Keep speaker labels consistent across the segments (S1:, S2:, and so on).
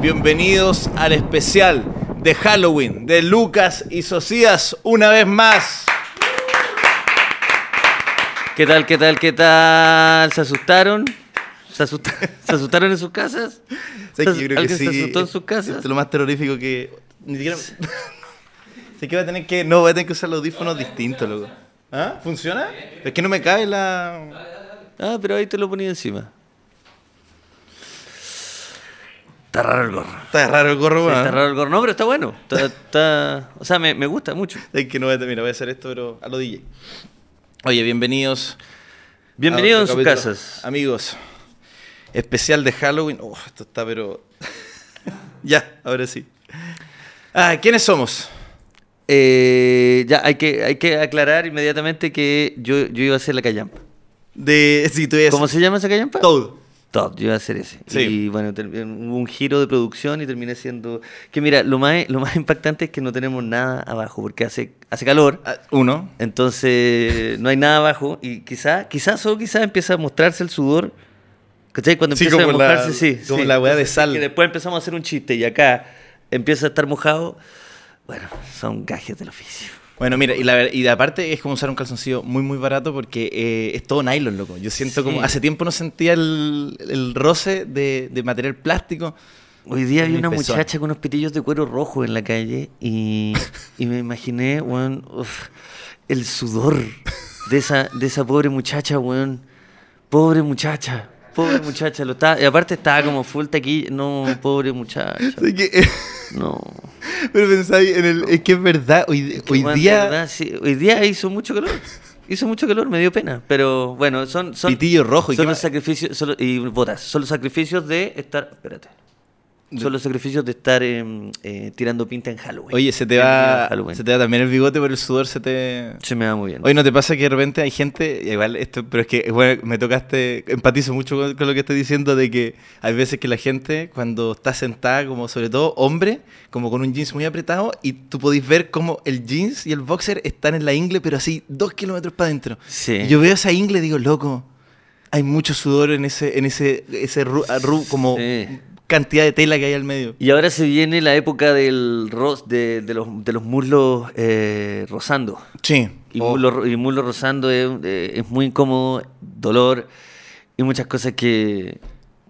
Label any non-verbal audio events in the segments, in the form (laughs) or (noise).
S1: Bienvenidos al especial de Halloween de Lucas y Socias una vez más.
S2: ¿Qué tal, qué tal, qué tal? ¿Se asustaron? ¿Se, asusta- (laughs) ¿Se asustaron en sus casas?
S1: Sé
S2: ¿Se
S1: que
S2: as-
S1: yo creo que
S2: ¿Alguien se
S1: sí,
S2: asustó en
S1: es-
S2: sus
S1: Es
S2: casas?
S1: lo más terrorífico que ni siquiera (laughs) Sé que voy a tener que no voy a tener que usar los audífonos distintos, loco. ¿Ah? ¿Funciona? Es que no me cabe la
S2: Ah, pero ahí te lo ponía encima. Está raro el gorro.
S1: Está raro el gorro,
S2: Sí,
S1: weón.
S2: está raro el gorro. No, pero está bueno. Está, está- O sea, me, me gusta mucho.
S1: Es que no voy a mira, voy a hacer esto pero a lo DJ. Oye, bienvenidos
S2: Bienvenidos
S1: a
S2: en sus
S1: otro capítulo.
S2: casas.
S1: Amigos, especial de Halloween. Uf, esto está, pero. (laughs) ya, ahora sí. Ah, ¿Quiénes somos?
S2: Eh, ya, hay que, hay que aclarar inmediatamente que yo, yo iba a hacer la callampa.
S1: De. Si tuviese.
S2: ¿Cómo se llama esa callampa?
S1: Todo.
S2: Top, yo iba a hacer ese.
S1: Sí.
S2: Y bueno, ter- eh, hubo un giro de producción y terminé siendo... Que mira, lo más, lo más impactante es que no tenemos nada abajo, porque hace, hace calor,
S1: Ah, Uno.
S2: entonces no hay nada abajo y quizás, quizás solo quizás empieza a mostrarse el sudor. ¿Cachai? Cuando
S1: Sí,
S2: empieza a
S1: como la-
S2: mojarse, sí.
S1: como
S2: sí.
S1: la weá de
S2: Entonces,
S1: sal.
S2: Que después empezamos a hacer un chiste y acá empieza a estar mojado. Bueno, son gajes del oficio.
S1: Bueno, mira, y, la, ver- y aparte es como usar un calzoncillo muy, muy barato porque eh, es todo nylon, loco. Yo siento
S2: Sí.
S1: como. Hace tiempo no sentía el, el roce de, de material plástico.
S2: Hoy día vi
S1: Mis
S2: una
S1: pezones.
S2: muchacha con unos pitillos de cuero rojo en la calle y, y me imaginé, weón, uf, el sudor de esa, de esa pobre muchacha, weón. Pobre muchacha, pobre muchacha. Lo estaba- y aparte estaba como full aquí, no, pobre muchacha.
S1: Así que, (laughs)
S2: No.
S1: pero pensáis en el. Es que es verdad, hoy,
S2: Qué
S1: hoy
S2: weón, de
S1: día.
S2: verdad, sí, hoy día hizo mucho calor. Hizo mucho calor, me dio pena. Pero bueno, son. son
S1: Pitillo rojo, ¿y
S2: Son
S1: qué
S2: los
S1: más?
S2: sacrificios. son los- y botas. Son los sacrificios de estar. Espérate. Son los sacrificios de estar em, eh, tirando pinta en Halloween.
S1: Oye, se te
S2: En
S1: va.
S2: Halloween.
S1: Se te va también el bigote por el sudor, se te.
S2: Se me va muy bien.
S1: Oye, ¿no te pasa que de repente hay gente, y igual esto, pero es que bueno, me tocaste, empatizo mucho con, con lo que estoy diciendo, de que hay veces que la gente cuando está sentada, como sobre todo hombre, como con un jeans muy apretado, y tú podéis ver como el jeans y el boxer están en la ingle, pero así dos kilómetros para adentro.
S2: Sí.
S1: Y yo veo esa ingle y digo, loco, hay mucho sudor en ese, en ese, ese ru- ru- como
S2: Sí.
S1: cantidad de tela que hay al medio.
S2: Y ahora se viene la época del ros- de, de los, de los muslos eh, rozando.
S1: Sí.
S2: Y,
S1: Oh.
S2: muslo, y muslo rozando es, eh, es muy incómodo, dolor y muchas cosas que,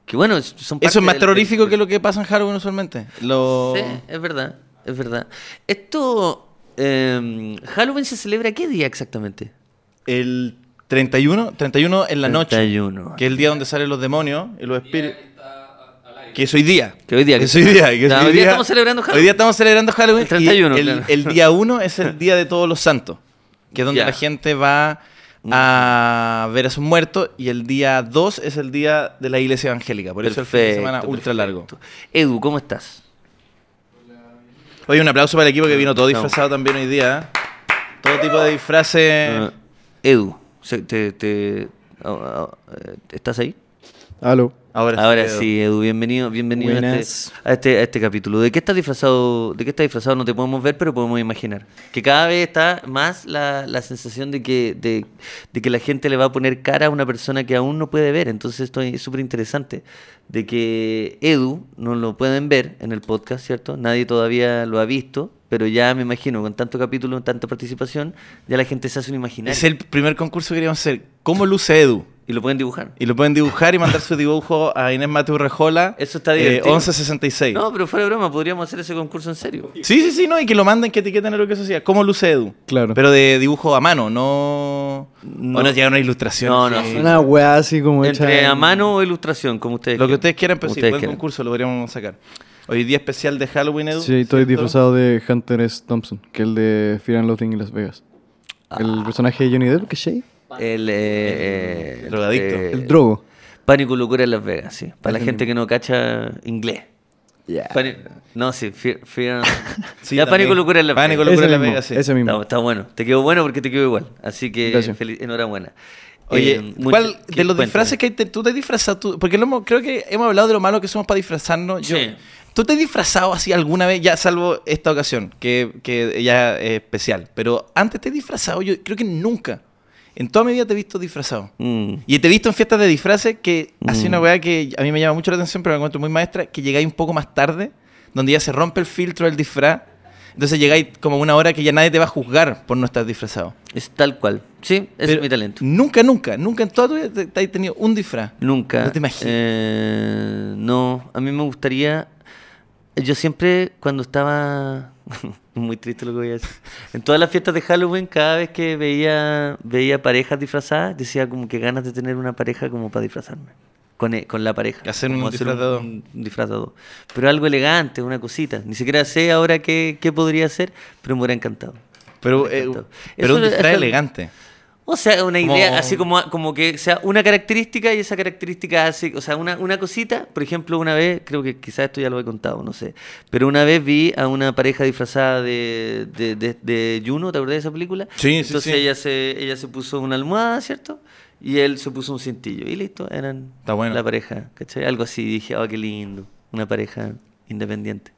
S2: que bueno, son
S1: Eso es más terrorífico
S2: que
S1: que lo que pasa en Halloween usualmente. Lo...
S2: Sí, es verdad, es verdad. Esto, em, Halloween se celebra qué día exactamente?
S1: El 31, 31 en la noche.
S2: 31.
S1: Que es el día donde salen los demonios y los espíritus. Que es hoy día.
S2: Que hoy día-
S1: Que es hoy día. que es
S2: No, hoy día estamos celebrando Halloween.
S1: Hoy día estamos celebrando Halloween.
S2: El 31,
S1: y el,
S2: claro.
S1: el día 1 es el día de todos los santos. Que es donde
S2: Ya.
S1: la gente va a ver a sus muertos. Y el día 2 es el día de la iglesia evangélica. Por eso el fin de semana
S2: Perfecto,
S1: ultra largo.
S2: perfecto. Edu, ¿cómo estás?
S1: Oye, un aplauso para el equipo que vino todo
S2: Estamos.
S1: disfrazado también hoy día. ¿eh? Todo tipo de disfraces.
S2: Eh, Edu, se- te- te- ah, ah, eh, ¿estás ahí?
S3: Aló.
S1: Ahora,
S2: Ahora
S1: Edu.
S2: sí, Edu, bienvenido, bienvenido a
S3: Buenas.
S2: este, a, este, a este capítulo. ¿De qué estás disfrazado? ¿De qué estás disfrazado? No te podemos ver, pero podemos imaginar. Que cada vez está más la, la sensación de que, de, de que la gente le va a poner cara a una persona que aún no puede ver. Entonces esto es súper interesante. De que Edu no lo pueden ver en el podcast, ¿cierto? Nadie todavía lo ha visto, pero ya me imagino, con tanto capítulo, tanta participación, ya la gente se hace un imaginario.
S1: Es el primer concurso que queríamos hacer. ¿Cómo luce Edu?
S2: Y lo pueden dibujar.
S1: Y lo pueden dibujar y mandar su dibujo a Inés eh, Maturrejola.
S2: Eso está divertido.
S1: 1166.
S2: No, pero fuera de broma, podríamos hacer ese concurso en serio.
S1: Sí, sí, sí, no, y que lo manden, que etiqueten a lo que eso sea. ¿Cómo luce Edu?
S3: Claro.
S1: Pero de dibujo a mano, no.
S2: No.
S1: O nos llega una ilustración.
S2: No,
S1: así.
S2: no, sí.
S3: Una weá así como hecha.
S2: Entre
S3: en-
S2: a mano o ilustración, como ustedes
S1: Lo que ustedes quieran, pero
S2: Como
S1: sí,
S2: ustedes
S1: buen
S2: quieran.
S1: concurso, lo podríamos sacar. Hoy día especial de Halloween, Edu.
S3: Sí, estoy
S1: ¿cierto?
S3: disfrazado de Hunter S. Thompson, que el de Fear and Loathing en Las Vegas.
S2: Ah.
S3: El personaje de Johnny Depp, que es Shay.
S2: El, eh, eh,
S1: Drogadicto.
S2: eh,
S3: El drogo.
S2: Pánico y locura en Las Vegas, sí. Para la gente que no cacha inglés. Pani- No, sí, fear,
S1: (laughs)
S2: fear-
S1: Sí,
S2: ya,
S1: también.
S2: pánico y locura en Las
S1: Pánico y
S2: Vegas.
S1: locura en
S3: Ese
S1: Las
S3: mismo,
S1: Vegas, sí.
S3: ese mismo.
S2: Está, está bueno. Te quedó bueno porque te quedó igual. Así que
S3: Gracias.
S2: feliz- enhorabuena.
S1: Oye,
S2: Eh, mucho-
S1: ¿cuál
S2: ¿qué-
S1: de los
S2: cuéntame?
S1: disfraces que hay te- tú te has disfrazado? tú- porque lo hemos- creo que hemos hablado de lo malo que somos para disfrazarnos. Yo,
S2: Sí.
S1: ¿Tú te has disfrazado así alguna vez? Ya salvo esta ocasión, que, que ya es especial. Pero antes te he disfrazado, yo creo que nunca. En toda mi vida te he visto disfrazado.
S2: Mm.
S1: Y te he visto en fiestas de disfraces que hace
S2: Mm.
S1: una weá que a mí me llama mucho la atención, pero me encuentro muy maestra, que llegáis un poco más tarde, donde ya se rompe el filtro del disfraz. Entonces llegáis como a una hora que ya nadie te va a juzgar por no estar disfrazado.
S2: Es tal cual. Sí, ese
S1: Pero
S2: es mi talento.
S1: Nunca, nunca, nunca en toda tu vida te, te has tenido un disfraz.
S2: Nunca.
S1: No te imaginas.
S2: Eh, no, a mí me gustaría. Yo siempre, cuando estaba. (laughs) Muy triste lo que voy a decir. En todas las fiestas de Halloween, cada vez que veía, veía parejas disfrazadas, decía como que ganas de tener una pareja como para disfrazarme. Con, e- con la pareja.
S1: Hacer un
S2: Como
S1: disfrazado.
S2: un, un disfrazado. Pero algo elegante, una cosita. Ni siquiera sé ahora qué, qué podría hacer, pero me hubiera encantado.
S1: Pero,
S2: Me
S1: eh,
S2: encantó.
S1: pero un
S2: Eso-
S1: disfraz
S2: eso-
S1: elegante.
S2: O sea, una
S1: Como-
S2: idea así como, como que sea una característica y esa característica hace, o sea, una, una cosita, por ejemplo, una vez, creo que quizás esto ya lo he contado, no sé, pero una vez vi a una pareja disfrazada de, de, de- de Juno, ¿te acordás de esa película?
S1: Sí, sí,
S2: Entonces
S1: sí.
S2: Ella, se, ella se puso una almohada, ¿cierto? Y él se puso un cintillo y listo, eran
S1: Está bueno.
S2: la pareja, ¿cachai? Algo así, dije, oh, qué lindo, una pareja independiente.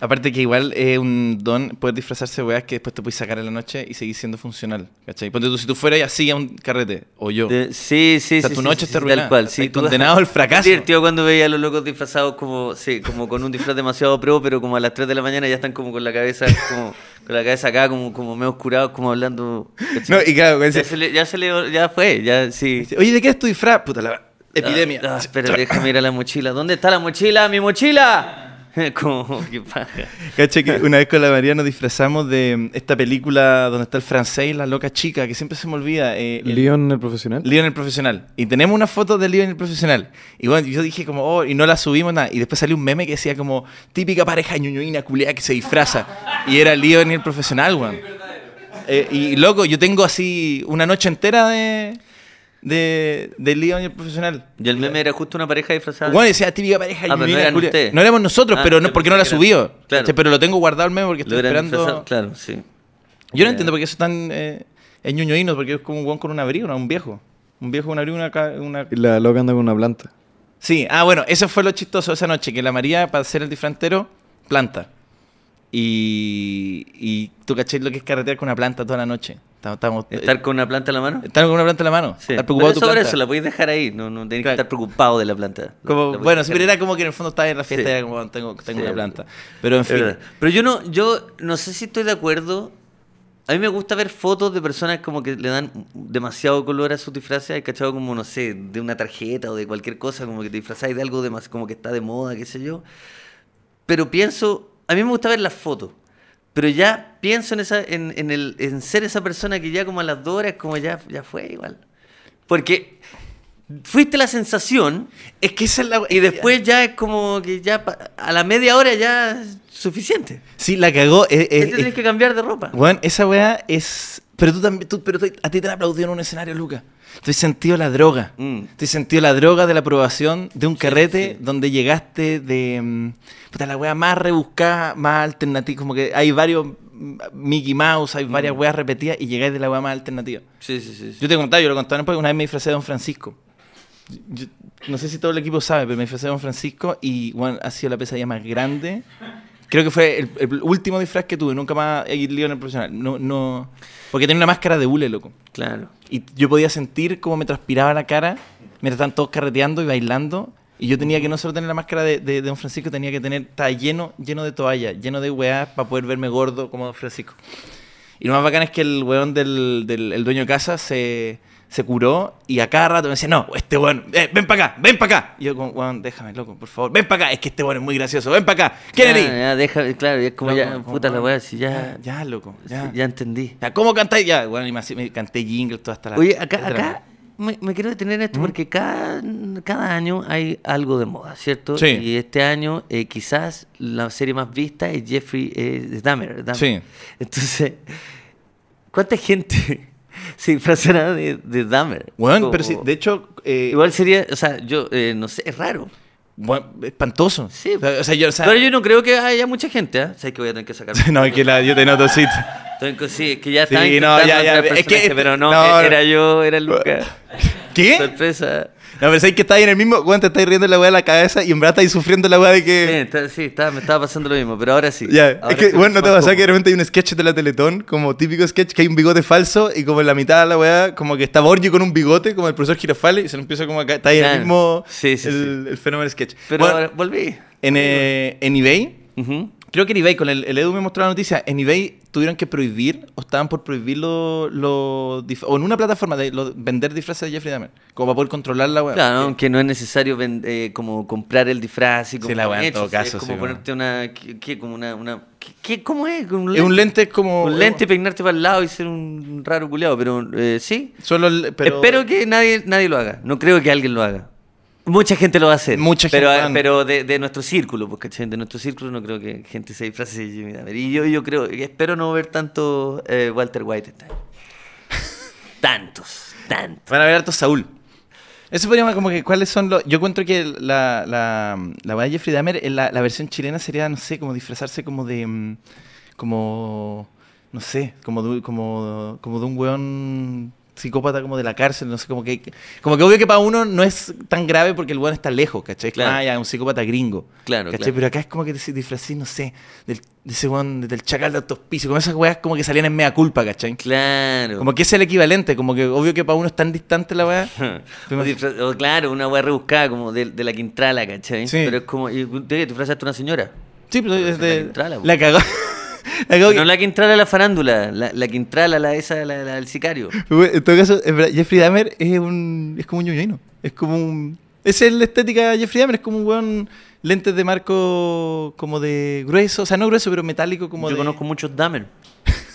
S1: Aparte que igual es un don poder disfrazarse de weas que después te puedes sacar en la noche y seguir siendo funcional. ¿Cachai? Ponte tú, si tú fueras así a un carrete, o yo.
S2: De- sí, sí,
S1: O sea,
S2: sí.
S1: tu
S2: sí,
S1: noche
S2: sí,
S1: está
S2: sí,
S1: arruinada.
S2: Tal cual, sí.
S1: Estás
S2: (laughs)
S1: condenado al fracaso.
S2: Tío, cuando veía a los locos disfrazados como, sí, como con un disfraz demasiado pro, pero como a las 3 de la mañana ya están como con la cabeza, como, con la cabeza acá, como, como medio oscurados, como hablando. ¿cachai?
S1: No, y claro,
S2: ya,
S1: ese-
S2: (laughs) se le, ya se le- ya fue, ya sí.
S1: dice, oye, ¿de qué es tu disfraz? Puta, la epidemia.
S2: Ah, ah, espera, déjame ir a la mochila. ¿Dónde está la mochila? ¡Mi mochila! (laughs) como, qué paja.
S1: ¿Cachai? Que una vez con la María nos disfrazamos de mm, esta película donde está el francés y la loca chica, que siempre se me olvida. eh, el-
S3: Leon, el profesional.
S1: Lío en el profesional. Y tenemos una foto de Lío en el profesional. Y bueno, yo dije como, oh, y no la subimos nada. Y después salió un meme que decía como, típica pareja ñuñuina culea que se disfraza. Y era Lío en el profesional, weón. Eh, y loco, yo tengo así una noche entera de, de, de Lío en el profesional.
S2: Y el meme era justo una pareja disfrazada.
S1: Bueno, decía típica pareja
S2: Ah, pero no
S1: ñuñuina
S2: eran
S1: culea".
S2: ustedes.
S1: No éramos nosotros,
S2: Ah,
S1: pero no,
S2: yo
S1: porque no la
S2: pensé que eran-
S1: subió.
S2: claro.
S1: ¿Cachai? Pero lo tengo guardado el meme porque
S2: Lo
S1: estoy
S2: hubieran
S1: esperando.
S2: disfrazado, Claro, sí.
S1: Yo no
S2: Ya.
S1: entiendo por qué eso tan eh, es ñuñuino, porque es como un guan con un abrigo, ¿no? un viejo. Un viejo con un abrigo, una, ca- una
S3: Y la loca anda con una planta.
S1: Sí, ah, bueno, eso fue lo chistoso esa noche, que la María, para hacer el disfrantero, planta. Y, y tú caché lo que es carretear con una planta toda la noche. Estamos, estamos-
S2: Estar
S1: eh,
S2: con una planta en la mano.
S1: estar con una planta en la mano.
S2: Sí.
S1: Estar preocupado de tu
S2: Pero sobre
S1: planta.
S2: eso, la podéis dejar ahí. No, no
S1: Claro.
S2: tenés que estar preocupado de la planta.
S1: Como-
S2: La podéis
S1: bueno,
S2: dejar
S1: sí, pero
S2: ahí.
S1: era como que en el fondo estaba en la fiesta
S2: Sí.
S1: y era como, tengo, tengo
S2: Sí, pues.
S1: una
S2: es
S1: planta. Pero en
S2: Es
S1: fin.
S2: verdad. Pero yo no, yo no sé si estoy de acuerdo. A mí me gusta ver fotos de personas como que le dan demasiado color a sus disfraces, ¿hay cachado como, no sé, de una tarjeta o de cualquier cosa, como que te disfrazáis de algo de más, como que está de moda, qué sé yo. Pero pienso, a mí me gusta ver las fotos, pero ya pienso en esa en, en el, en ser esa persona que ya como a las dos horas, como ya, ya fue igual. Porque fuiste la sensación
S1: Es que esa es la.
S2: y después ya es como que ya pa- a la media hora ya es suficiente.
S1: Sí, la cagó. eh, eh,
S2: Ya te Este tienes
S1: eh,
S2: que cambiar de ropa.
S1: Weón, esa weá es. Pero tú también. Tú, pero tú- a ti te la aplaudieron en un escenario, Luca. Tú has sentido la droga.
S2: Mm.
S1: Tú has sentido la droga de la aprobación de un carrete
S2: sí.
S1: donde llegaste de. mm, Puta, la weá más rebuscada, más alternativa. Como que hay varios. mm, Mickey Mouse, hay varias
S2: Mm.
S1: weas repetidas y llegáis de la weá más alternativa.
S2: Sí, sí, sí. sí.
S1: Yo te contaba, yo lo contaba porque una vez me disfracé de Don Francisco. Yo- no sé si todo el equipo sabe, pero me disfracé de Don Francisco y bueno, ha sido la pesadilla más grande. Creo que fue el, el último disfraz que tuve, nunca más he ido en el profesional. No, no, porque tenía una máscara de hule, loco.
S2: Claro.
S1: Y yo podía sentir cómo me transpiraba la cara mientras estaban todos carreteando y bailando. Y yo tenía que no solo tener la máscara de, de- de Don Francisco, tenía que tener, estaba lleno, lleno de toallas, lleno de weá para poder verme gordo como Don Francisco. Y lo más bacán es que el weón del, del- el dueño de casa se, se curó y a cada rato me decía, no, este weón, eh, ven para acá, ven para acá. Y yo como, weón, déjame, loco, por favor, ven para acá, es que este weón es muy gracioso, ven para acá, ¿quién
S2: Ya,
S1: eres?
S2: ya, deja, claro, ya es como
S1: Loco,
S2: ya,
S1: como,
S2: puta la
S1: weón,
S2: weá, si ya,
S1: ya, ya, loco,
S2: ya,
S1: ya.
S2: entendí.
S1: Ya, ¿Cómo cantáis? Ya, bueno, y me, hacía- me canté jingles toda hasta la...
S2: Oye, acá,
S1: hasta la-
S2: acá me, me quiero detener en esto porque cada, cada año hay algo de moda, ¿cierto?
S1: Sí.
S2: Y este año eh, quizás la serie más vista es Jeffrey eh, Dahmer. Dahmer.
S1: Sí.
S2: Entonces, ¿cuánta gente (laughs) se disfrazará de, de Dahmer?
S1: Bueno,
S2: Como-
S1: pero sí, de hecho, eh,
S2: Igual sería, o sea, yo eh, no sé, es raro.
S1: bueno, espantoso.
S2: Sí.
S1: O sea, o sea, yo, o sea, (laughs)
S2: Pero yo no creo que haya mucha gente, ¿ah? O sea, que voy a tener que sacar.
S1: no, es que la, yo te noto así.
S2: Entonces, sí, es que ya
S1: Sí,
S2: está.
S1: no, ya, ya, es que-
S2: pero no,
S1: no,
S2: e-
S1: no.
S2: era yo, era Luca.
S1: ¿Qué?
S2: Sorpresa.
S1: No, pero sabes que estáis en el mismo. Weón, te estáis riendo la weá de la cabeza y en verdad estáis sufriendo la weá de
S2: Sí,
S1: que.
S2: está- sí, estaba- me estaba pasando lo mismo, pero ahora sí.
S1: Ya,
S2: Ahora
S1: es que,
S2: estoy
S1: bueno, no
S2: mucho
S1: te
S2: más
S1: pasa que de
S2: cómodo.
S1: repente hay un sketch de la Teletón, como típico sketch, que hay un bigote falso y como en la mitad de la weá, como que está Borgi con un bigote, como el profesor Girafale, y se lo empieza como acá. Está ahí en el
S2: Claro.
S1: mismo.
S2: Sí, sí,
S1: el, el fenómeno sketch.
S2: Pero
S1: Bueno,
S2: ahora volví.
S1: en, eh, en eBay,
S2: Ujú.
S1: Creo que en eBay, con el, el Edu me mostró la noticia, en eBay tuvieron que prohibir o estaban por prohibir los... Lo, dif- o en una plataforma de lo- vender disfraces de Jeffrey Dahmer, como para poder controlar la web.
S2: Claro, aunque no es necesario ven- eh, como comprar el disfraz y como
S1: la weá en
S2: hecho,
S1: todo
S2: o sea, es
S1: caso,
S2: como
S1: sí,
S2: ponerte una ¿qué, qué? como una, una ¿qué, qué? cómo es? Con
S1: Eh, Es un lente como...
S2: un lente peinarte para el lado y ser un raro culeado, pero eh, sí.
S1: Solo el- pero,
S2: Espero que nadie nadie lo haga. No creo que alguien lo haga. Mucha gente lo va a hacer.
S1: Mucha
S2: pero,
S1: gente, man.
S2: Pero de, de nuestro círculo, pues, ¿cachai? De nuestro círculo no creo que gente se disfrace de Jimmy Dahmer. Y yo, yo creo, espero no ver tanto eh, Walter White este año. (laughs) Tantos, tantos.
S1: Van a ver harto Saúl. Eso podríamos como que cuáles son los... Yo encuentro que la, la, la weá de Jeffrey Dahmer, en eh, la, la versión chilena sería, no sé, como disfrazarse como de... mm, Como... No sé, como de, como, como de un weón psicópata como de la cárcel, no sé, como que... Como que obvio que para uno no es tan grave porque el weón está lejos, ¿cachai?
S2: Claro.
S1: Ah, ya, un psicópata gringo.
S2: Claro,
S1: ¿cachai?
S2: claro.
S1: Pero acá es como que te disfrazís, no sé, del, de ese weón, del chacal de altos pisos, como esas weas como que salían en mea culpa, ¿cachai?
S2: Claro. (laughs)
S1: Como que es el equivalente, como que obvio que para uno es tan distante la weá. ¿Te
S2: O
S1: imaginas?
S2: disfra- o claro, una weá rebuscada como de, de la Quintrala, ¿cachai?
S1: Sí.
S2: Pero es como, y te disfrazaste una señora.
S1: Sí, pero es de-
S2: la Quintrala,
S1: La cagó. (laughs) La cagó
S2: No la Quintrala la farándula, la, la Quintrala, la esa, la, la del sicario.
S1: que- Bueno, Pues, En todo caso, es verdad, Jeffrey Dahmer es un. es como un ñoñino. Es como un. Esa es la estética de Jeffrey Dahmer, es como un weón lentes de marco como de grueso, o sea, no grueso, pero metálico como
S2: Yo
S1: de.
S2: conozco muchos Dahmer.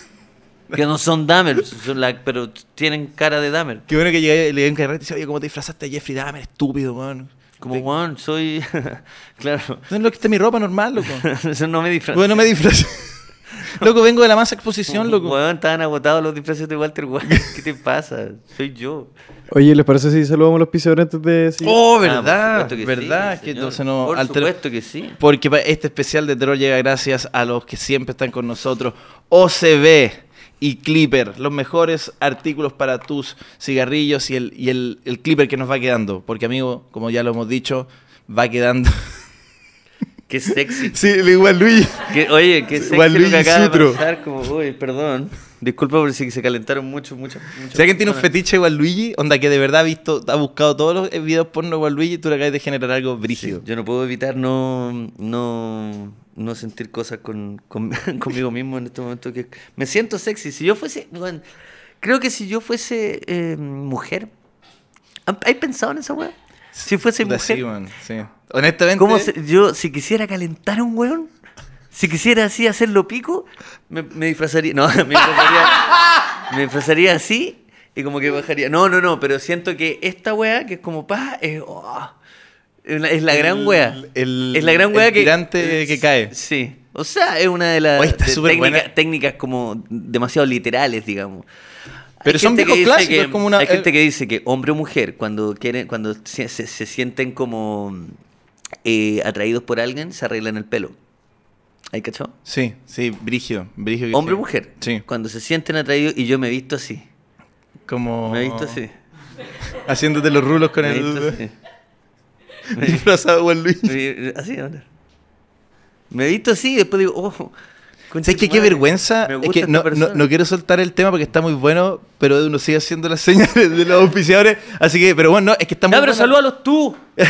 S2: (laughs) que no son Dahmer, son la- pero tienen cara de Dahmer.
S1: Qué bueno que llegué, le dio un carrete y dice, oye, ¿cómo te disfrazaste de Jeffrey Dahmer? Estúpido, weón.
S2: Como,
S1: De-
S2: Juan, soy. (laughs) claro.
S1: No es lo que está mi ropa normal,
S2: (laughs)
S1: loco.
S2: Eso no me disfrazé.
S1: Bueno, me
S2: (laughs)
S1: disfrazé. loco, vengo de la masa exposición, loco.
S2: Weón, estaban agotados los disfraces de Walter White.
S1: (laughs)
S2: ¿Qué te pasa? Soy yo.
S3: Oye, ¿les parece si saludamos a los piseadores antes de seguir?
S1: Oh,
S2: Ah, por
S1: verdad,
S2: supuesto que sí,
S1: verdad, que
S2: señor.
S1: entonces no
S2: Por
S1: altero-
S2: supuesto que sí.
S1: Porque pa- este especial de terror llega gracias a los que siempre están con nosotros, OCB y Clipper, los mejores artículos para tus cigarrillos y el, y el, el Clipper que nos va quedando, porque amigo, como ya lo hemos dicho, va quedando. (laughs)
S2: Qué sexy.
S1: sí, le digo a Luis.
S2: Que- oye, que sé
S1: Juan
S2: que lo que
S1: Luis
S2: acaba
S1: Sutro.
S2: de pasar, como, uy, perdón. Disculpa por si se calentaron mucho, mucho. mucho
S1: Si alguien tiene un
S2: personas.
S1: fetiche igual Luigi, onda que de verdad ha visto, ha buscado todos los videos porno igual Luigi, tú le acabas de generar algo brígido.
S2: Yo no puedo evitar no, no, no sentir cosas con, con- (laughs) conmigo mismo en este momento. Que me siento sexy. Si yo fuese. weón, creo que si yo fuese eh, mujer. ¿han- ¿Hay pensado en esa weá? Si fuese
S1: Puta, sí,
S2: mujer.
S1: man, sí. Honestamente,
S2: ¿Cómo se- yo, si quisiera calentar a un weón, si quisiera así hacerlo pico, me, me disfrazaría. No, (laughs) me disfrazaría, me disfrazaría así y como que bajaría. No, no, no, pero siento que esta weá, que es como pa, es. oh, es la, es la gran
S1: El-
S2: weá.
S1: el-
S2: es la gran
S1: el
S2: weá que.
S1: tirante que cae.
S2: Sí. O sea, es una de las
S1: Oye, está
S2: de-
S1: súper
S2: técnica-
S1: buena.
S2: técnicas como demasiado literales, digamos.
S1: Pero
S2: Hay
S1: son
S2: gente que
S1: viejos
S2: dice
S1: clásicos,
S2: que-
S1: es como una-
S2: Hay gente
S1: eh,
S2: que dice que hombre o mujer, cuando quieren, cuando se, se- se sienten como eh, atraídos por alguien, se arreglan el pelo. ¿Hay cachó?
S1: Sí, sí, brígido, brígido. que
S2: Hombre
S1: sí.
S2: o mujer.
S1: Sí.
S2: Cuando se sienten atraídos y yo me he visto así.
S1: Como...
S2: Me he visto así.
S1: Haciéndote los rulos con
S2: me he visto
S1: el...
S2: así. Me he visto-
S1: (laughs) Disfrazado Juan Luis.
S2: me he- así, ahora. Me he visto así y después digo, oh. concha
S1: ¿Sabes
S2: tu
S1: qué? Qué
S2: madre,
S1: vergüenza.
S2: me
S1: Es
S2: gusta
S1: que
S2: esta
S1: no, no-
S2: persona.
S1: no quiero soltar el tema porque está muy bueno, pero uno sigue haciendo las (laughs) señales de los auspiciadores. Así que, pero bueno, no, es que está muy
S2: Ya, pero
S1: buena.
S2: salúdalos tú. (laughs)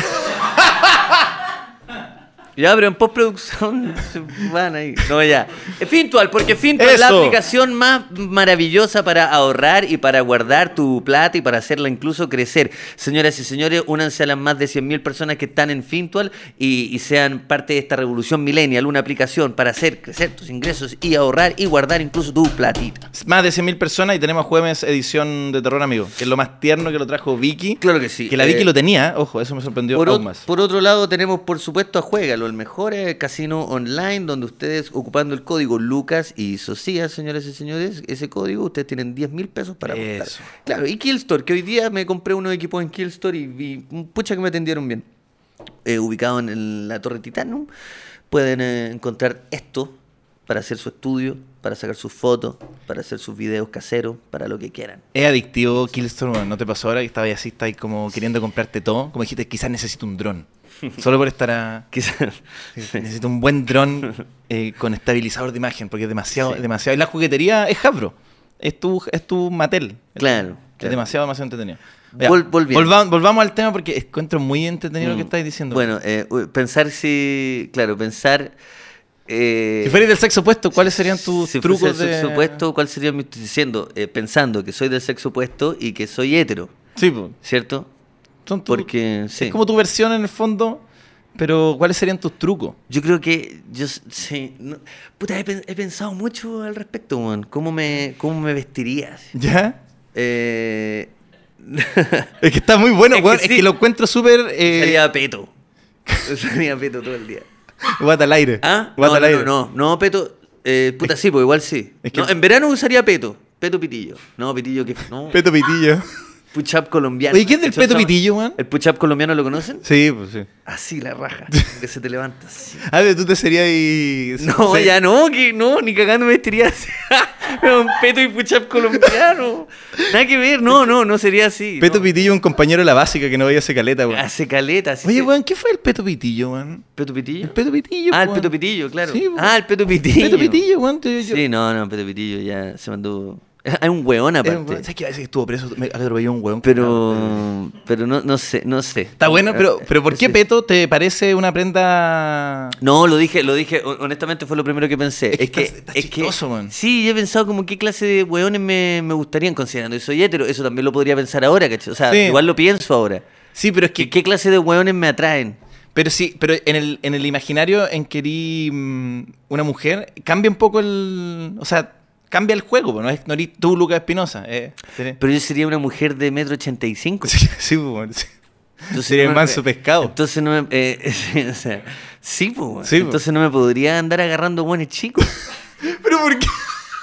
S2: ya, pero en postproducción se van ahí. No, ya. Eh, Fintual, porque Fintual es la
S1: Eso.
S2: aplicación más maravillosa para ahorrar y para guardar tu plata y para hacerla incluso crecer. Señoras y señores, únanse a las más de 100.000 personas que están en Fintual y, y sean parte de esta revolución millennial, una aplicación para hacer crecer tus ingresos y ahorrar y guardar incluso tu platita.
S1: Más de 100.000 personas y tenemos jueves edición de terror, amigo. Que es lo más tierno que lo trajo Vicky.
S2: Claro que sí.
S1: Que la
S2: Eh,
S1: Vicky lo tenía, ojo, eso me sorprendió
S2: Por,
S1: aún
S2: ot-
S1: más.
S2: por otro lado, tenemos por supuesto a Juegalo, el mejor eh, casino online donde ustedes, ocupando el código Lucas y Socias, señores y señores, ese código, ustedes tienen 10 mil pesos para apostar.
S1: Eso.
S2: Claro, y Killstore, que hoy día me compré unos equipos en Killstore y, vi- pucha que me atendieron bien. Eh, ubicado en, el- la Torre Titanum, pueden eh, encontrar esto para hacer su estudio, para sacar sus fotos, para hacer sus videos caseros, para lo que quieran.
S1: Es adictivo Killstone, weón. ¿no te pasó ahora que estabas así, estabas como queriendo comprarte todo? Como dijiste, quizás necesito un
S2: (laughs)
S1: dron. Solo por estar a...
S2: Quizás. sí.
S1: Necesito un buen dron eh, con estabilizador de imagen, porque es demasiado,
S2: Sí.
S1: demasiado. Y la juguetería es Hasbro, es tu, es tu Mattel.
S2: Claro,
S1: Es
S2: claro.
S1: demasiado, demasiado entretenido.
S2: Vol- volviendo.
S1: volva- volvamos al tema porque encuentro muy entretenido lo que
S2: Mm.
S1: estáis diciendo.
S2: Bueno, eh, u- pensar si. Claro, pensar. eh,
S1: si fueras del sexo opuesto, ¿cuáles serían tus
S2: si fuese
S1: trucos
S2: del
S1: de
S2: sexo opuesto, ¿cuál sería mi. estoy Diciendo, eh, pensando que soy del sexo opuesto y que soy hetero,
S1: Sí, po.
S2: ¿cierto?
S1: son tus-
S2: Porque. Sí.
S1: es como tu versión en el fondo, pero ¿cuáles serían tus trucos?
S2: Yo creo que yo s- sí, no- puta, he, pen- he pensado mucho al respecto, weón. ¿Cómo me, cómo me vestiría? así?
S1: ¿Ya?
S2: Eh, (laughs)
S1: Es que está muy bueno,
S2: Es que
S1: weón. Es
S2: sí.
S1: que lo encuentro súper. Eh,
S2: Salía
S1: (laughs)
S2: peto. Salía peto todo el día.
S1: Guata al aire.
S2: ¿Ah?
S1: Guata
S2: No,
S1: al
S2: no,
S1: aire.
S2: no, no, no, peto. eh, puta, sí, pues igual sí.
S1: es que-
S2: No, en verano usaría peto. Peto pitillo. No, pitillo que. No.
S1: Peto pitillo.
S2: Puchap colombiano.
S1: Oye, ¿quién del
S2: Eso
S1: peto
S2: se llama-
S1: pitillo, weón?
S2: ¿El puchap colombiano
S1: (laughs)
S2: lo conocen?
S1: Sí, pues sí.
S2: Así la raja. que se te levanta así.
S1: A ver, tú te serías ahí.
S2: No,
S1: sí.
S2: ya no, que no, ni cagando me vestiría así. (laughs) Era un peto y puchap colombiano. Nada que ver, no, no, no sería así.
S1: Peto
S2: no.
S1: Pitillo, un compañero de la básica que no veía ese caleta, weón.
S2: Hace caleta, así.
S1: Oye,
S2: se-
S1: weón, ¿qué fue el Peto Pitillo, weón?
S2: ¿Peto pitillo?
S1: El Peto Pitillo,
S2: ah, el
S1: weón.
S2: peto pitillo, claro.
S1: Sí, weón.
S2: ah, el peto pitillo.
S1: Peto Pitillo, weón. te- yo-
S2: Sí, no, no, peto pitillo ya se mandó. Hay un weón
S1: Era
S2: aparte.
S1: un weón- Eh, ¿Sabes qué? A veces estuvo preso, me atropelló un weón.
S2: Pero, pero no, no sé, no
S1: Ah,
S2: sé. Eh,
S1: Está
S2: (laughs)
S1: bueno, pero, pero ¿por qué
S2: Sí.
S1: Peto te parece una prenda...?
S2: No, lo dije, lo dije, hon- honestamente fue lo primero que pensé.
S1: Es
S2: Es,
S1: que
S2: que,
S1: está- está
S2: es que-
S1: chistoso, man.
S2: Sí, yo he pensado como qué clase de hueones me, me gustarían considerando. Y soy hetero, eso también lo podría pensar ahora, ¿cachai? O sea,
S1: Sí.
S2: igual lo pienso ahora.
S1: Sí, pero es que...
S2: ¿Qué, qué clase de hueones me atraen?
S1: Pero sí, pero en el, en el imaginario en que erí mm, una mujer, cambia un poco el... O sea, cambia el juego, po, no es no erí tú, Lucas Espinosa. Eh, tenés-
S2: Pero yo sería una mujer de metro ochenta y cinco.
S1: (laughs) Sí, sí, po, weón, sí.
S2: Entonces
S1: Sería
S2: no
S1: el
S2: me-
S1: manso pescado.
S2: Entonces no me... eh, (laughs) sí, o sea, sí, pues, weón.
S1: Sí, po.
S2: Entonces no me podría andar agarrando hueones chicos.
S1: ¿Pero por qué?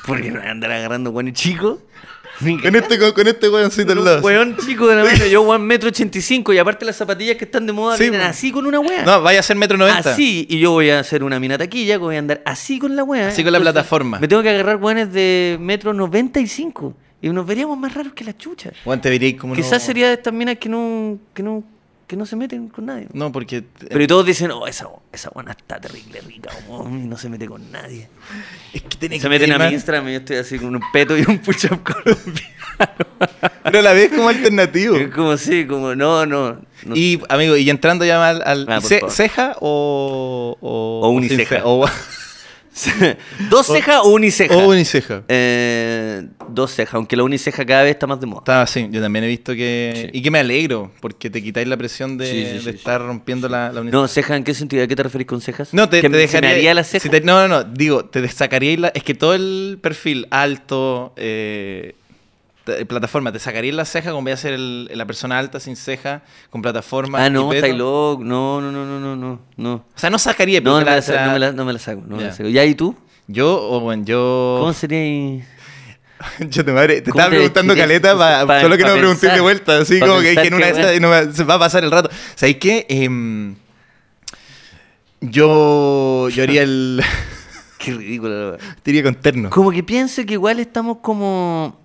S2: Porque no voy a andar agarrando hueones chicos.
S1: (laughs)
S2: Ni
S1: Con este, con, con este weoncito al
S2: Un
S1: lado.
S2: Weón
S1: (laughs)
S2: chico de la mano, yo weón metro ochenta y cinco y aparte las zapatillas que están de moda
S1: Sí,
S2: vienen
S1: weón.
S2: así con una wea.
S1: No, vaya a ser metro noventa.
S2: así, y yo voy a hacer una mina taquilla, voy a andar así con la wea.
S1: Así con la plataforma.
S2: Me tengo que agarrar weones de metro noventa y cinco y nos veríamos más raros que la chucha.
S1: Weón, te vería como
S2: Quizás
S1: no-
S2: sería de estas minas que no, que no, que no se meten con nadie.
S1: No, porque... te-
S2: Pero y todos dicen, oh, esa, esa buena está terrible rica, weón, y no se mete con nadie.
S1: Es que tiene
S2: Se meten a mi
S1: man. (laughs)
S2: Instagram y yo estoy así con un peto y un push-up (laughs) colombiano.
S1: Pero la ves como alternativo.
S2: Es como sí, como no, no. no.
S1: Y, amigo, y entrando ya mal al...
S2: Ah, por
S1: ce-
S2: favor.
S1: ¿Ceja o...?
S2: O
S1: sin
S2: uniceja.
S1: ce-
S2: (laughs)
S1: O,
S2: ¿Dos cejas o uniceja?
S1: o uniceja.
S2: Eh, dos cejas, aunque la uniceja cada vez está más de moda.
S1: Está así, yo también he visto que...
S2: Sí.
S1: Y que me alegro, porque te quitáis la presión de,
S2: Sí, sí, sí,
S1: de
S2: sí.
S1: estar rompiendo la, la uniceja.
S2: No, ceja, ¿en qué sentido? ¿A qué te referís con cejas?
S1: No, te,
S2: ¿Que
S1: te
S2: me- se
S1: dejaría.
S2: me haría la ceja?
S1: si te- no, no, no. Digo, te sacaría la. Es que todo el perfil alto, eh, t- plataforma, te sacaría la ceja como voy a ser el- la persona alta sin ceja, con plataforma.
S2: ah,
S1: y
S2: no,
S1: peto.
S2: estáis loco. No, no, no, no, no, no. No,
S1: O sea, no sacaría,
S2: no,
S1: pero
S2: no,
S1: te
S2: me,
S1: la-
S2: la,
S1: te
S2: sa-
S1: la-
S2: no me la- no me la saco. No me la
S1: Ya. Oh.
S2: saco. ¿Ya y tú?
S1: Yo, o bueno,
S2: ¿Cómo
S1: yo.
S2: sería ahí?
S1: Yo te madre, te
S2: ¿Cómo
S1: estaba
S2: te
S1: preguntando
S2: vestirías?
S1: caleta pa-
S2: Pa-
S1: solo que
S2: pa
S1: no me pregunté
S2: pensar.
S1: de vuelta, así
S2: Pa
S1: como que dije
S2: pensar
S1: en una
S2: qué
S1: de esas
S2: weá.
S1: y no me- se va a pasar el rato. ¿Sabéis qué? Em, yo, yo haría el.
S2: (laughs) Qué ridículo. la verdad.
S1: te iría con terno.
S2: Como que pienso que igual estamos como.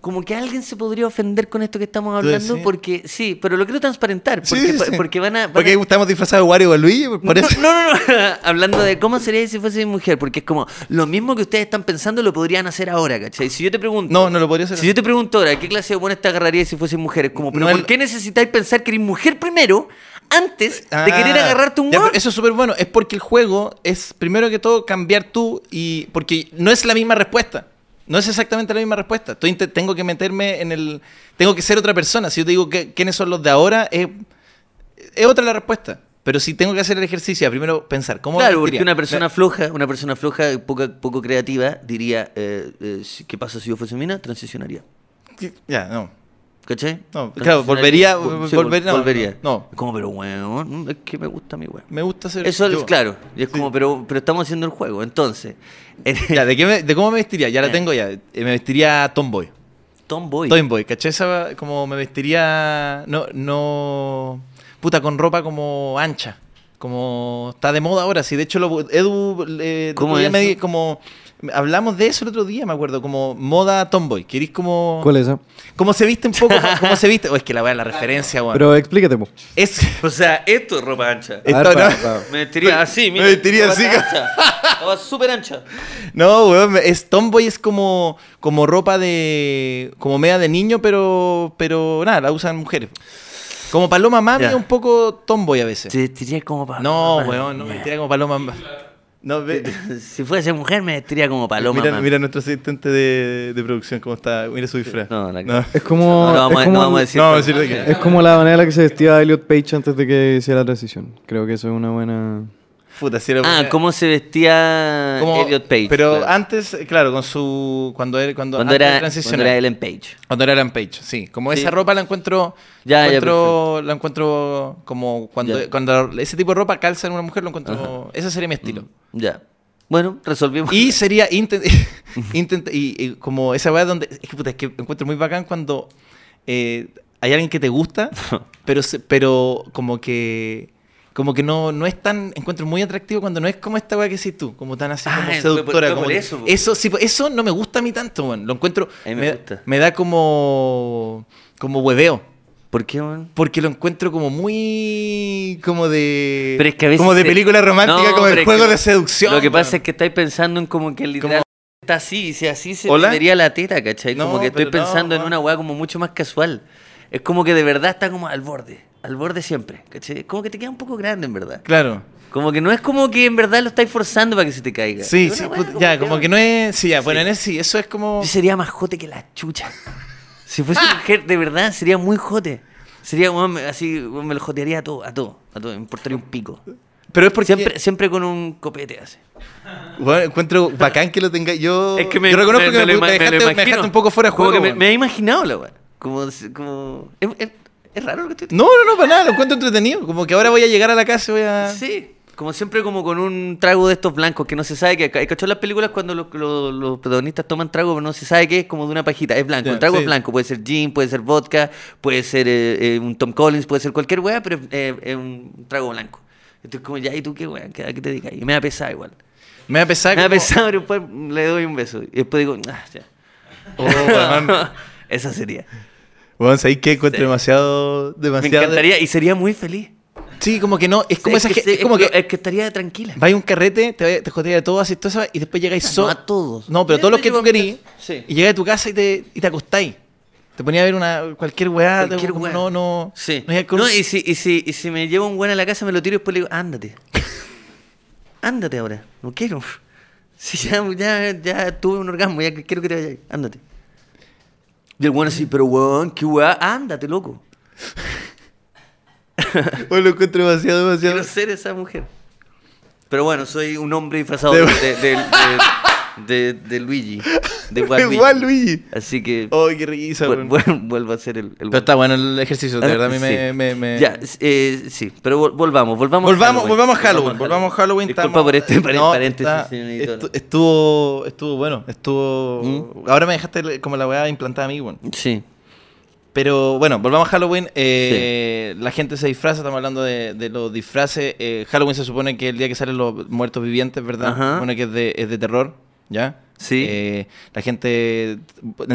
S2: Como que alguien se podría ofender con esto que estamos hablando,
S1: decís?
S2: porque sí, pero lo quiero transparentar,
S1: Sí,
S2: porque,
S1: sí, sí.
S2: porque van a... van
S1: Porque
S2: a-
S1: estamos disfrazados de Wario y Luigi, por por
S2: No,
S1: eso.
S2: No, no, no. (laughs) Hablando de cómo sería si fuese mujer, porque es como lo mismo que ustedes están pensando lo podrían hacer ahora, ¿cachai? Si yo te pregunto.
S1: No, no lo podría hacer.
S2: Si yo te pregunto ahora, ¿qué clase de buenas te agarrarías si fuesen mujeres? Como, pero
S1: No,
S2: ¿por
S1: el-
S2: qué necesitáis pensar que eres mujer primero antes
S1: Ah,
S2: de querer agarrarte un
S1: ya,
S2: hueón?
S1: pero Eso es súper bueno. Es porque el juego es, primero que todo, cambiar tú y. Porque no es la misma respuesta. No es exactamente la misma respuesta. Estoy inte- tengo que meterme en el. Tengo que ser otra persona. Si yo te digo que, quiénes son los de ahora, es, es otra la respuesta. Pero si tengo que hacer el ejercicio, primero pensar cómo.
S2: Claro,
S1: vestiría?
S2: porque una persona
S1: Me-
S2: floja, una persona floja, poco, poco creativa, diría, eh, eh, si- ¿qué pasa si yo fuese mina? Transicionaría.
S1: Ya, no.
S2: ¿Cachai?
S1: No,
S2: Transicionaría.
S1: claro, volvería-
S2: Vol-
S1: volver- no,
S2: volvería.
S1: no, no.
S2: Como, pero weón, es que me gusta mi weón.
S1: Me gusta hacer.
S2: Eso es
S1: yo.
S2: claro. Y es como, pero, pero estamos haciendo el juego. Entonces,
S1: Ya, ¿de, qué me- de cómo me vestiría?
S2: (laughs)
S1: Ya la
S2: Ya.
S1: tengo ya. Eh, Me vestiría Tomboy.
S2: Tomboy.
S1: Tomboy, ¿cachai? Esa como me vestiría. No, no. Puta, con ropa como ancha. Como está de moda ahora, sí. De hecho, lo, Edu, eh, el
S2: ¿Cómo
S1: otro día
S2: es
S1: me
S2: eso?
S1: di- como hablamos de eso el otro día, me acuerdo, como moda tomboy. ¿Querís como
S2: Oh.
S3: ¿Cuál es esa?
S1: cómo se viste un
S2: (laughs)
S1: poco? ¿Cómo, cómo se viste? Oh, es que la weá, la referencia, weón.
S3: Pero explícate, po.
S1: Es
S2: O sea, esto es ropa ancha.
S1: Esto
S3: A ver,
S1: no.
S3: pa- pa-
S2: Me vestiría así, mira.
S1: Eh, me vestiría
S2: ropa
S1: así, (laughs)
S2: tan ancha. Ropa súper ancha.
S1: No, weón, es tomboy es como como ropa de como media de niño, pero pero nada, la usan mujeres. Como Paloma Mami
S2: Ya.
S1: un poco tomboy a veces.
S2: Te vestiría como Ah, paloma.
S1: No, weón, no,
S2: Ya.
S1: mentira como Paloma Mami. No, ve-
S2: Si fuese mujer, me vestiría como paloma.
S1: mira,
S2: man.
S1: mira nuestro asistente de, de producción cómo está, mira su disfraz.
S2: No, la-
S3: Es como.
S2: No, no vamos,
S3: es
S2: a-
S3: como
S2: no vamos a
S3: el-
S2: decir.
S1: no, vamos
S2: paloma.
S1: a decir de
S3: Es como la manera en la que se vestía Elliot Page antes de que hiciera la transición. Creo que eso es una buena.
S1: Puta, si era
S2: Ah, ¿cómo se vestía
S1: como-
S2: Elliot Page?
S1: Pero
S2: claro.
S1: antes, claro, con su cuando era cuando,
S2: cuando,
S1: antes de
S2: era, cuando
S1: transicionar.
S2: era Ellen Page.
S1: Cuando era Ellen Page, sí. Como
S2: Sí.
S1: esa ropa la encuentro.
S2: Ya, ya,
S1: encuentro- La encuentro como cuando,
S2: Ya.
S1: cuando ese tipo de ropa calza en una mujer, lo encuentro. Ese sería mi
S2: Mm.
S1: estilo.
S2: Ya. Bueno, resolvimos. (laughs)
S1: Y sería. (laughs) Intent, intent- y, y como esa weá donde. Es que, puta, es que encuentro muy bacán cuando eh, hay alguien que te
S2: (laughs)
S1: gusta, pero, se- pero como que. Como que no, no es tan. Encuentro muy atractivo cuando no es como esta weá que decís tú, como tan así
S2: Ah,
S1: como
S2: fue por-
S1: seductora.
S2: fue
S1: como
S2: por
S1: que-
S2: eso, po.
S1: eso, sí, po, eso no me gusta a mí tanto, weón. Lo encuentro.
S2: A mí me gusta.
S1: me da como. como hueveo.
S2: ¿Por qué, weón?
S1: Porque lo encuentro como muy. como de.
S2: Pero es que a veces
S1: como de
S2: se-
S1: película romántica,
S2: No,
S1: como
S2: pero
S1: el
S2: es
S1: juego
S2: que-
S1: de seducción.
S2: Lo que pasa
S1: weón.
S2: es que estáis pensando en como que literal
S1: Como-
S2: está así, y si así se
S1: ¿Hola?
S2: me vería la teta, ¿cachai?
S1: No,
S2: como que estoy
S1: pero no,
S2: pensando en
S1: weón.
S2: una weá como mucho más casual. Es como que de verdad está como al borde, al borde siempre, ¿cachai? Como que te queda un poco grande en verdad.
S1: Claro.
S2: Como que no es como que en verdad lo estáis forzando para que se te caiga.
S1: Sí,
S2: Es
S1: sí,
S2: una weá
S1: puta, ya, como que no es. Sí, ya,
S2: Sí.
S1: bueno, en ese, sí, eso es como. ¡Ah!
S2: Yo sería más jote que la chucha. Si fuese mujer, de verdad, sería muy jote. Sería weón, me- así, weón, me lo jotearía a todo, a todo, a todo, me importaría un pico.
S1: Pero es porque.
S2: Siempre, siempre con un copete así.
S1: Bueno, encuentro bacán que lo tenga. Yo.
S2: Es que me,
S1: yo reconozco
S2: me-
S1: que
S2: me
S1: me,
S2: lo ima-
S1: me
S2: me lo
S1: dejaste, me
S2: imagino.
S1: dejaste un poco fuera de
S2: Como
S1: juego.
S2: que me,
S1: weón.
S2: me he imaginado la weá. Como, si- como... Es, es- es raro lo que estoy
S1: No, no, no, para nada, lo encuentro entretenido. Como que ahora voy a llegar a la casa y voy a.
S2: Sí. Como siempre como con un trago de estos blancos que no se sabe que... ¿Cachó las películas cuando los, los- los protagonistas toman trago pero no se sabe qué es? Como de una pajita. Es blanco.
S1: Ya,
S2: el trago
S1: sí.
S2: es blanco. Puede ser gin, puede ser vodka, puede ser eh, eh, un Tom Collins, puede ser cualquier weá, pero es eh, es un trago blanco. Entonces como, ya, ¿y tú qué weá? ¿Qué- ¿A qué te dedicas? Y me da pesar igual.
S1: Me va a pesar.
S2: Me da
S1: Ah, como-
S2: pesar, pero después le doy un beso. Y después digo, ah, ya.
S1: Oh, weón.
S2: (laughs) Esa sería.
S1: Weón, ¿sabéis qué? Encuentro
S2: Sí.
S1: demasiado.
S2: Me
S1: demasiado.
S2: encantaría y sería muy feliz.
S1: Sí, como que no. Es como
S2: es
S1: esa
S2: que,
S1: gente.
S2: se-
S1: Es como
S2: es
S1: que.
S2: que, es que estaría tranquila.
S1: Vais a un carrete, te, vaya- te joteas de todo, así todo eso, y después llegáis
S2: No
S1: solo.
S2: a todos.
S1: No, pero
S2: Yo
S1: todos los
S2: me
S1: que
S2: llevo
S1: tú
S2: a mi
S1: querís.
S2: casa. Sí.
S1: Y llegáis a tu casa y te, y te acostáis. Te ponía a ver una cualquier weá. te-
S2: Cualquier
S1: como
S2: weá.
S1: No, no.
S2: Sí.
S1: no llegáis con- (laughs)
S2: No, y si, y, si, y si me llevo un buen a la casa, me lo tiro y después le digo, ándate. ándate ahora. No quiero. Si ya, ya, ya tuve un orgasmo, ya que- quiero que te vayas. Ándate. Y el bueno así, pero weón, qué weá, ándate, loco.
S1: Hoy Oh, lo encuentro demasiado,
S2: Quiero
S1: demasiado.
S2: ser esa mujer. Pero bueno, soy un hombre disfrazado de, de, de- de- de Luigi. De Waluigi.
S1: Igual, Luigi. Oh,
S2: Así que
S1: Ay, qué risa, weón.
S2: Vuel- vuel- vuelvo a ser el, el
S1: Pero está bueno el ejercicio, de verdad, a mí me.
S2: Ah, Sí.
S1: me- me-
S2: Ya, s- eh, sí, pero vol- volvamos, volvamos.
S1: Volvamos,
S2: a Halloween.
S1: volvamos a Halloween, volvamos a Halloween.
S2: Disculpa
S1: estamos-
S2: por este par-
S1: No,
S2: paréntesis,
S1: está-
S2: señor editor.
S1: estu- estuvo, estuvo bueno,
S2: ¿Mm?
S1: estuvo. Ahora me dejaste como la weá implantada a mí, weón.
S2: Sí.
S1: Pero bueno, volvamos a Halloween. Eh, La gente se disfraza, estamos hablando de, de los disfraces. Eh, Halloween se supone que es el día que salen los muertos vivientes, ¿verdad?
S2: Ajá.
S1: Se supone que es de, es de terror, ¿ya?
S2: Sí.
S1: Eh, la gente.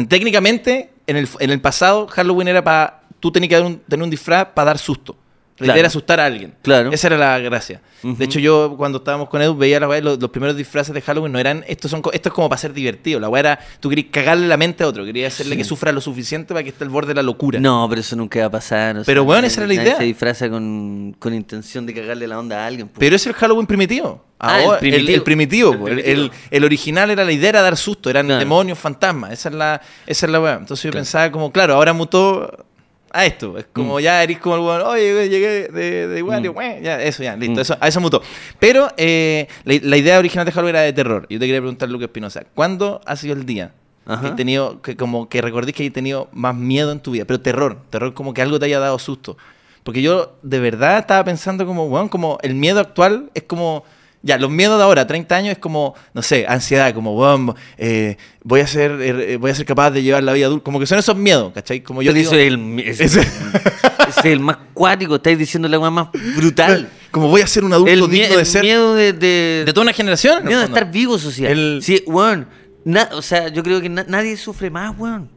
S1: Técnicamente, en el, en el pasado, Halloween era para. Tú tenías que dar un- tener un disfraz para dar susto. La idea
S2: Claro.
S1: era asustar a alguien.
S2: Claro.
S1: Esa era la gracia.
S2: Ujú.
S1: De hecho, yo cuando estábamos con Edu veía la weá, los, los primeros disfraces de Halloween no eran. Estos son, co- esto es como para ser divertido. La weá era. Tú querías cagarle la mente a otro. Querías hacerle que sufra lo suficiente para que esté al borde de la locura.
S2: No, pero eso nunca va a pasar. o
S1: Pero,
S2: sea,
S1: weón,
S2: nadie-
S1: esa era la
S2: nadie
S1: idea.
S2: Se disfraza con, con intención de cagarle la onda a alguien. pues. po.
S1: Pero es el Halloween primitivo.
S2: Ah, el
S1: Ahora, el
S2: primitivo.
S1: el primitivo,
S2: El
S1: po. El,
S2: primitivo.
S1: el- el original era la idea era dar susto, eran
S2: Claro.
S1: demonios, fantasmas. Esa es la, esa es la weá. Entonces yo
S2: Claro. Mm.
S1: pensaba como, claro, ahora mutó a esto. Es como ya eres como el weón, oye, güey, llegué de, de Wario, güey". ya, eso ya, listo,
S2: Mm.
S1: eso, a eso mutó. Pero eh, la, la idea original de Halloween era de terror. Yo te quería preguntar, Lucas Espinosa, ¿cuándo ha sido el día?
S2: Ajá.
S1: Que, he tenido, que como que recordís que hay tenido más miedo en tu vida, pero terror, terror como que algo te haya dado susto. Porque yo de verdad estaba pensando como, weón, como el miedo actual es como, ya, los miedos de ahora, 30 años, es como, no sé, ansiedad, como, weón, eh, voy, a ser, eh, voy a ser capaz de llevar la vida adulta, como que son esos miedos, ¿cachai? Como yo
S2: Pero
S1: digo,
S2: (laughs) eso es el, es-
S1: Ese-
S2: ese es el más cuático. Estáis diciendo la weá más brutal.
S1: como voy a ser (laughs) un adulto
S2: El, mie-
S1: digno
S2: el
S1: de ser
S2: miedo de, de-
S1: de toda una generación. en el
S2: miedo de
S1: fondo.
S2: estar vivo social.
S1: El-
S2: Sí, weón. na- o sea, yo creo que na- nadie sufre más, weón,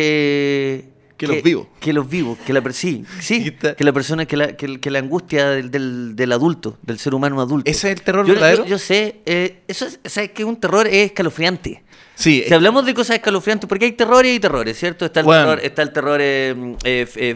S2: que...
S1: Que los vivos.
S2: Que los vivos, que la, per- sí, sí,
S1: Y ta-
S2: que la persona, que la, que, que la angustia del, del- del adulto, del ser humano adulto.
S1: ¿Ese es el terror
S2: Yo- yo,
S1: verdadero?
S2: yo sé, eh, eso es, ¿sabes que Un terror es escalofriante.
S1: sí,
S2: Si hablamos de cosas escalofriantes, porque hay terrores y terrores, ¿cierto? Está el
S1: Bueno.
S2: terror, está el terror eh, eh, f- eh,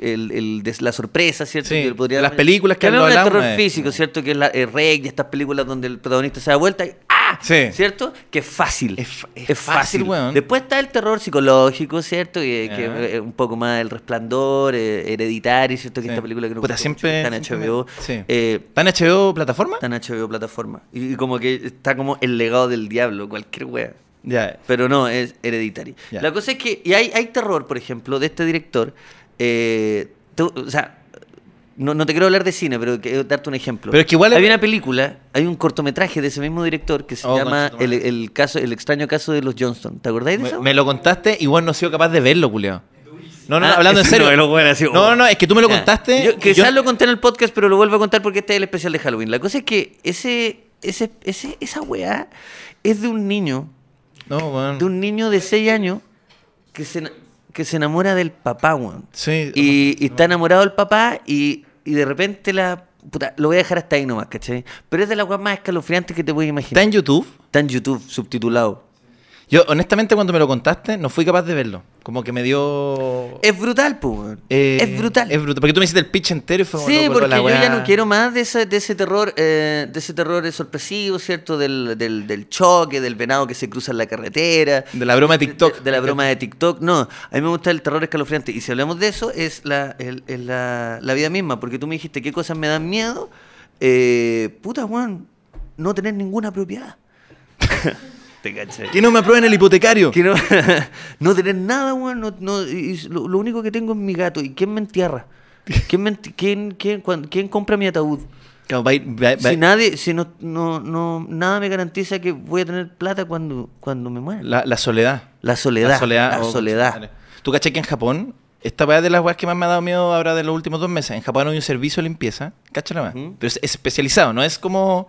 S2: eh, el, el de la sorpresa, ¿cierto?
S1: Sí,
S2: Que podría-
S1: las películas que
S2: También
S1: lo
S2: el
S1: hablamos,
S2: terror
S1: eh.
S2: físico, ¿cierto? Que es la eh, Rec y estas películas donde el protagonista se da vuelta y ¡ah!
S1: Sí.
S2: ¿Cierto? Que es fácil.
S1: Es fa- es fácil, weón.
S2: Después está el terror psicológico, ¿cierto? Y, eh, que
S1: Ah.
S2: eh, un poco más el resplandor, eh, hereditario, ¿cierto? Que
S1: Sí.
S2: esta película que no
S1: Puta,
S2: gustó
S1: siempre-
S2: mucho, está en
S1: siempre me-
S2: HBO.
S1: sí.
S2: Eh,
S1: ¿Está en HBO plataforma?
S2: está en HBO plataforma. Y, y como que está como el legado del diablo, cualquier wea.
S1: Ya.
S2: Pero no, es Hereditary.
S1: Ya.
S2: La cosa es que. Y hay, hay terror, por ejemplo, de este director. eh, tú- o sea, no, no te quiero hablar de cine, pero quiero darte un ejemplo.
S1: Pero es que igual-
S2: Hay una película, hay un cortometraje de ese mismo director que se
S1: Oh,
S2: llama
S1: conchetumare.
S2: el, el caso, el extraño caso de los Johnston. ¿Te acordáis de
S1: Me,
S2: eso?
S1: me lo contaste, igual no he sido capaz de verlo, culiao. No, no, no,
S2: Ah,
S1: hablando en
S2: (laughs) es
S1: serio.
S2: uno de los buenos, así,
S1: no, no, no, es que tú me lo
S2: Ya.
S1: contaste.
S2: Yo-
S1: y
S2: quizás
S1: yo-
S2: lo conté en el podcast, pero lo vuelvo a contar porque este es el especial de Halloween. La cosa es que ese, ese, ese, esa weá es de un niño
S1: No, weón.
S2: de un niño de 6 años que se, ena- que se enamora del papá, weón.
S1: Sí.
S2: Y, y está enamorado del papá y, y de repente la... Puta, lo voy a dejar hasta ahí nomás, ¿cachai? Pero es de las weas más escalofriantes que te puedes
S1: ¿Está
S2: imaginar.
S1: en YouTube?
S2: Está en YouTube, subtitulado.
S1: Yo, honestamente, cuando me lo contaste, no fui capaz de verlo. Como que me dio.
S2: Es brutal, pues, weón.
S1: eh,
S2: es brutal.
S1: Es brutal. Porque tú me hiciste el pitch entero y fue como,
S2: Sí,
S1: loco,
S2: porque
S1: la
S2: yo
S1: weá.
S2: ya no quiero más de ese, de ese terror, eh, de ese terror sorpresivo, ¿cierto? Del, del, del choque, del venado que se cruza en la carretera.
S1: De la broma de TikTok.
S2: De, de la broma de TikTok. No, a mí me gusta el terror escalofriante. Y si hablamos de eso, es la, el- es la, la vida misma. Porque tú me dijiste qué cosas me dan miedo. Eh, puta, Juan, no tener
S1: (laughs)
S2: ninguna propiedad. Te caché.
S1: Que no me aprueben el hipotecario.
S2: Que no, (laughs) no tener nada, weón. No, no- y- y lo, lo único que tengo es mi gato. ¿Y quién me entierra? ¿Quién, me ent- quién, quién, cuan- quién compra mi ataúd?
S1: Como va a ir- va- va-
S2: Si nadie, si no, no, no, nada me garantiza que voy a tener plata cuando, cuando me muera. La,
S1: la, la soledad.
S2: soledad. La soledad.
S1: oh, conchetumare. ¿Tú caché que en Japón? Esta weá de las weas que más me ha dado miedo ahora de los últimos dos meses. En Japón hay un servicio de limpieza. Cáchala más.
S2: Ujú.
S1: Pero es, es especializado, no es como.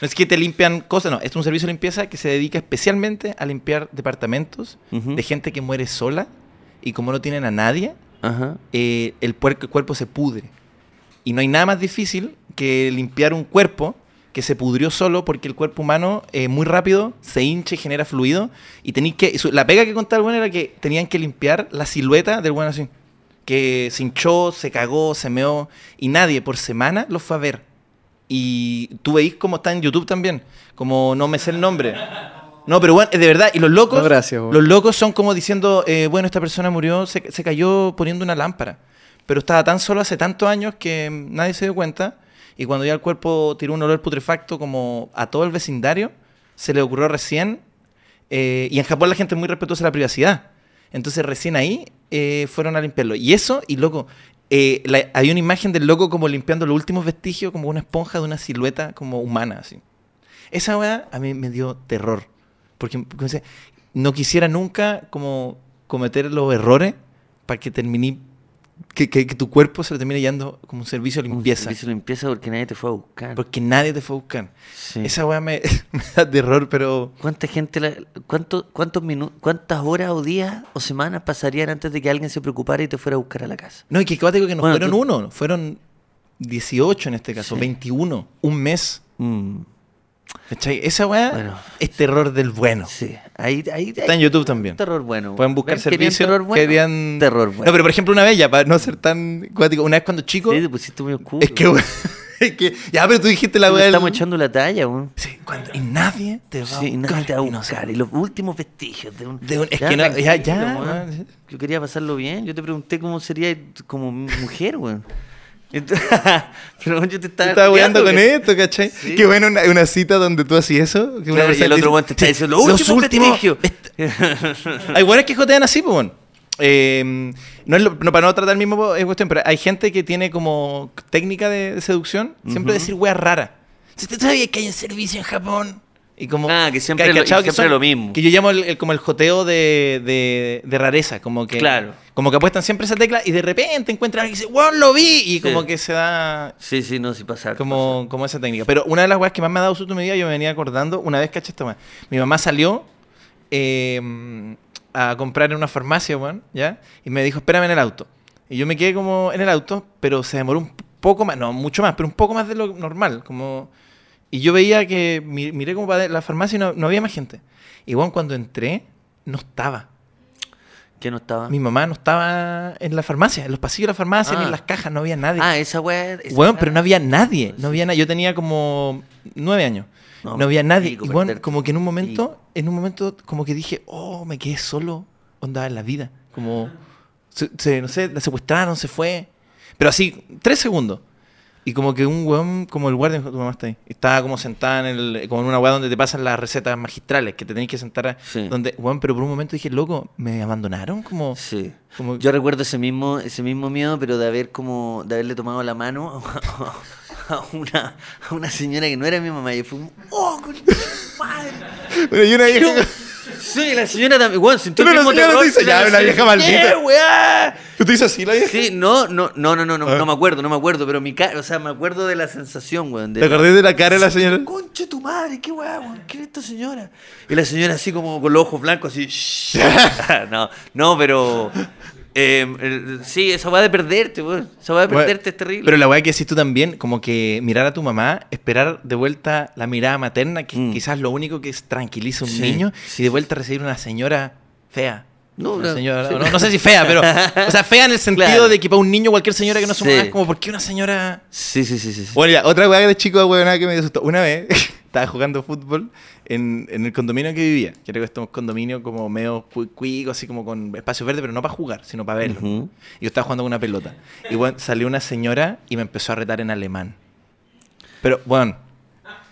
S1: No es que te limpian cosas, no. Es un servicio de limpieza que se dedica especialmente a limpiar departamentos
S2: Ujú.
S1: de gente que muere sola y como no tienen a nadie,
S2: Ajá.
S1: eh, el, puer- el cuerpo se pudre. Y no hay nada más difícil que limpiar un cuerpo que se pudrió solo porque el cuerpo humano eh, muy rápido se hincha y genera fluido. Y tenéis que. su- la pega que contaba el bueno era que tenían que limpiar la silueta del bueno así. Que se hinchó, se cagó, se meó. Y nadie por semana lo fue a ver. Y tú veis cómo está en YouTube también. Como no me sé el nombre. No, pero bueno, de verdad. Y los locos.
S3: No, gracias, weón.
S1: los locos son como diciendo, eh, bueno, esta persona murió, se, se cayó poniendo una lámpara. Pero estaba tan solo hace tantos años que mm, nadie se dio cuenta. Y cuando ya el cuerpo tiró un olor putrefacto como a todo el vecindario, se le ocurrió recién. eh, y en Japón la gente es muy respetuosa de la privacidad. Entonces recién ahí eh, fueron a limpiarlo. Y eso, y loco, eh, la- había una imagen del loco como limpiando los últimos vestigios, como una esponja de una silueta como humana, así. Esa weá a mí me dio terror. Porque, porque me decía, no quisiera nunca como cometer los errores para que termine, que, que- que tu cuerpo se lo termine yendo como un servicio de
S2: Un
S1: limpieza.
S2: servicio de limpieza porque nadie te fue a buscar.
S1: Porque nadie te fue a buscar.
S2: Sí.
S1: Esa weá me, (laughs) me da terror, pero...
S2: ¿Cuánta gente, la- cuánto- cuántos minu- cuántas horas o días o semanas pasarían antes de que alguien se preocupara y te fuera a buscar a la casa?
S1: No, y que cuático que no
S2: Bueno,
S1: fueron
S2: tú-
S1: uno, fueron 18 en este caso,
S2: Sí.
S1: 21, un mes.
S2: Mm,
S1: ¿Cachai? Esa weá
S2: Bueno.
S1: es terror del bueno.
S2: sí, ahí, ahí,
S1: Está en
S2: ahí-
S1: YouTube también.
S2: Terror bueno.
S1: Pueden buscar
S2: ¿Ven? Querían
S1: servicios.
S2: Terror bueno.
S1: querían-
S2: Terror bueno.
S1: No, pero por ejemplo, una vez ya, para no ser tan cuático, una vez cuando chico.
S2: Sí, te pusiste muy oscuro.
S1: es que, (laughs) es que. Ya, pero tú dijiste la
S2: Le
S1: weá. del-
S2: Estamos echando la talla, weón.
S1: Sí, cuando, y nadie te va
S2: Sí,
S1: a buscar.
S2: nada te va a
S1: y no sé.
S2: buscar. Y los últimos vestigios de un.
S1: De un- es que no- ya- ya,
S2: tranquilo,
S1: ah,
S2: weón.
S1: sí.
S2: Yo quería pasarlo bien. Yo te pregunté cómo sería como mujer, weón. (laughs) Ent- Pero yo te
S1: Yo
S2: estaba.
S1: estaba weando con
S2: weón.
S1: esto, ¿cachai?
S2: Sí.
S1: Qué bueno una, una cita donde tú hacías eso. que una
S2: Claro, y
S1: persona
S2: el otro
S1: dice,
S2: weón te está
S1: "Sí,
S2: diciendo los últimos, vestigios.
S1: Hay weones que jotean así, pues, weón. Eh, no, es lo- no para no tratar el mismo eh, cuestión, pero hay gente que tiene como técnica de, de seducción, siempre decir wea rara. Si te sabías que hay un servicio en Japón. Y como,
S2: Ah, que siempre
S1: ¿cachai?
S2: lo- siempre lo mismo.
S1: Que yo llamo el- el- como el joteo de, de- de rareza, como que
S2: Claro.
S1: Como que apuestan siempre esa tecla y de repente encuentran a alguien que dice, ¡Wow, lo vi! Y como
S2: Sí.
S1: que se da
S2: (laughs) Sí, sí, no, sí pasa. harto, pasa.
S1: como, como esa técnica. Pero una de las weas que más me ha dado susto en mi vida, yo me venía acordando, una vez caché esta wea. Mi mamá salió eh, a comprar en una farmacia, weón, ¿ya? Y me dijo, espérame en el auto. Y yo me quedé como en el auto, pero se demoró un poco más, no, mucho más, pero un poco más de lo normal. Como... Y yo veía que mi- miré como para la farmacia y no, no había más gente. Y weón, cuando entré, no estaba.
S2: ¿Qué no estaba?
S1: Mi mamá no estaba en la farmacia, en los pasillos de la farmacia, ni
S2: Ah.
S1: en las cajas, no había nadie.
S2: Ah, esa weá. esa
S1: Weón,
S2: weá-
S1: pero no había nadie. No había nadie. Yo tenía como nueve años.
S2: No,
S1: No, había nadie.
S2: pico,
S1: Y weón,
S2: perderte.
S1: como que en un momento, en un momento, como que dije, oh, me quedé solo. Onda en la vida. Como, se, se- no sé, la secuestraron, se fue. Pero así, tres segundos. Y como que un weón, como el guardia, me dijo, tu mamá está ahí. Estaba como sentada en el, como en una weá donde te pasan las recetas magistrales, que te tenés que sentar. a-
S2: Sí.
S1: Donde, weón, pero por un momento dije, loco, me abandonaron. Como,
S2: Sí.
S1: como
S2: Yo recuerdo ese mismo, ese mismo miedo, pero de haber como, de haberle tomado la mano (laughs) a, a una, a una señora que no era mi mamá. Y fue un, ¡oh, concha de tu
S1: (laughs)
S2: madre!
S1: Bueno, (laughs) y una vieja-
S2: Sí, la señora también, weón, sintió el
S1: Pero la
S2: mismo
S1: señora
S2: terror.
S1: dice,
S2: pero
S1: "Ya,
S2: la
S1: una
S2: señora-
S1: vieja maldita".
S2: ¡Eh,
S1: (laughs)
S2: weá!
S1: (laughs) ¿Tú te hizo así la vieja?
S2: Sí, no, no, no, no, no, no,
S1: Ah.
S2: no me acuerdo, no me acuerdo, pero mi cara, o sea, me acuerdo de la sensación, weón. de-
S1: ¿Te acordás de la cara de la señora?
S2: Concha de tu madre, qué weá, weón, ¿qué es esta señora? Y la señora así como con los ojos blancos, así. "Shh". (laughs) no, no, pero. eh, el- sí, esa weá de perderte, weón. Esa weá de
S1: Bueno,
S2: perderte es terrible.
S1: Pero la weá que decís tú también, como que mirar a tu mamá, esperar de vuelta la mirada materna, que
S2: Mm.
S1: quizás lo único que es- tranquiliza a un
S2: Sí,
S1: niño, y
S2: sí,
S1: de vuelta recibir una señora fea.
S2: No,
S1: Una
S2: una-
S1: señora-
S2: sí.
S1: no, no sé si fea, pero. O sea, fea en el sentido
S2: Claro.
S1: de que para un niño, cualquier señora que no es su
S2: Sí.
S1: mamá, es como, ¿por qué una señora.?
S2: Sí, sí, sí, sí. sí.
S1: Bueno, ya, otra weá de chico, weón, que me asustó. Una vez (laughs) estaba jugando fútbol en, en el condominio en que vivía. Creo que este es un condominio como medio cu- cuico, así como con espacio verde, pero no para jugar, sino para verlo.
S2: Ujú.
S1: Y yo estaba jugando con una pelota. Y bueno, salió una señora y me empezó a retar en alemán. Pero, bueno,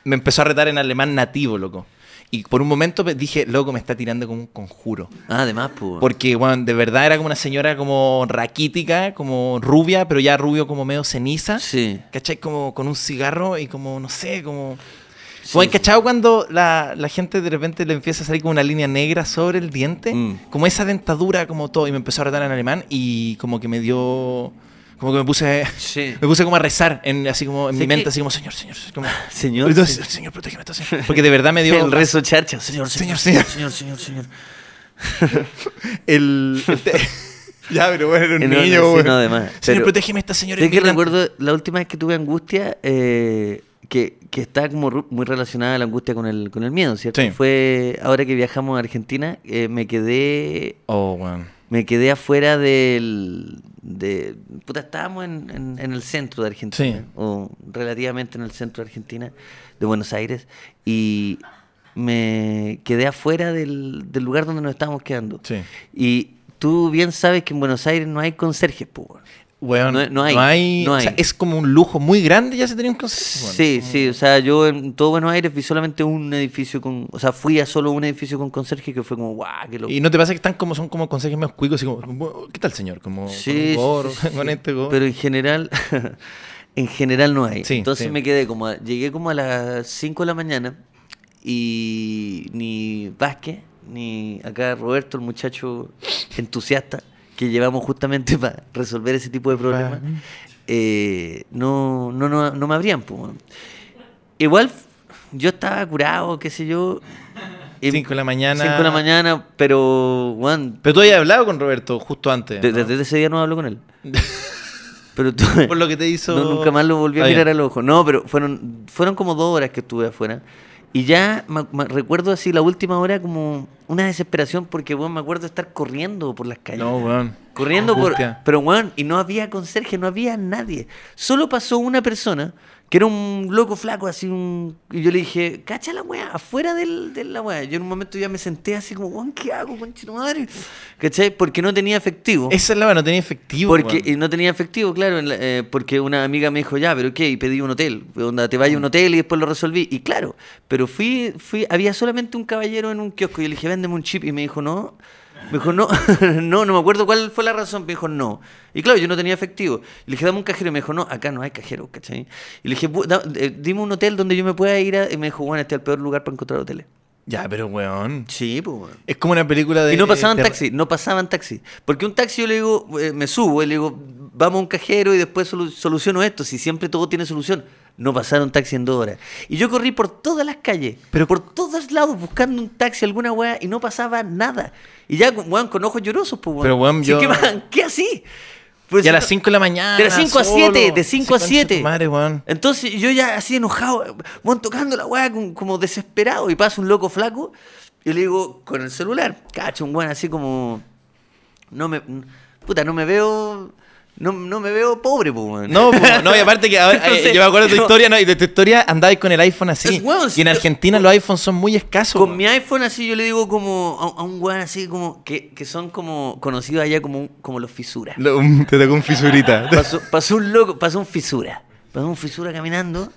S1: me empezó a retar en alemán nativo, loco. Y por un momento pe- dije, loco, me está tirando como un conjuro.
S2: Ah, además, pues. weón.
S1: Porque, bueno, de verdad era como una señora como raquítica, como rubia, pero ya rubio como medio ceniza.
S2: Sí.
S1: ¿Cachai? Como con un cigarro y como, no sé, como...
S2: sí,
S1: Como, ¿hay
S2: sí.
S1: cachado cuando la, la gente de repente le empieza a salir como una línea negra sobre el diente?
S2: Mm.
S1: Como esa dentadura, como todo. Y me empezó a retar en alemán y como que me dio... Como que me puse...
S2: Sí.
S1: (laughs) Me puse como a rezar, en, así como en
S2: Sí,
S1: mi
S2: que-
S1: mente, así como, señor, señor, señor", como,
S2: (laughs) Señor,
S1: Entonces,
S2: señor.
S1: señor, protégeme, entonces. Porque
S2: (laughs)
S1: de verdad me dio
S2: El rezo charcha. Señor, señor,
S1: Señor,
S2: señor, señor, señor, señor.
S1: (laughs) el- el te- (laughs) ya, pero bueno, era un
S2: Eh, no, no,
S1: niño,
S2: sí,
S1: güey.
S2: no, además,
S1: Señor,
S2: pero-
S1: protégeme a esta señora.
S2: ¿Sabes que
S1: inmigrante".
S2: recuerdo la última vez que tuve angustia eh, que, que está como ru- muy relacionada la angustia con el, con el miedo, ¿cierto?
S1: Sí.
S2: Fue ahora que viajamos a Argentina, eh, me quedé
S1: Oh, weón.
S2: me quedé afuera del... De, puta, estábamos en, en- en el centro de Argentina,
S1: Sí.
S2: o relativamente en el centro de Argentina, de Buenos Aires, y me quedé afuera del, del lugar donde nos estábamos quedando.
S1: Sí.
S2: Y tú bien sabes que en Buenos Aires no hay conserjes, pues. weón.
S1: Weón,
S2: No- no hay, no
S1: o sea,
S2: hay.
S1: es como un lujo muy grande ya se tenía un consejo.
S2: Sí, sí, o sea, yo en todo Buenos Aires vi solamente un edificio con, o sea, fui a solo un edificio con conserje que fue como, guau, qué loco.
S1: Y no te pasa que están como son como consejos más cuicos y como ¿qué tal señor? Como con un
S2: Sí, sí,
S1: gorro,
S2: sí, sí,
S1: (laughs) con
S2: sí.
S1: este gorro.
S2: Pero en general, (laughs) en general no hay.
S1: Sí,
S2: Entonces
S1: sí.
S2: me quedé como, a- llegué como a las 5 de la mañana y ni Vázquez, ni acá Roberto, el muchacho entusiasta que llevamos justamente (laughs) para resolver ese tipo de problemas, eh, no, no, no, no me abrían. pues, weón. Igual f- yo estaba curado, qué sé yo. em-
S1: Cinco de la mañana.
S2: Cinco de la mañana, pero, weón,
S1: Pero tú habías hablado con Roberto justo antes.
S2: de-
S1: ¿no?
S2: desde ese día no hablo
S1: (laughs)
S2: con él. Pero tú,
S1: Por lo que te hizo.
S2: (laughs) no, nunca más lo volví a
S1: Ah, ya.
S2: mirar al ojo. No, pero fueron, fueron como dos horas que estuve afuera. Y ya me- me recuerdo así la última hora como una desesperación porque, bueno, me acuerdo de estar corriendo por las calles.
S1: No, weón.
S2: Corriendo por...
S1: Angustia.
S2: Pero, bueno, y no había conserje, no había nadie. Solo pasó una persona, que era un loco flaco, así un... Y yo le dije, cacha la weá, afuera del, de la weá. Yo en un momento ya me senté así como, weón, ¿qué hago, conchito madre? ¿Cachai? Porque no tenía efectivo.
S1: Esa es la weá, no tenía efectivo.
S2: Porque
S1: weón.
S2: y no tenía efectivo, claro, en la- eh, porque una amiga me dijo, ya, pero ¿qué? Y pedí un hotel, onda, te vaya a un hotel y después lo resolví. Y claro, pero fui, fui, había solamente un caballero en un kiosco y le dije, véndeme un chip. Y me dijo, no. Me dijo, no, (laughs) no, no me acuerdo cuál fue la razón. Me dijo, no. Y claro, yo no tenía efectivo. Y le dije, dame un cajero. Y me dijo, no, acá no hay cajero, ¿cachai? Y le dije, "Bu- da- eh, dime un hotel donde yo me pueda ir. a-". Y me dijo, bueno, este es el peor lugar para encontrar hoteles.
S1: Ya, pero weón.
S2: Sí, pues, weón.
S1: Es como una película de.
S2: Y no pasaban
S1: de-
S2: taxi, no pasaban taxi. Porque un taxi yo le digo, eh, me subo, y le digo, vamos a un cajero y después solu- soluciono esto, si siempre todo tiene solución. No pasaron taxi en dos horas. Y yo corrí por todas las calles, pero por todos lados buscando un taxi, alguna weá, y no pasaba nada. Y ya, weón, con ojos llorosos, pues, weón.
S1: Pero, weón,
S2: Sí,
S1: yo-
S2: ¿Qué, más? ¿Qué así? Pues,
S1: Y a las
S2: no-
S1: 5 de la mañana.
S2: de las 5 a
S1: solo.
S2: 7, de 5 a
S1: Sí, concha
S2: 7.
S1: tu Madre, weón.
S2: Entonces yo ya así enojado, bueno, tocando la weá con- como desesperado y pasa un loco flaco y le digo, con el celular, cacho, un weón así como, no me, puta, no me veo, no, no me veo pobre, pues, weón.
S1: No, po, no, y aparte que a
S2: (laughs)
S1: ver, eh,
S2: Entonces,
S1: yo me acuerdo de tu
S2: yo-
S1: historia, ¿no? Y de tu historia andabas con el iPhone así.
S2: Es weón,
S1: y en
S2: sí,
S1: Argentina los iPhones son muy escasos.
S2: Con
S1: weón.
S2: mi iPhone así yo le digo como a, a un weón así como, que, que son como conocidos allá como, como los fisuras.
S1: Lo- um, te tocó un
S2: (laughs)
S1: fisurita. (laughs)
S2: Pasó, pasó un loco, pasó un fisura, pasó un fisura caminando,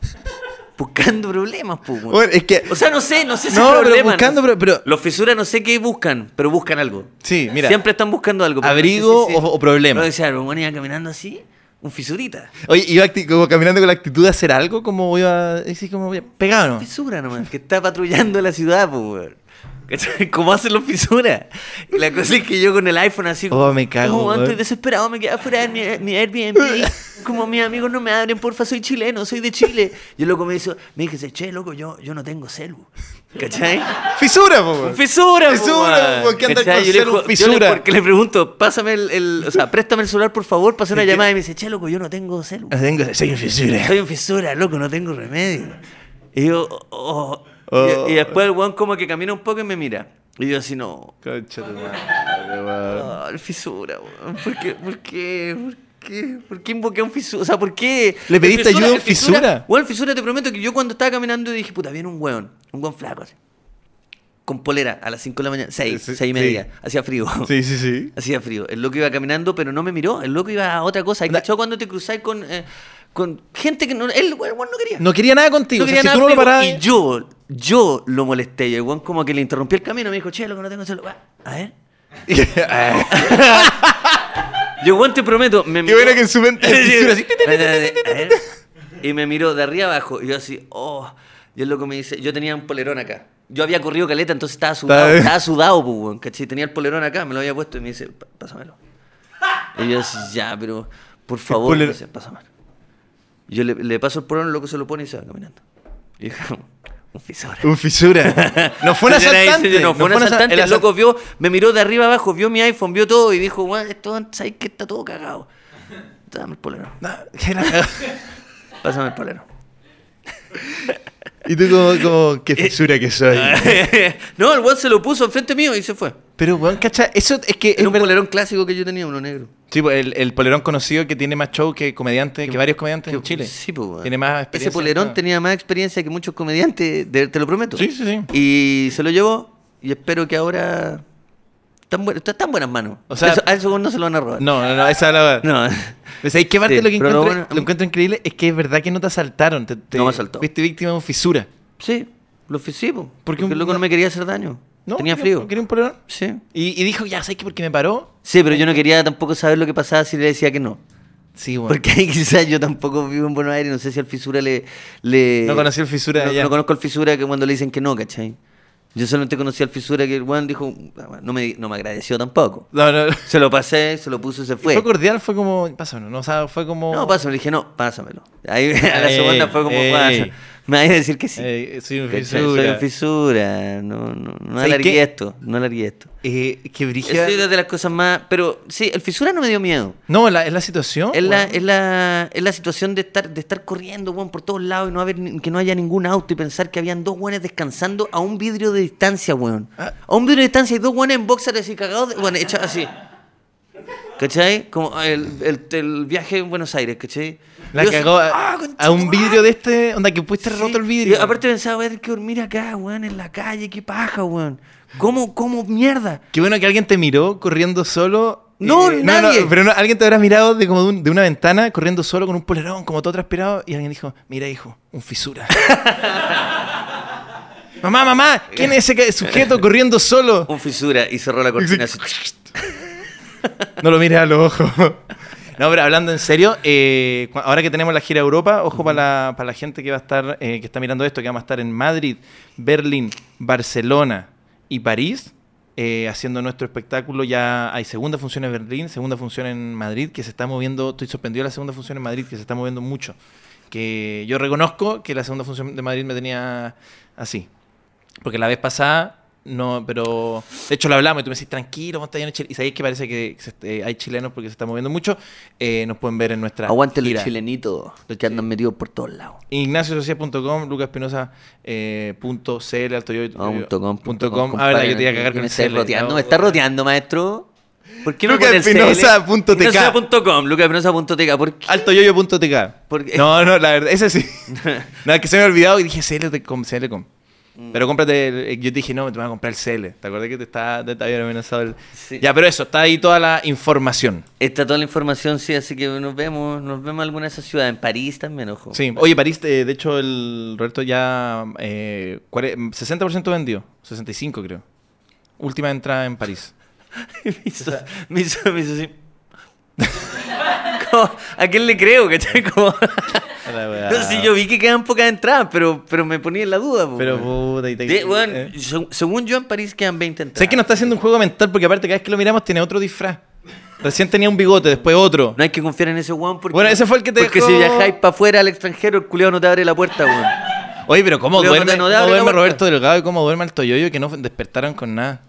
S2: buscando problemas, pues, weón.
S1: Bueno, es que.
S2: O sea, no sé, no sé si
S1: No, pero
S2: problema,
S1: buscando,
S2: no sé.
S1: pero- pero-
S2: Los fisuras no sé qué buscan, pero buscan algo.
S1: Sí, mira.
S2: Siempre están buscando algo. pero no sé
S1: Abrigo o- o problema.
S2: No, decía, pero bueno, iba caminando así, un fisurita.
S1: Oye, iba acti- como caminando con la actitud de hacer algo, como iba. Así como pegado, ¿no?
S2: Fisura nomás, que está patrullando la ciudad, pues, weón. ¿Cachai? ¿Cómo hacen los fisuras? Y la cosa es que yo con el iPhone así.
S1: Oh, me cago,
S2: "Oh, estoy
S1: weón".
S2: desesperado, me quedé afuera de mi, mi Airbnb. Como mis amigos no me abren, porfa, soy chileno, soy de Chile. Y el loco me dice, me dice, che, loco, yo, yo no tengo celu. ¿Cachai?
S1: Fisura, po, weón.
S2: Fisura, po,
S1: Fisura,
S2: weón.
S1: ¿por qué andar
S2: ¿Cachai?
S1: con
S2: Yo le
S1: ser un
S2: ju- yo le-
S1: fisura?
S2: Porque le pregunto, pásame el, el- O sea, préstame el celular, por favor, para hacer una llamada. Y me dice, che, loco, yo no tengo celu.
S1: No tengo- Soy un fisura.
S2: (laughs) Soy un fisura, loco, no tengo remedio. Y yo, oh, oh.
S1: Oh.
S2: Y, y después el weón como que camina un poco y me mira. Y yo así, no.
S1: Concha tu madre, weón.
S2: Oh, el fisura, weón. ¿Por qué? ¿Por qué? ¿Por qué? ¿Por qué invoqué a un fisura? O sea, ¿por qué?
S1: ¿Le
S2: El
S1: pediste ayuda a un
S2: el
S1: fisura?
S2: Weón, el fisura, te prometo que yo cuando estaba caminando dije, puta, viene un weón, un weón flaco así. Con polera a las 5 de la mañana, 6,
S1: Sí,
S2: 6 y media,
S1: sí.
S2: hacía frío. (laughs)
S1: Sí, sí, sí.
S2: Hacía frío. El loco iba caminando, pero no me miró. El loco iba a otra cosa. ¿Has cachado cuando te cruzáis con, eh, con gente que no. Él, weón, weón, no quería.
S1: No quería nada contigo.
S2: No
S1: o sea,
S2: quería
S1: si
S2: nada
S1: tú no lo
S2: conmigo.
S1: parabas.
S2: Y yo, yo lo molesté. Y el weón como que le interrumpí el camino. Me dijo, che, loco, no tengo celular. A
S1: (laughs)
S2: ver. (laughs) Yo, weón, te prometo. Me
S1: Eh. Qué bueno que en su
S2: (laughs)
S1: mente el fisura así.
S2: A ver, a ver, a ver. Y me miró de arriba abajo. Y yo así, oh. Y el loco me dice, yo tenía un polerón acá. Yo había corrido caleta, entonces estaba sudado.
S1: bien.
S2: Estaba sudado, pues, weón. ¿Cachai? Tenía el polerón acá, me lo había puesto. Y me dice, "Pa- pásamelo. Y yo así, ya, pero por favor,
S1: polerón?
S2: me dice, pásamelo. Y Yo le, le paso el polerón, el loco se lo pone y se va caminando. Y dije, (laughs) un fisura.
S1: Un fisura. No fue un
S2: Señora,
S1: asaltante.
S2: dice, No fue un asaltante. El
S1: asalt-
S2: loco vio, me miró de arriba abajo, vio mi iPhone, vio todo y dijo, "Guau, esto sabes que está todo cagado. Dame el polero.
S1: No, que la-
S2: Pásame el polero.
S1: Y tú como, como qué fisura que soy.
S2: (laughs) no, el weón se lo puso enfrente mío y se fue.
S1: Pero, weón, cacha, eso es que...
S2: Era
S1: Es
S2: un
S1: verdad.
S2: polerón clásico que yo tenía, uno negro.
S1: Sí, pues, el, el polerón conocido que tiene más show que comediante, que varios comediantes Este en
S2: Que-
S1: Chile.
S2: Sí, pues, weón.
S1: Tiene más experiencia.
S2: Ese polerón
S1: Ah.
S2: tenía más experiencia que muchos comediantes, de- te lo prometo.
S1: Sí, sí, sí.
S2: Y se lo llevó y espero que ahora. Tan buen- está tan buenas manos.
S1: O sea-
S2: Eso- a eso no se lo van a robar.
S1: No, no, no, esa es la verdad.
S2: No. (laughs)
S1: Pues, ¿Sabéis qué parte
S2: Sí,
S1: lo que
S2: pero
S1: encuentro,
S2: lo
S1: lo,
S2: bueno-
S1: encuentro increíble? Es que es verdad que no te asaltaron. Te, te-
S2: No me asaltó.
S1: Fuiste víctima de una fisura.
S2: Sí, lo ofrecí, po,
S1: Porque
S2: porque,
S1: un-
S2: el loco no me quería hacer daño.
S1: ¿No?
S2: Tenía
S1: ¿No
S2: frío.
S1: ¿Quería un polerón?
S2: Sí.
S1: Y, y dijo, ya, ¿sabes qué? Porque me paró.
S2: Sí, pero yo no quería tampoco saber lo que pasaba si le decía que no.
S1: Sí, weón.
S2: Porque (laughs) quizás yo tampoco vivo en Buenos Aires, no sé si al fisura le... le-
S1: No conocí al fisura
S2: no,
S1: allá.
S2: no conozco al fisura que cuando le dicen que no, ¿cachai? Yo solamente conocí al fisura que el weón dijo, "Ah, no me, no me agradeció tampoco.
S1: No, no.
S2: Se lo pasé, se lo puso y se
S1: Fue
S2: (laughs) fue.
S1: cordial, fue como. Pásamelo, no, o sea, fue como.
S2: No, pues, pásame, le dije no, pásamelo. Ahí (laughs) a la
S1: Ey,
S2: segunda fue como,
S1: ey.
S2: "Pásame". me va a decir que sí.
S1: Eh, soy un
S2: ¿Cachai?
S1: fisura.
S2: Soy un fisura. No, no, no
S1: ¿Sabes
S2: alargué
S1: qué?
S2: esto. No alargué esto.
S1: Eh, que
S2: Eso
S1: brígida-
S2: es de las cosas más. Pero sí, el fisura no me dio miedo.
S1: No, la, es la situación.
S2: Es la,
S1: weón.
S2: es la, es la situación de estar, de estar corriendo, weón, por todos lados y no haber ni- que no haya ningún auto y pensar que habían dos weones descansando a un vidrio de distancia, weón.
S1: Ah.
S2: A un vidrio de distancia y dos weones en boxers así cagados, de- weón, echados así. ¿Cachai? Como el, el, el viaje en Buenos Aires, ¿cachai?
S1: La
S2: Yo así,
S1: cagó a,
S2: "Ah,
S1: a un
S2: conchetumare".
S1: vidrio de este. Onda, que pudiste
S2: Sí,
S1: roto el
S2: y
S1: vidrio.
S2: aparte pensaba, voy a tener que dormir acá, weón, en la calle, qué paja, weón. ¿Cómo, cómo mierda?
S1: Qué bueno que alguien te miró corriendo solo.
S2: No, nadie.
S1: pero no, alguien te habrá mirado de como de, un- de una ventana corriendo solo con un polerón, como todo transpirado, y alguien dijo: Mira, hijo, un
S2: (laughs)
S1: fisura. mamá, mamá, ¿quién es ese que- sujeto corriendo solo? (laughs)
S2: Un fisura y cerró la cortina. así.
S1: No lo mires a los ojos. No, pero hablando en serio, eh, cu- ahora que tenemos la gira a Europa, ojo para, la, para la gente que va a estar, eh, que está mirando esto, que vamos a estar en Madrid, Berlín, Barcelona y París. eh, haciendo nuestro espectáculo ya hay segunda función en Berlín, segunda función en Madrid, que se está moviendo, estoy sorprendido de la segunda función en Madrid, que se está moviendo mucho. Que yo reconozco que la segunda función de Madrid me tenía así, porque la vez pasada, no, pero. De hecho, lo hablamos y tú me decís, tranquilo, vamos a estar lleno de chile-". Y sabéis que parece que se est- eh, hay chilenos porque se está moviendo mucho. eh, nos pueden ver en nuestra.
S2: Aguante los
S1: gira.
S2: chilenitos, los que andan metidos por todos lados.
S1: IgnacioSociedad.com, eh, lucaspinosa.cl, alto yo.
S2: Ah, punto com, punto com,
S1: Ah, verdad,
S2: compadre,
S1: yo te iba a cagar
S2: ¿qué
S1: con
S2: me
S1: el
S2: estáis
S1: CL.
S2: roteando?
S1: No,
S2: ¿Me estás roteando, maestro? ¿Por qué no
S1: Lucas
S2: con el CL?
S1: Espinosa punto tk.
S2: Lucasespinosa.com, lucasespinosa.tk. ¿Por qué?
S1: Altoyoyo.tk.
S2: ¿Por qué?
S1: No, no, la verdad,
S2: (laughs)
S1: ese sí. no, es que se me había olvidado y dije CL.com, CL.com.
S2: Mm.
S1: Pero cómprate, el- eh, yo te dije, no, me voy a comprar el CL. ¿Te acordás que te, está, te había amenazado el...
S2: Sí.
S1: Ya, pero eso, está ahí toda la información.
S2: Está toda la información, sí, así que nos vemos. Nos vemos en alguna de esas ciudades. En París también, ojo.
S1: Sí, oye, París, eh, de hecho, el Roberto ya eh, cuare- 60% vendido, 65 creo. Última entrada en París.
S2: (laughs) me, hizo, me, hizo, me hizo así. (laughs) Como, ¿A quién le creo? ¿Cachai? Como... (laughs) No, sí, yo vi que quedan pocas entradas, pero, pero me ponía en la duda. po,
S1: Pero
S2: weón.
S1: puta, y te-
S2: De- weón,
S1: eh.
S2: seg- según yo, en París quedan 20 entradas.
S1: Sé que no está haciendo un juego mental porque aparte cada vez que lo miramos tiene otro disfraz. Recién tenía un bigote, después otro.
S2: No hay que confiar en ese weón porque.
S1: Bueno, ese fue el que te
S2: Porque
S1: dejó-
S2: si viajáis para afuera al extranjero, el culiao no te abre la puerta, weón.
S1: Oye, pero ¿cómo
S2: Leo
S1: duerme,
S2: Cardano,
S1: cómo
S2: abre la
S1: duerme
S2: puerta.
S1: Roberto Delgado y cómo duerme el Toyoyo que no despertaron con nada?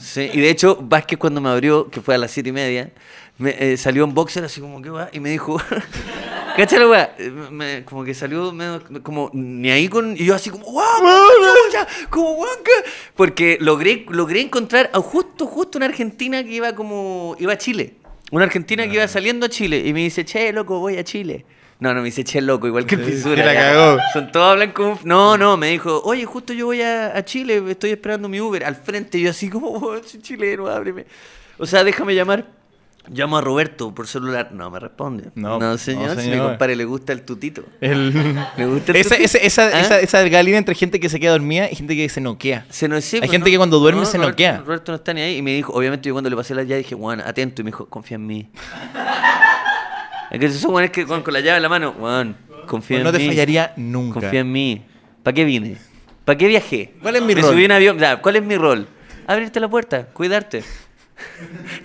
S2: Sí, y de hecho, Vázquez cuando me abrió, que fue a las 7 y media, me, eh, salió en boxer así como que va, y me dijo. (laughs) Cáchalo, weón. Eh, Como que salió medio- como ni ahí con. Y yo así como, ¡guau! chucha, Como, weón, ¿qué?". Porque logré, logré encontrar a justo, justo una argentina que iba como. iba a Chile. Una argentina
S1: Ah.
S2: que iba saliendo a Chile. Y me dice, che, loco, voy a Chile. No, no, me dice, che, loco, igual que el
S1: que
S2: Pisura.
S1: la
S2: ya.
S1: cagó.
S2: Son todos hablan como... No, no, me dijo, oye, justo yo voy a, a Chile, estoy esperando mi Uber al frente. Yo así como, (laughs) "Oh, soy chileno, ábreme. O sea, déjame llamar. Llamo a Roberto por celular. No, me responde. No,
S1: No,
S2: señor,
S1: no,
S2: si mi
S1: señor.
S2: compadre le gusta el tutito.
S1: El-
S2: Le gusta el
S1: Esa, esa,
S2: tutito.
S1: esa,
S2: ¿Ah?
S1: esa, esa delgada línea entre gente que se queda dormida y gente que se noquea.
S2: Se no- sí,
S1: Hay
S2: pues,
S1: gente
S2: no,
S1: que cuando duerme se
S2: Roberto-
S1: noquea.
S2: Roberto no está ni ahí. Y me dijo, obviamente yo cuando le pasé la llave dije, bueno, atento. Y me dijo, confía en mí. Es que esos weones que con, con la llave en la mano, bueno, confía en
S1: Pues No
S2: mí.
S1: te fallaría nunca.
S2: Confía en mí. ¿Para qué vine? ¿Para qué viajé?
S1: ¿Cuál es mi
S2: Me
S1: rol?
S2: subí en avión. Ya, ¿Cuál es mi rol? Abrirte la puerta, cuidarte. (laughs)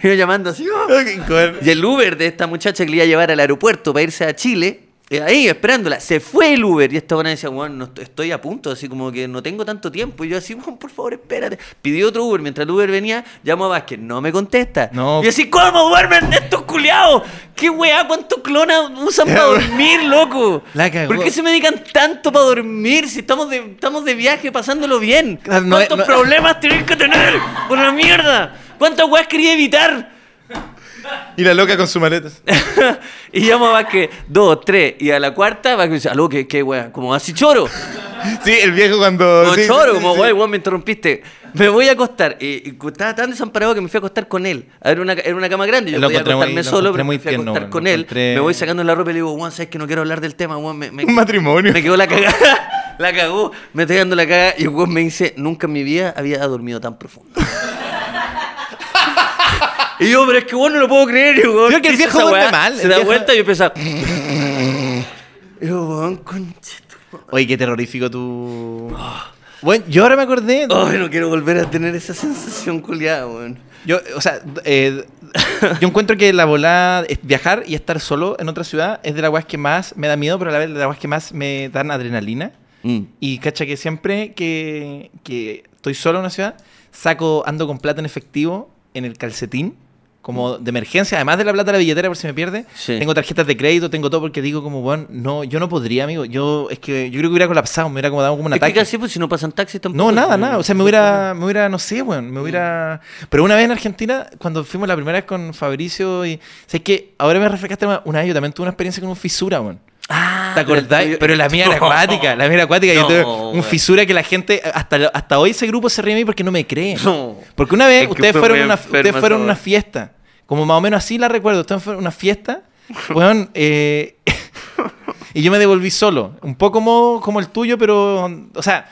S2: Y yo llamando así. ¡oh! (laughs) Y el Uber de esta muchacha que le iba a llevar al aeropuerto para irse a Chile, eh, ahí esperándola, se fue el Uber. Y esta buena decía, bueno, no estoy- estoy a punto, así como que no tengo tanto tiempo. Y yo así, bueno, por favor, espérate. Pidió otro Uber. Mientras el Uber venía, llamo a Vázquez. No me contesta.
S1: No.
S2: Y así, ¿cómo duermen estos culiados? ¿Qué weá? ¿Cuántos clonas
S1: (laughs)
S2: usan para dormir, loco?
S1: La cagó.
S2: ¿Por qué se medican tanto para dormir si estamos de, estamos de viaje pasándolo bien?
S1: Claro, Ah, no es-
S2: ¿Cuántos
S1: no-
S2: problemas tenés que tener? ¡Por la mierda! ¿Cuántas weas quería evitar?
S1: Y la loca con su maleta.
S2: (laughs) y llamo a Vázquez, dos, tres, y a la cuarta Vázquez dice, aló, qué, qué wea, como
S1: (laughs)
S2: así choro,
S1: Sí, el viejo cuando.
S2: como
S1: sí,
S2: choro,
S1: sí,
S2: como
S1: sí.
S2: wey, wey, me interrumpiste, me voy a acostar, y, y estaba tan desamparado que me fui a acostar con él, era una, era una cama grande, yo
S1: Lo
S2: podía
S1: encontré muy-
S2: acostarme
S1: lo
S2: solo,
S1: encontré
S2: pero
S1: muy
S2: me fui a
S1: tierno,
S2: acostar
S1: lo
S2: con él,
S1: encontré-
S2: me voy sacando la ropa y le digo, Juan, sabes que no quiero hablar del tema,
S1: (laughs)
S2: Juan, me, me-
S1: Un matrimonio.
S2: me quedó la cagada, (laughs) la cagó, me estoy dando la cagada, y el Juan me dice, nunca en mi vida había dormido tan profundo. Y yo, pero es que vos no lo puedo creer. Y yo, weón,
S1: Creo que el
S2: ¿qué hizo
S1: viejo
S2: esa
S1: duerme
S2: weá?
S1: mal,
S2: Se
S1: el
S2: da
S1: viejo-
S2: vuelta y yo empezaba. Y yo, weón, conche tu-
S1: Oye, qué terrorífico tu. Bueno, yo ahora me acordé.
S2: Ay, no quiero volver a tener esa sensación culiada, weón.
S1: Yo, o sea, eh, yo encuentro que la volada, es viajar y estar solo en otra ciudad es de las weas que más me da miedo, pero a la vez de las weas que más me dan adrenalina. Y cacha que siempre que, que estoy solo en una ciudad, saco, ando con plata en efectivo en el calcetín, como de emergencia, además de la plata de la billetera por si me pierde.
S2: Sí.
S1: Tengo tarjetas de crédito, tengo todo, porque digo como, bueno, no, yo no podría, amigo. Yo, es que yo creo que hubiera colapsado, me hubiera como dado como un
S2: Es que
S1: ataque.
S2: casi, pues si no pasan taxis tampoco.
S1: No, nada, nada. O sea, me hubiera,
S2: Mm.
S1: me hubiera no sé, weón. Me hubiera. Pero una vez en Argentina, cuando fuimos la primera vez con Fabricio y. ¿Sabes que Ahora me refrescaste más. Una vez yo también tuve una experiencia con un fisura, weón.
S2: Ah,
S1: ¿Te acordás? Pero,
S2: estoy-
S1: la mía era
S2: (laughs) No.
S1: acuática. La mía era acuática. yo
S2: No,
S1: tuve
S2: weón.
S1: un fisura que la gente. Hasta, hasta hoy ese grupo se ríe de mí porque no me cree.
S2: No.
S1: Porque una vez
S2: Es que
S1: ustedes
S2: fue
S1: fueron
S2: muy
S1: a una,
S2: enferma
S1: ustedes
S2: esa
S1: fueron a una
S2: weá.
S1: fiesta. Como más o menos así la recuerdo. Ustedes fueron a una
S2: (laughs)
S1: fiesta. Weón. eh, y yo me devolví solo. Un poco como, como el tuyo, pero. O sea.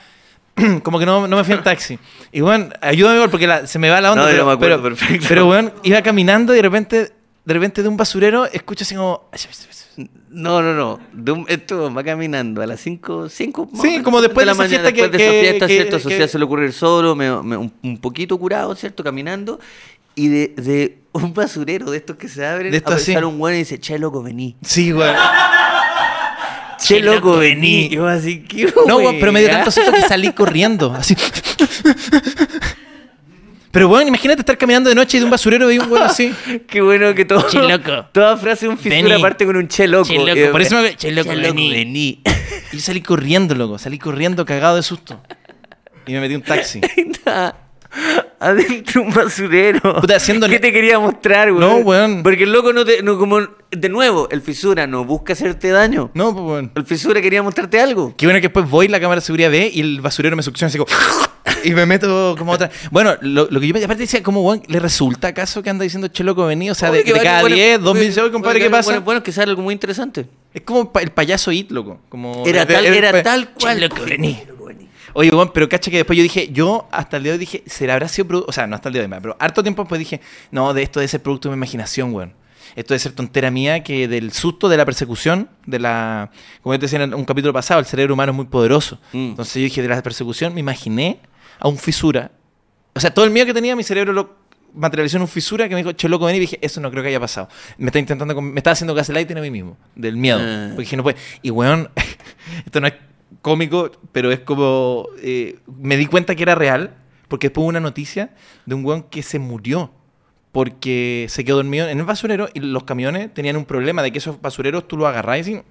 S1: (clears throat) Como que no, no me fui en taxi. Y bueno, ayúdame igual porque la- se me va la onda.
S2: No, yo
S1: pero,
S2: me acuerdo
S1: pero-
S2: perfecto.
S1: pero, weón, iba caminando y de repente de repente de un basurero escucho así como...
S2: No, no, no. De un- esto va caminando a las 5, 5
S1: Sí, como después de esa fiesta que-
S2: después de esa
S1: que-
S2: fiesta,
S1: que-
S2: ¿cierto? Eso
S1: que-
S2: se le ocurre ir solo, me- me- un, un poquito curado, ¿cierto? Caminando. Y de, de un basurero de estos que se abren,
S1: De estos así.
S2: sale un güey y dice, che, loco, vení.
S1: Sí, güey.
S2: Che, loco, vení. Y yo así, ¿qué
S1: No, güey, pero me dio
S2: wea?
S1: tanto susto que salí corriendo, así. Pero, bueno, imagínate estar caminando de noche y de un basurero veía un güey así.
S2: (laughs) Qué bueno que todo.
S4: Che, loco.
S2: Toda frase es un fisura
S4: Vení.
S2: parte con un che, loco. Eh,
S4: Che, loco. Eh,
S2: Y-
S1: Por eso me-
S4: Che, loco, vení.
S2: vení.
S1: Y yo salí corriendo, loco. Salí corriendo cagado de susto. Y me metí un taxi.
S2: Está Adentro un basurero.
S1: Puta, haciendo-
S2: ¿Qué te quería mostrar, weón?
S1: No, weón.
S2: Porque el loco no te. no, como, de nuevo, el fisura no busca hacerte daño.
S1: No, pues, bueno.
S2: El fisura quería mostrarte algo.
S1: Qué bueno que después voy, la cámara de seguridad ve y el basurero me succiona así como... Y me meto como otra... Bueno, lo, lo que yo me- aparte decía, como, weón, ¿le resulta acaso que anda diciendo che loco venido? O sea, de,
S2: Oye, que
S1: de
S2: vale,
S1: cada
S2: bueno,
S1: 10, 2
S2: bueno,
S1: mil, oye, compadre,
S2: bueno,
S1: ¿qué
S2: bueno,
S1: pasa?
S2: Bueno, bueno, que sale algo muy interesante.
S1: Es como pa- el payaso It, loco. Como
S2: Era
S1: de-
S2: tal,
S1: el
S2: era
S1: pa-
S2: tal
S1: Che,
S2: cual.
S1: loco, vení. Oye, weón, pero cacha que después yo dije, yo hasta el día de hoy dije, ¿será habrá sido producto? O sea, no hasta el día de hoy, pero harto tiempo después dije, no, de esto debe ser producto de mi imaginación, weón. Esto debe ser tontera mía que del susto, de la persecución, de la. Como yo te decía en el- un capítulo pasado, el cerebro humano es muy poderoso.
S2: Mm.
S1: Entonces yo dije, de la persecución, me imaginé a un fisura. O sea, todo el miedo que tenía, mi cerebro lo materializó en un fisura que me dijo, che, loco, vení. Y dije, eso no creo que haya pasado. Me está intentando. con- Me estaba haciendo gaslighting a mí mismo, del miedo.
S2: Ah.
S1: Porque dije, no puede. Y weón, (laughs) esto no es cómico, pero es como. eh, me di cuenta que era real, porque después hubo una noticia de un weón que se murió porque se quedó dormido en el basurero y los camiones tenían un problema de que esos basureros tú los agarrás y,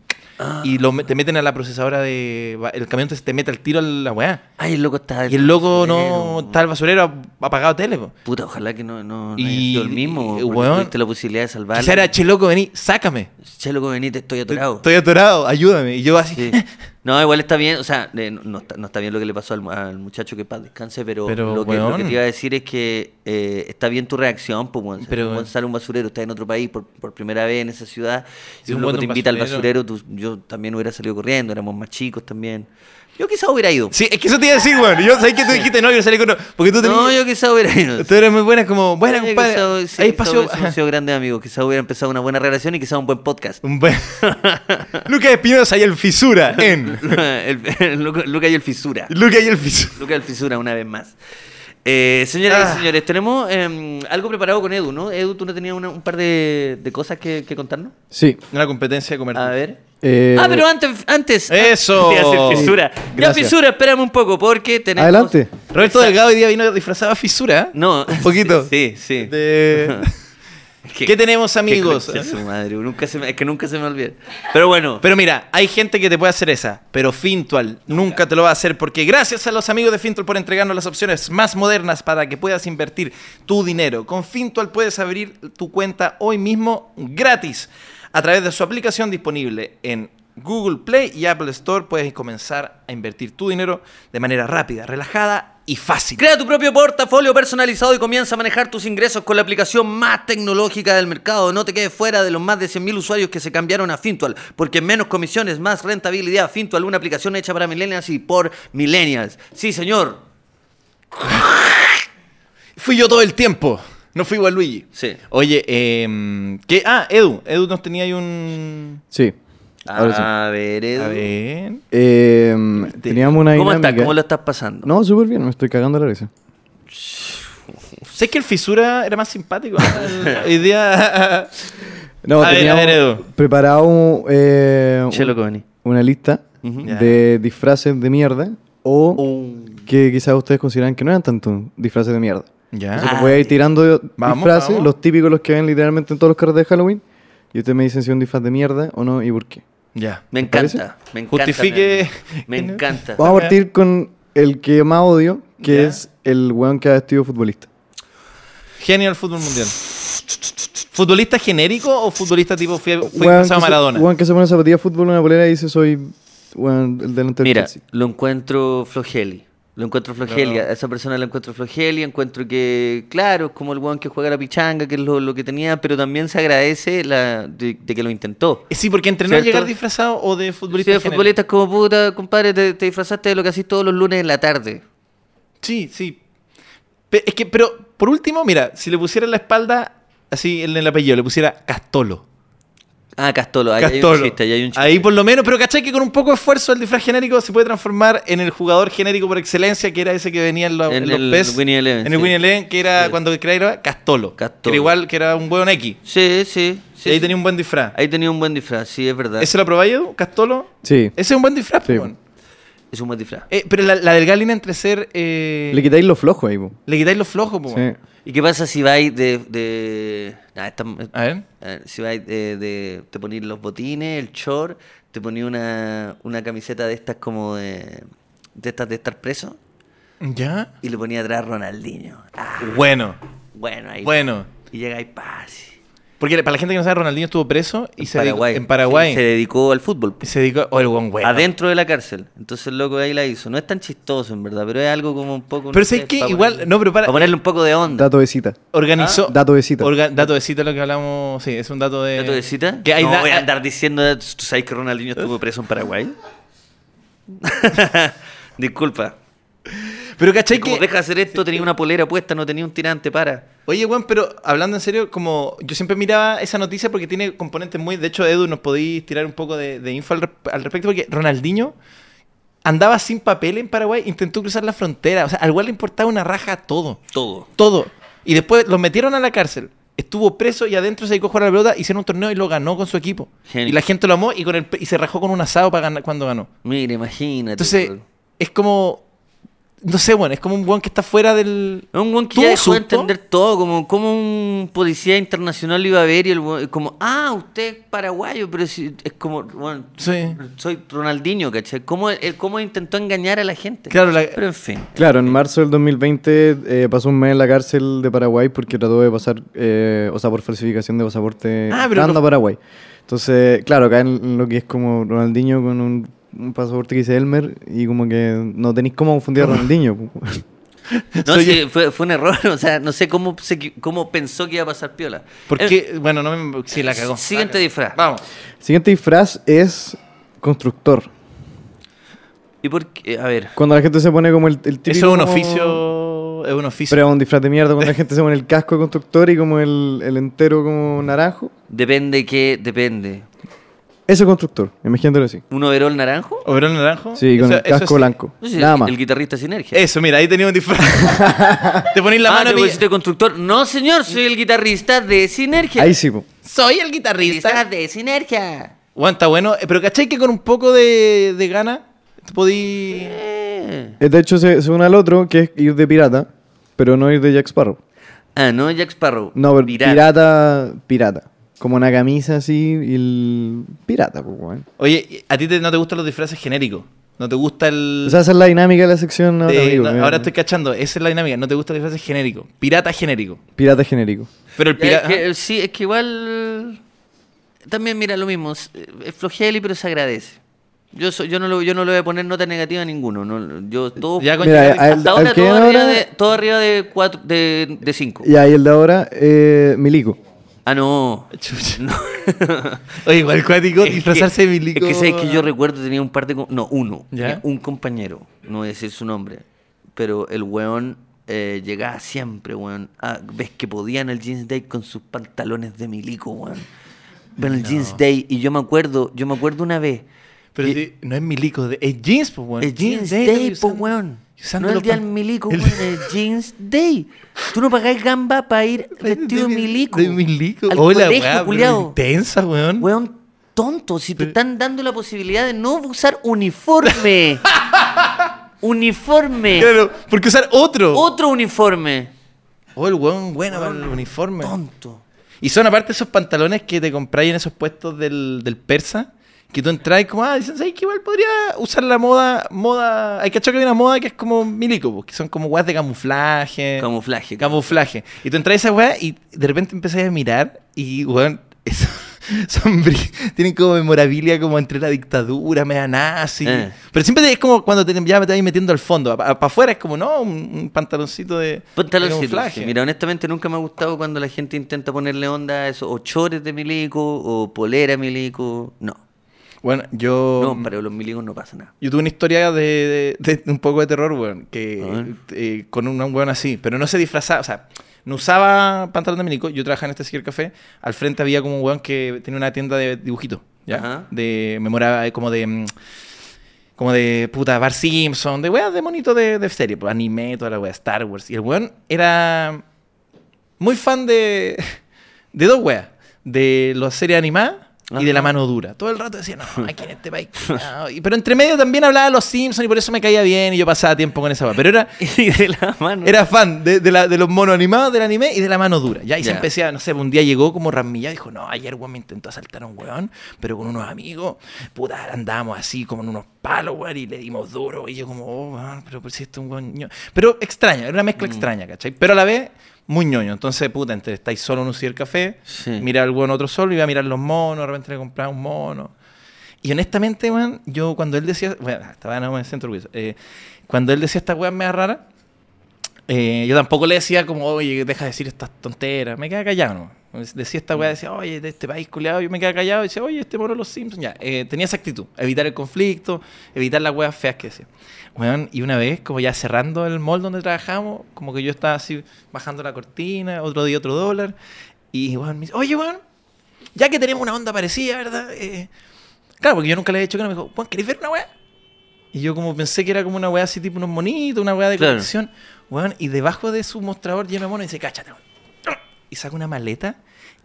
S1: y lo me- te meten a la procesadora de. ba- El camión te, te mete al tiro a la weá.
S2: Ay, el loco está.
S1: Y el loco no.
S2: basurero.
S1: Está el basurero ap- apagado tele, po.
S2: Puta, ojalá que no, no, no haya
S1: Y-
S2: sido el mismo.
S1: y,
S2: porque
S1: weón,
S2: tuviste la posibilidad de salvarlo.
S1: Quizá era, che, loco, vení, sácame.
S2: Che, loco, vení, te estoy atorado.
S1: Estoy atorado, ayúdame. Y yo así.
S2: Sí. No, igual está bien, o sea, eh, no, no está, no está bien lo que le pasó al, mu- al muchacho que paz descanse, pero,
S1: Pero,
S2: lo, que, lo que
S1: weón.
S2: te iba a decir es que eh, está bien tu reacción, pues, weón.
S1: Pero,
S2: Pero,
S1: weón.
S2: un basurero, estás en otro país por, por primera vez en esa ciudad,
S1: Sí,
S2: y un
S1: un
S2: loco
S1: buen
S2: te invita
S1: basurero.
S2: al basurero, tú- yo también hubiera salido corriendo, éramos más chicos también. Yo quizás hubiera ido.
S1: (laughs) Sí, es que eso te iba a decir, weón. Yo sabía que tú dijiste, no, yo salí con. Porque tú tenías.
S2: no, yo quizás hubiera
S1: (laughs)
S2: ido.
S1: Tú eres muy buena, como, buena,
S2: Yo quizá-
S1: compadre.
S2: sí,
S1: Hay
S2: quizá
S1: espacio. (laughs)
S2: hubiésemos sido grandes amigos, quizás hubiera empezado una buena relación y quizás un buen podcast. (laughs)
S1: Un buen- (laughs) Lucas Espinosa y el Fisura
S2: (laughs)
S1: en.
S2: el, el Luca- Luca y el Fisura.
S1: Lucas y el Fisura.
S2: Luca del Fisura, una vez más. Eh, señoras
S1: Ah.
S2: y señores, tenemos eh, algo preparado con Edu, ¿no? Edu, ¿tú no tenías una- un par de, de cosas que, que contarnos?
S3: Sí.
S1: Una competencia
S2: A
S1: comercial.
S2: ver.
S3: eh,
S2: ah, pero antes, antes. (laughs)
S1: ¡Eso!
S2: Te hace fisura. Ya,
S3: Gracias.
S2: fisura, espérame un poco, porque tenemos.
S3: Adelante.
S1: Roberto Delgado hoy día vino disfrazado a Fisura. ¿eh?
S2: No.
S1: Un poquito.
S2: (laughs) Sí, sí. (laughs)
S1: De- ¿Qué tenemos, amigos?
S2: concha su madre, nunca se me- es que nunca se me olvida. Pero bueno.
S1: Pero mira, hay gente que te puede hacer esa, pero Fintual nunca te lo va a hacer porque gracias a los amigos de Fintual por entregarnos las opciones más modernas para que puedas invertir tu dinero. Con Fintual puedes abrir tu cuenta hoy mismo gratis a través de su aplicación disponible en Google Play y Apple Store. Puedes comenzar a invertir tu dinero de manera rápida, relajada y fácil.
S2: Crea tu propio portafolio personalizado y comienza a manejar tus ingresos con la aplicación más tecnológica del mercado. No te quedes fuera de los más de 100.000 usuarios que se cambiaron a Fintual, porque menos comisiones, más rentabilidad. Fintual, una aplicación hecha para millennials y por millennials. Sí, señor.
S1: Fui yo todo el tiempo, no fui igual Luigi.
S2: Sí.
S1: Oye, eh, ¿qué? Ah, Edu, Edu nos tenía ahí un...
S3: Sí.
S1: Ah.
S3: Ahora sí.
S2: A ver, Edu.
S1: A ver...
S3: Eh, teníamos una
S2: ¿Cómo
S3: dinámica.
S2: estás? ¿Cómo lo estás pasando?
S3: No, súper bien, me estoy cagando la risa.
S1: Sé que el fisura era más (laughs) simpático. Hoy día.
S3: No,
S1: A ver,
S3: teníamos
S1: a ver, Edu.
S3: preparado eh, un-
S2: Che, loco, vení.
S3: una lista
S1: Ya. Uh.
S3: de disfraces de mierda o que quizás ustedes consideran que no eran tanto disfraces de mierda.
S1: (laughs) Ya.
S3: Entonces
S2: Ah,
S3: voy a ir tirando
S1: Vamos,
S3: disfraces,
S1: vamos.
S3: los típicos, los que ven literalmente en todos los carros de Halloween. Y ustedes me dicen si es un disfraz de mierda o no y por qué.
S1: Ya.
S2: Me
S3: parece?
S2: encanta. Me encanta.
S1: Justifique-
S2: Me, me
S3: (laughs)
S2: encanta.
S3: Vamos a partir con el que más odio, que
S1: Ya.
S3: es el weón que ha vestido futbolista.
S1: Genio del fútbol mundial. ¿Futbolista genérico o futbolista tipo fui, fui pasado a
S3: Weón que se-
S1: Maradona?
S3: Weón que se pone zapatillas de fútbol, una bolera y dice soy weón, el delantero del
S2: Mira,
S3: Chelsea.
S2: lo encuentro flojeli. Lo encuentro flojeli. A esa persona la encuentro flojeli. Encuentro que, claro, es como el weón que juega la pichanga, que es lo, lo que tenía, pero también se agradece la, de, de que lo intentó.
S1: Eh, Sí, porque entre no
S2: ¿Cierto?
S1: llegar disfrazado o de
S2: Si
S1: futbolista.
S2: de
S1: genérico.
S2: futbolistas como puta, compadre, te, te disfrazaste de lo que haces todos los lunes en la tarde.
S1: Sí, sí. Pe- es que, pero por último, mira, si le pusieran la espalda así en el apellido, le pusiera Castolo.
S2: Ah, Castolo, ahí hay
S1: Castolo.
S2: un chiste, ahí hay un chiste.
S1: Ahí por lo menos, pero ¿cachai que con un poco de esfuerzo el disfraz genérico se puede transformar en el jugador genérico por excelencia, que era ese que venía en, la-
S2: En
S1: en los
S2: el
S1: PES?
S2: Winnie Eleven,
S1: En el
S2: sí.
S1: Winnie Eleven, que era
S2: Sí.
S1: cuando creaba Castolo.
S2: Castolo.
S1: Que era igual, que era un hueón X.
S2: Sí, sí. sí,
S1: y ahí
S2: sí.
S1: tenía un buen disfraz.
S2: Ahí tenía un buen disfraz, sí, es verdad.
S1: ¿Ese lo probáis, Edu? ¿Castolo?
S3: Sí.
S1: Ese es un buen disfraz,
S3: Sí.
S1: po, weón.
S2: Es un buen disfraz.
S1: Eh, pero la, la delgada línea entre ser. eh,
S3: Le quitáis lo flojo ahí, po.
S1: le quitáis los flojos, po,
S3: Sí.
S1: weón.
S2: ¿Y qué pasa si vais de... de... Nah, esta-
S1: A ver.
S2: a ver, Eh, si vais de, de- Te ponís los botines, el short, te ponís una, una camiseta de estas como de... De estas de estar preso
S1: ¿Ya?
S2: y le ponía atrás Ronaldinho. Ah,
S1: Bueno,
S2: bueno, ahí.
S1: bueno.
S2: Y llega y paz.
S1: Porque para la gente que no sabe, Ronaldinho estuvo preso y se dedicó- en Paraguay.
S2: Se, se dedicó al fútbol.
S1: Y se dedicó. Oh, el buen güey.
S2: Adentro de la cárcel. Entonces el loco ahí la hizo. No es tan chistoso, en verdad, pero es algo como un poco.
S1: Pero
S2: no
S1: ¿sabes
S2: sé,
S1: qué?
S2: pa'
S1: Igual-
S2: ponerle-
S1: no, pero para-
S2: pa' ponerle un poco de onda.
S3: Dato de cita.
S1: Organizó.
S3: Ah, dato de cita.
S1: Orga- dato de cita, lo que hablamos. Sí, es un dato de.
S2: ¿Dato de cita?
S1: Que hay
S2: no
S1: da-
S2: voy a andar diciendo. "Eh, ¿Tú sabes que Ronaldinho estuvo preso en (laughs) Paraguay? Disculpa.
S1: Pero ¿cachai
S2: Como
S1: que.
S2: deja de hacer esto, tenía una polera puesta, no tenía un tirante, para.
S1: Oye, Juan, pero hablando en serio, como yo siempre miraba esa noticia porque tiene componentes muy. De hecho, Edu, nos podéis tirar un poco de, de info al, resp- al respecto porque Ronaldinho andaba sin papel en Paraguay, intentó cruzar la frontera. O sea, al cual le importaba una raja a todo.
S2: Todo.
S1: Todo. Y después lo metieron a la cárcel. Estuvo preso y adentro se dedicó a jugar a la pelota. Hicieron un torneo y lo ganó con su equipo.
S2: Genio.
S1: Y la gente lo amó y, con el, y se rajó con un asado para ganar cuando ganó.
S2: Mira, imagínate.
S1: Entonces,
S2: weón.
S1: es como. No sé, bueno, es como un weón que está fuera del.
S2: Es un buen que
S1: ¿Tuvo
S2: ya dejó de
S1: susto?
S2: entender todo, como, como un policía internacional lo iba a ver y el weón- como, ah, usted es paraguayo, pero si- es como, bueno,
S1: Sí.
S2: soy Ronaldinho, ¿cachai? ¿Cómo, él, ¿Cómo intentó engañar a la gente?
S1: Claro, la-
S2: Pero en fin.
S3: Claro, en marzo del 2020 eh, pasó un mes en la cárcel de Paraguay porque trató de pasar, eh, o sea, por falsificación de pasaporte
S1: Ah, pero
S3: entrando
S1: lo-
S3: a Paraguay. Entonces, claro, acá en lo que es como Ronaldinho con un, un pasaporte que dice Elmer y como que no tenéis cómo confundir a Ronaldinho. po.
S2: No,
S1: Soy
S2: sí, fue, fue un error, (laughs) o sea, no sé cómo, se equi- cómo pensó que iba a pasar piola. Eh,
S1: Porque, bueno, no me. Sí, la cagó.
S2: Siguiente
S1: La cagó.
S2: disfraz.
S1: Vamos.
S3: Siguiente disfraz es constructor.
S2: ¿Y por qué? A ver,
S3: Cuando la gente se pone como el, el típico...
S1: Eso es un oficio. Es un oficio.
S3: Pero es un disfraz de mierda cuando la gente se pone el casco de constructor y como el, el entero como naranjo.
S2: depende que, depende.
S3: Eso es constructor, imagínatelo así.
S2: ¿Un overol naranjo?
S1: ¿Obrero naranjo?
S3: Sí, con
S1: Eso-
S3: el
S1: eso
S3: casco
S1: sí.
S3: blanco.
S2: No sé,
S3: Nada
S2: el,
S3: más.
S2: el guitarrista sinergia.
S1: Eso, mira, ahí tenía un
S3: (laughs)
S1: disfraz. te ponéis la
S2: ah,
S1: mano
S2: te
S1: y
S2: pusiste constructor. No, señor, soy el guitarrista de sinergia.
S3: Ahí sí, po.
S1: Soy el guitarrista.
S2: Guitarrista de sinergia.
S1: Bueno, está bueno. eh, Pero ¿cachai que con un poco de, de gana te podí...
S2: Eh.
S3: Eh, De hecho, se, se une al otro, que es ir de pirata, pero no ir de Jack Sparrow.
S2: Ah, no, Jack Sparrow.
S3: No, pero
S2: Pirata.
S3: pirata, pirata. Como una camisa así y el pirata, pues, weón.
S1: Oye, ¿a ti te- no te gustan los disfraces genéricos? ¿No te gusta el...?
S3: O sea, esa es la dinámica de la sección ahora,
S1: de-
S3: amigo,
S1: no,
S3: mira.
S1: ahora estoy cachando. Esa es la dinámica. No te gusta el disfraz genérico. Pirata genérico.
S3: Pirata genérico.
S1: Pero el
S2: Ya, es
S1: pirata...
S2: que, sí, es que igual. También mira lo mismo. s- Es flojeli, pero se agradece. Yo, so- yo, no lo, yo no le voy a poner nota negativa a ninguno. No, yo, todo,
S1: Ya con-
S3: Mira,
S1: llegar-
S3: al-
S2: hasta
S3: al
S2: ahora
S3: que
S2: todo,
S3: ahora-
S2: arriba de, todo arriba de cuatro, de, de cinco.
S3: Y ahí el de ahora, eh, Milico.
S2: Ah,
S3: (laughs)
S2: no.
S1: (laughs) Chucha.
S2: No. (laughs)
S1: Oye, igual cuático
S2: Es
S1: disfrazarse
S2: que-
S1: de milico.
S2: Es que sabes que yo recuerdo tenía un par de. com- No, uno.
S1: ¿Ya?
S2: Tenía Un compañero, no voy a decir su nombre, pero el weón eh, llegaba siempre, weón. a- ves que podían el Jeans Day con sus pantalones de milico, weón. Pero el Jeans Day, y yo me acuerdo, yo me acuerdo una vez.
S1: Pero si no es milico. de- Es jeans, pues, weón.
S2: El Jeans
S1: Day,
S2: Day, po,
S1: usando-
S2: weón.
S1: usando
S2: No el
S1: los
S2: día del
S1: pan-
S2: milico,
S1: el-
S2: weón.
S1: (laughs)
S2: El Jeans Day. Tú no pagáis gamba
S1: (laughs)
S2: para ir vestido de
S1: mi-
S2: milico.
S1: De milico.
S2: Al
S1: Hola,
S2: colegio,
S1: weá, pero
S2: culiao.
S1: intensa, weón.
S2: Weón, tonto, si te están dando la posibilidad de no usar
S1: (laughs)
S2: uniforme. uniforme.
S1: Claro, porque usar otro.
S2: Otro uniforme.
S1: Oh, el weón bueno para el uniforme.
S2: Tonto.
S1: Y son aparte esos pantalones que te compráis en esos puestos del, del persa. Que tú entras y como, ah, dicen, ¿sabes que igual podría usar la moda, moda... Hay que que hay una moda que es como milico, pues, que son como weas de camuflaje.
S2: Camuflaje.
S1: camuflaje. Y tú entras a esa weá y de repente empezás a mirar y, weón, (laughs) es- son bri- tienen como memorabilia como entre la dictadura, mea nazi.
S2: Eh.
S1: Pero siempre es como cuando te, ya te vas metiendo al fondo. Para afuera es como, no, un, un pantaloncito de, de
S2: Pantaloncito.
S1: camuflaje.
S2: sí. Mira, honestamente nunca me ha gustado cuando la gente intenta ponerle onda a eso. O chores de milico, o polera milico. No.
S1: Bueno, yo...
S2: No, para los milicos no pasa nada. (laughs)
S1: Yo tuve una historia de, de- de un poco de terror, weón, que
S2: A ver.
S1: eh, con un, un weón así, pero no se disfrazaba, o sea, no usaba pantalón de minico. Yo trabajaba en este Seeker Café. Al frente había como un weón que tenía una tienda de dibujitos, ¿ya?
S2: Ajá.
S1: De memoria, como de... mm, como de puta Bar Simpson, de weas de monito de, de serie, pues, anime, toda la wea, Star Wars. Y el weón era muy fan de, (laughs) de dos weas, de las series animadas y de la
S2: Ajá.
S1: mano dura. Todo el rato decía, no, aquí en este país. cuidado". Y- Pero entre medio también hablaba de los Simpsons y por eso me caía bien y yo pasaba tiempo con esa wea. Pero era,
S2: Y de la mano.
S1: era fan de, de la- de los monos animados, del anime y de la mano dura. Ya, y se
S2: Ya.
S1: empecé a, no sé, un día llegó como rasmillado y dijo, no, ayer weón me intentó asaltar a un weón, pero con unos amigos, puta, andábamos así como en unos palos, weón, y le dimos duro. Y yo como, oh, weón, pero por si esto es un weón ñoño". Pero extraño, era una mezcla extraña, ¿cachai? Pero a la vez, muy ñoño. Entonces, puta, entre estáis solo en un el café,
S2: Sí.
S1: mira al weón otro solo, iba a mirar los monos, de repente le compraba un mono. Y honestamente, weón, yo cuando él decía, bueno, estaba no me siento orgulloso. Eh, cuando él decía estas weas medio raras, eh, yo tampoco le decía como, oye, deja de decir estas tonteras. Me quedaba callado, ¿no? Decía esta weá, decía, oye, de este país culeado. Yo me quedaba callado y decía, oye, este moro de los Simpsons. Ya, eh, tenía esa actitud. Evitar el conflicto, evitar las weas feas que decía. Weón, y una vez, como ya cerrando el mall donde trabajamos, como que yo estaba así bajando la cortina, otro día otro dólar. Y weón me dice, oye, weón, ya que tenemos una onda parecida, ¿verdad? Eh, claro, porque yo nunca le había dicho que no. Me dijo, weón, ¿querés ver una weá? Y yo como pensé que era como una weá así, tipo unos monitos, una weá de
S2: Claro.
S1: colección. Weón, y debajo de su mostrador lleno de monos dice, cáchate, weón. Y saca una maleta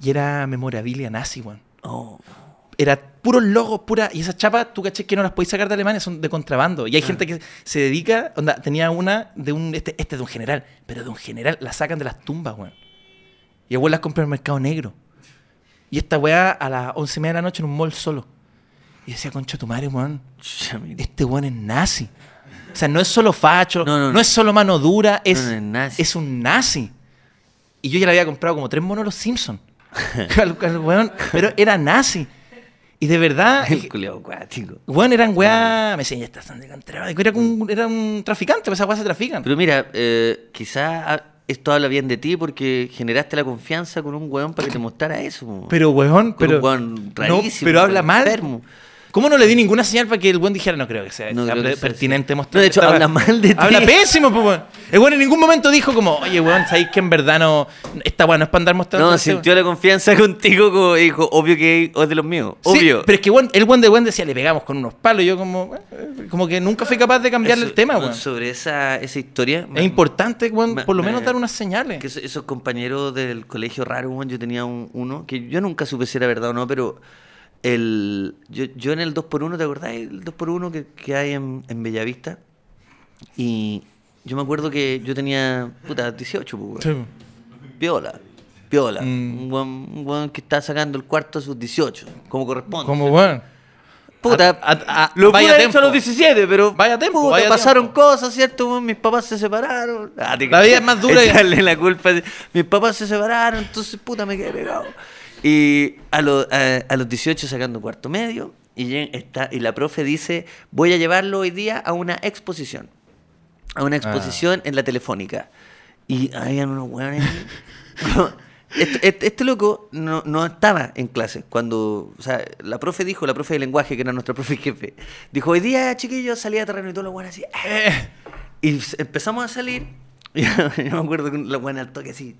S1: y era memorabilia nazi, weón.
S2: Oh.
S1: Era puros logos, pura. Y esas chapas, tú caché que no las podéis sacar de Alemania, son de contrabando. Y hay gente que se dedica, onda, tenía una de un. Este, este es de un general, pero de un general la sacan de las tumbas, weón. Y el weón las compra en el mercado negro. Y esta weá a las once y media de la noche en un mall solo. Y decía, concha tu madre, weón
S2: Chucha, mi-
S1: este weón es nazi. O sea, no es solo facho, no,
S2: No, no, no.
S1: es solo mano dura, es,
S2: no, es nazi.
S1: es un nazi. Y yo ya le había comprado como tres monos a los
S2: (laughs)
S1: Simpsons. Al- al weón, pero era nazi. Y de
S2: (laughs)
S1: verdad,
S2: El culiao acuático.
S1: weón, eran weá. Me decían, ya estás de contrabando. Era un, era un traficante, pues esas weas se trafican.
S2: Pero mira, eh, quizás esto habla bien de ti porque generaste la confianza con un weón para que te mostrara eso. po.
S1: Pero weón,
S2: Con
S1: pero.
S2: un weón
S1: no,
S2: rarísimo,
S1: pero
S2: weón
S1: habla mal.
S2: enfermo.
S1: ¿Cómo no le di ninguna señal para que el buen dijera, no creo que sea,
S2: No creo
S1: hable-
S2: que sea,
S1: Eh, pertinente
S2: sí.
S1: mostrar?
S2: No, de hecho,
S1: esta
S2: habla
S1: weá"?
S2: mal de ti.
S1: Habla pésimo, pues, weón. El weón en ningún momento dijo como, oye, weón, sabéis que en verdad no. Esta weón no es para andar mostrando.
S2: No,
S1: este weón".
S2: sintió la confianza contigo como dijo, obvio que es de los míos.
S1: Sí,
S2: Obvio.
S1: pero es que weón, el weón de weón decía, le pegamos con unos palos. y Yo como, eh, como que nunca fui capaz de cambiarle
S2: Eso-
S1: el tema,
S2: no,
S1: weón.
S2: Sobre esa, esa historia.
S1: Es importante, weón,
S2: me-
S1: por lo
S2: me-
S1: menos dar unas señales.
S2: Que eso- esos compañeros del colegio raro, weón, yo tenía un- uno, que yo nunca supe si era verdad o no, pero el, yo, yo en el 2x1, ¿te acordás? El 2x1 que, que hay en, en Bellavista. Y yo me acuerdo que yo tenía, puta, 18, pues, weón.
S1: Sí, weón.
S2: Piola. Piola.
S1: Mm.
S2: Un, weón, un weón que está sacando el cuarto a sus 18, como corresponde.
S1: Como weón.
S2: Puta,
S1: A- a- a-
S2: lo
S1: vaya
S2: pude haber
S1: tiempo.
S2: hecho a los 17, pero
S1: Vaya tiempo,
S2: puta,
S1: vaya
S2: pasaron
S1: tiempo.
S2: cosas, ¿cierto? weón? Mis papás se separaron. Ah, te
S1: La
S2: caché.
S1: vida es más dura.
S2: Echarle la culpa. Mis papás se separaron, entonces puta me quedé pegado. Y a, los- a- a los 18 sacando cuarto medio, y, lleg- está, y la profe dice, voy a llevarlo hoy día a una exposición. A
S1: Ah.
S2: una exposición en la telefónica. Y habían unos hueones... (laughs) Este, este- este loco no, no estaba en clase cuando, o sea, la profe dijo, la profe de lenguaje, que era nuestra profe jefe, dijo, hoy día, chiquillos, salía a terreno y todo lo bueno así. "Ah".
S1: Eh.
S2: Y s- empezamos a salir, (laughs) y yo me acuerdo que la buena al
S1: (laughs)
S2: toque así.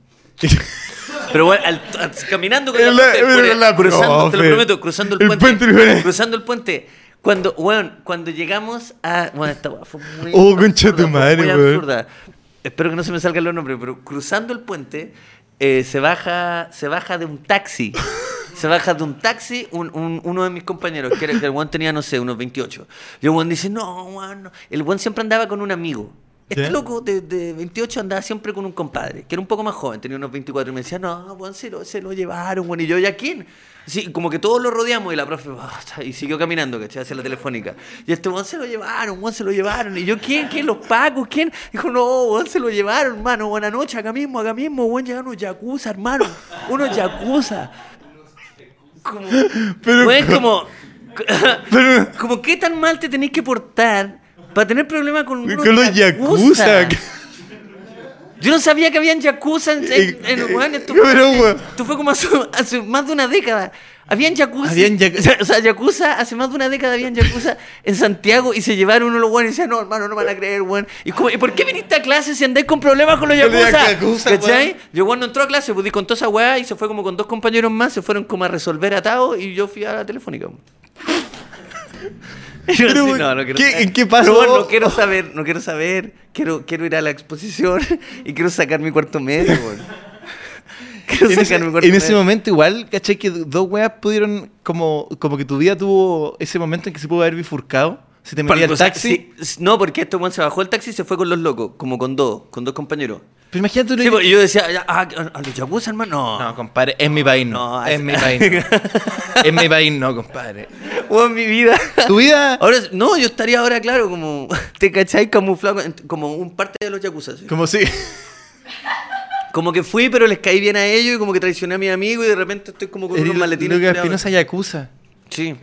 S2: Pero bueno, al- al- caminando con la,
S1: La-
S2: profe,
S1: mira
S2: por-
S1: la
S2: cruzando, te
S1: profe.
S2: lo prometo, cruzando el,
S1: El
S2: puente.
S1: puente.
S2: (laughs) cruzando el puente. Cuando, bueno, cuando llegamos a. Bueno, esta weá fue muy.
S1: Oh, concha
S2: absurda,
S1: tu
S2: fue
S1: madre,
S2: muy
S1: weón.
S2: absurda. Espero que no se me salgan los nombres, pero cruzando el puente eh, se, baja, se baja de
S1: (laughs)
S2: un taxi. Se baja de un taxi un- un- uno de mis compañeros, que, era, que el Juan tenía, no sé, unos 28. Y el Juan dice, no, Juan, no". El Juan siempre andaba con un amigo. Este
S1: ¿Ya?
S2: loco de, de 28 andaba siempre con un compadre, que era un poco más joven, tenía unos 24. Y me decía, no, Juan, se lo, se lo llevaron, Juan. Y yo, ¿y a quién? Sí, como que todos lo rodeamos y la profe, "Basta", y siguió caminando, ¿cachai? Hacia la telefónica. Y este Juan se lo llevaron, Juan se lo llevaron. Y yo, ¿quién? ¿Quién? ¿Los pacos? ¿Quién? Dijo, no, Juan se lo llevaron, hermano. Buena noche, acá mismo, acá mismo, Juan, llegaron unos yakuza, hermano. Unos yakuza. Como, Güey, como, como qué tan mal te tenés que portar para tener problemas con, unos
S1: Con los yakuza.
S2: Yo no sabía que habían yakuza en, en, en- weón, esto,
S1: Yo, pero, weón.
S2: esto fue como hace, hace más de una década. Habían yakuza.
S1: Habían yak-
S2: o sea, o sea, yakuza, hace más de una década habían yakuza en Santiago y se llevaron uno los weones y decían, no, hermano, no me van a creer, weón. ¿Y, como, ¿y por qué viniste a clase si andáis con problemas con los
S1: Con los
S2: yakuza?
S1: yakuza,
S2: ¿Cachai?
S1: weón.
S2: Yo cuando entró a clase, pues, con toda esa weá y se fue como con dos compañeros más, se fueron como a resolver atados y yo fui a la telefónica. weón. Y yo
S1: Pero,
S2: así,
S1: weón,
S2: no, no (laughs) quiero
S1: ¿qué-
S2: saber.
S1: en qué pasó?
S2: Pero, weón, no quiero saber, no quiero saber. Quiero, quiero ir a la exposición (laughs) y quiero sacar mi cuarto
S1: (laughs)
S2: medio, weón. Quiero
S1: (laughs) en
S2: sacar
S1: ese,
S2: mi cuarto
S1: en ese
S2: medio.
S1: momento igual, ¿cachai? Que dos weas pudieron, como, como que tu vida tuvo ese momento en que se pudo haber bifurcado. Si te metía
S2: Para-
S1: el
S2: o sea,
S1: taxi.
S2: sí, s- no, porque este weón se bajó el taxi y se fue con los locos, como con dos, con dos compañeros.
S1: Pero imagínate uno
S2: Sí,
S1: que-
S2: pues, y yo decía, "Ya, ah, a a los yakuza, hermano.
S1: No, compadre, es mi país, no.
S2: no,
S1: es
S2: es-
S1: mi país.
S2: (laughs)
S1: No. es mi país, no, compadre.
S2: Weón, mi vida.
S1: Tu vida,
S2: (laughs) Ahora, no, yo estaría ahora, claro, como, (laughs) ¿te cacháis? Camuflado, en- como un parte de los yakuza. así.
S1: como si.
S2: Como que fui, pero les caí bien a ellos y como que traicioné a mis amigos y de repente estoy como con unos maletines.
S1: Lucas
S2: tirados.
S1: Espinosa Yakuza. (laughs)
S2: Sí.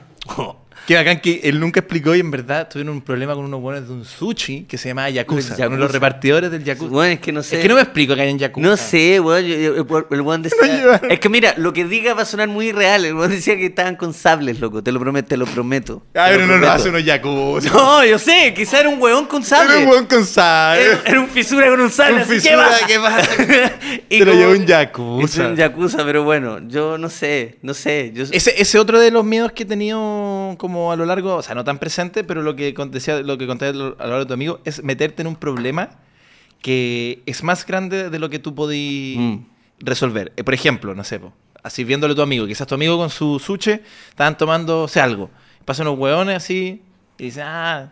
S1: Que bacán que él nunca explicó y en verdad tuvieron un problema con unos buenos de un sushi que se llamaba Yakuza.
S2: Yakuza.
S1: Uno de los repartidores del Yakuza.
S2: Bueno, es que no sé.
S1: Es que no me explico que hay en Yakuza.
S2: No sé, weón. yo- yo- el- El weón decía.
S1: llevaron.
S2: es que mira, lo que diga va a sonar muy real. El weón decía que estaban con sables, loco. Te lo prometo, te lo prometo.
S1: Ah,
S2: Te
S1: pero no lo
S2: prometo.
S1: hace uno Yakuza.
S2: No, yo sé, quizá era un weón con sable.
S1: Era un buen con sable.
S2: Era- era un fisura con un sable.
S1: Un
S2: así, ¿qué
S1: fisura,
S2: pasa?
S1: ¿qué
S2: (laughs)
S1: pasa?
S2: Y
S1: Te lo
S2: como-
S1: llevó un yakuza.
S2: Es un yakuza, pero bueno, yo no sé, no sé. Yo,
S1: Ese, ese otro de los miedos que he tenido como a lo largo, o sea, no tan presente, pero lo que con- decía, lo que conté a lo a lo largo de tu amigo, es meterte en un problema que es más grande de lo que tú podí
S2: Mm.
S1: resolver. Eh, Por ejemplo, no sé, po, así viéndole a tu amigo, quizás tu amigo con su suche estaban tomándose algo. Pasan unos hueones así y dicen, ah,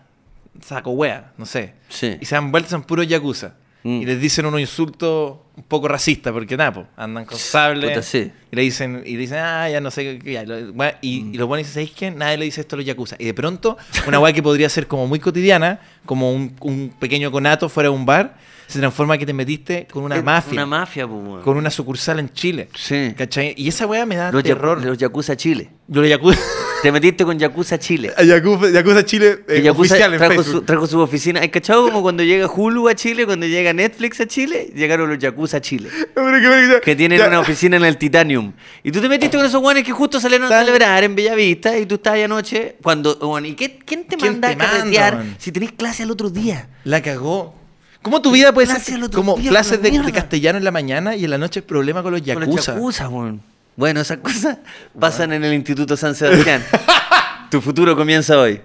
S1: saco hueá, no sé.
S2: Sí.
S1: Y se han vuelto, son puros yakuza.
S2: Mm.
S1: Y les dicen unos insultos un poco racistas, porque nada, po, andan con sable.
S2: Puta, sí.
S1: Y le dicen, y le dicen, ah, ya no sé qué. ya, lo- bueno, y,
S2: Mm.
S1: y los buenos dicen, ¿sabéis qué? Nadie le dice esto a los yakuza. Y de pronto, una weá que podría ser como muy cotidiana, como un, un pequeño conato fuera de un bar, se transforma que te metiste con una
S2: Eh,
S1: mafia,
S2: Una mafia, pues, weón.
S1: con una sucursal en Chile.
S2: Sí.
S1: ¿Cachai? Y esa weá me da
S2: Los, ya-
S1: terror.
S2: los yakuza Chile.
S1: Yo le (laughs) yakuza.
S2: Te metiste con yakuza Chile.
S1: Yakuza, Yakuza Chile eh,
S2: El Yakuza
S1: oficial en
S2: trajo,
S1: Facebook.
S2: su, trajo su oficina. ¿Hay cachado como cuando llega Hulu a Chile, cuando llega Netflix a Chile? Llegaron los Yakuza a Chile.
S1: (laughs) Pero que-
S2: Que tienen
S1: ya-
S2: una oficina en el Titanium. Y tú te metiste con esos guanes que justo salieron a
S1: Tal-
S2: celebrar en Bellavista y tú estabas ahí anoche. Cuando, guan, ¿Y qué- quién te
S1: ¿Quién
S2: manda
S1: te
S2: a
S1: manda,
S2: carretear
S1: man?
S2: si tenés clase al otro día?
S1: La cagó. ¿Cómo tu vida puede
S2: Clase
S1: ser
S2: al otro
S1: como
S2: día,
S1: clases
S2: con la
S1: de, de
S2: mierda.
S1: castellano en la mañana y en la noche el problema con los
S2: Con los
S1: yakuza?
S2: Yakuza, weón. Bueno, esas cosas pasan en el Instituto
S1: (laughs)
S2: San Sebastián. tu futuro comienza hoy.